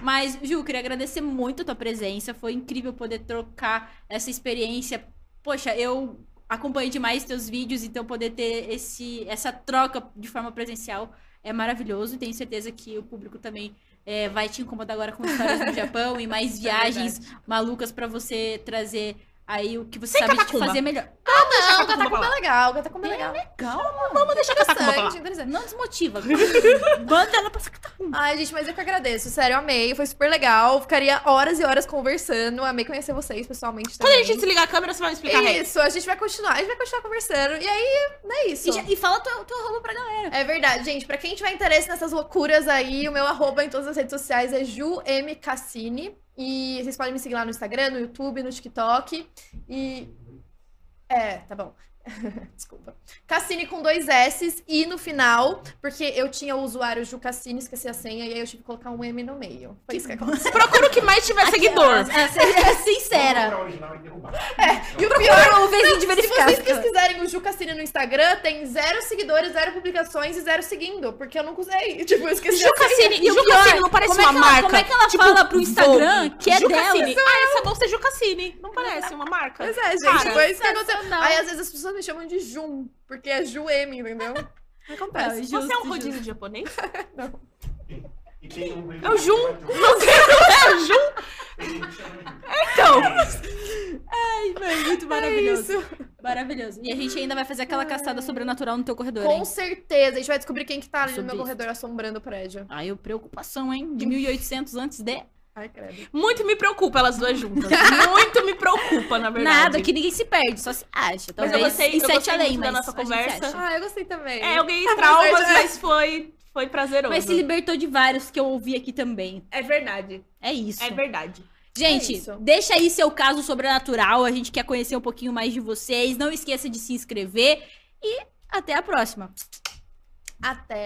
S1: Mas, Ju, queria agradecer muito a tua presença. Foi incrível poder trocar essa experiência. Poxa, eu acompanho demais teus vídeos, então poder ter esse, essa troca de forma presencial é maravilhoso. E tenho certeza que o público também é, vai te incomodar agora com histórias do Japão e mais viagens malucas pra você trazer aí o que você
S3: Sem
S1: sabe
S3: catacumba.
S1: de fazer melhor.
S2: Não,
S3: Não,
S2: o Catacumba é legal, o Catacumba é legal.
S1: Legal,
S2: Vamos deixar
S3: Catacumba pra
S2: interessante,
S3: lá.
S2: interessante.
S1: não desmotiva. Banda ela pra catacumba.
S2: Ai, gente, mas eu que agradeço. Sério, eu amei. Foi super legal. Ficaria horas e horas conversando. Amei conhecer vocês pessoalmente
S3: Quando
S2: também.
S3: a gente desligar a câmera, você vai me explicar a regra.
S2: Isso, a gente vai continuar. A gente vai continuar conversando. E aí, não é isso.
S1: E, já- e fala teu, teu arroba pra galera.
S2: É verdade, gente. Pra quem tiver interesse nessas loucuras aí, o meu arroba em todas as redes sociais é jumcassini. E vocês podem me seguir lá no Instagram, no YouTube, no TikTok. E. É, tá bom. Desculpa. Cassini com dois S's e no final, porque eu tinha o usuário Ju Cassini, esqueci a senha, e aí eu tive que colocar um M no meio. Foi isso que aconteceu.
S3: Procura o que mais tiver seguidor.
S1: É, é, é sincera.
S4: Procurar o original e derrubar.
S2: E o pior,
S1: O vizinho de
S2: se
S1: verificar.
S2: vocês pesquisarem o Ju Cassini no Instagram, tem zero seguidores, zero publicações e zero seguindo, porque eu nunca usei. Tipo, eu esqueci a
S3: Ju Cassini,
S1: E o
S3: Ju
S1: pior,
S3: Cassini não parece
S1: como é
S3: uma
S1: que ela-
S3: marca. Tipo,
S1: como é que ela fala pro Instagram
S3: Vogue.
S1: que é
S3: Ju
S1: dela?
S3: Cassini. tá Ah, essa bolsa é Ju Cassini. Não parece uma marca?
S2: Pois é, gente,
S3: Cara,
S2: foi isso que aconteceu.
S1: Sensacional.
S2: Aí às vezes as pessoas me chamam de Jum, porque é Ju M, entendeu?
S1: Não,
S2: Acontece.
S1: justo,
S3: Você é um
S1: justo.
S3: rodízio japonês?
S4: E tem um
S3: É o Jun.
S4: Não
S3: É o Ju. Então.
S1: Ai, mano, muito maravilhoso. maravilhoso. E a gente ainda vai fazer aquela caçada sobrenatural no teu corredor, hein?
S2: Com certeza, a gente vai descobrir quem que tá ali no
S1: Sobre
S2: meu
S1: isso.
S2: corredor assombrando o prédio.
S1: Aí, eu preocupação, hein? De 1800 antes de
S2: Ai, credo.
S3: Muito me preocupa elas duas juntas. Muito me preocupa, na verdade.
S1: nada, que ninguém se perde, só se acha.
S3: Mas
S1: Talvez
S3: eu gostei,
S1: em
S3: eu
S1: sete
S3: gostei
S1: além,
S3: muito da
S1: mas
S3: nossa
S1: a gente se
S3: conversa.
S1: acha.
S2: Ah, eu gostei também.
S3: É, eu ganhei
S2: Na
S3: traumas,
S2: verdade, é.
S3: mas foi, foi prazeroso.
S1: Mas se libertou de vários que eu ouvi aqui também.
S3: É verdade,
S1: É isso.
S3: é verdade.
S1: Gente,
S2: É isso.
S1: deixa aí seu caso sobrenatural. A gente quer conhecer um pouquinho mais de vocês. Não esqueça de se inscrever. E até a próxima.
S2: Até.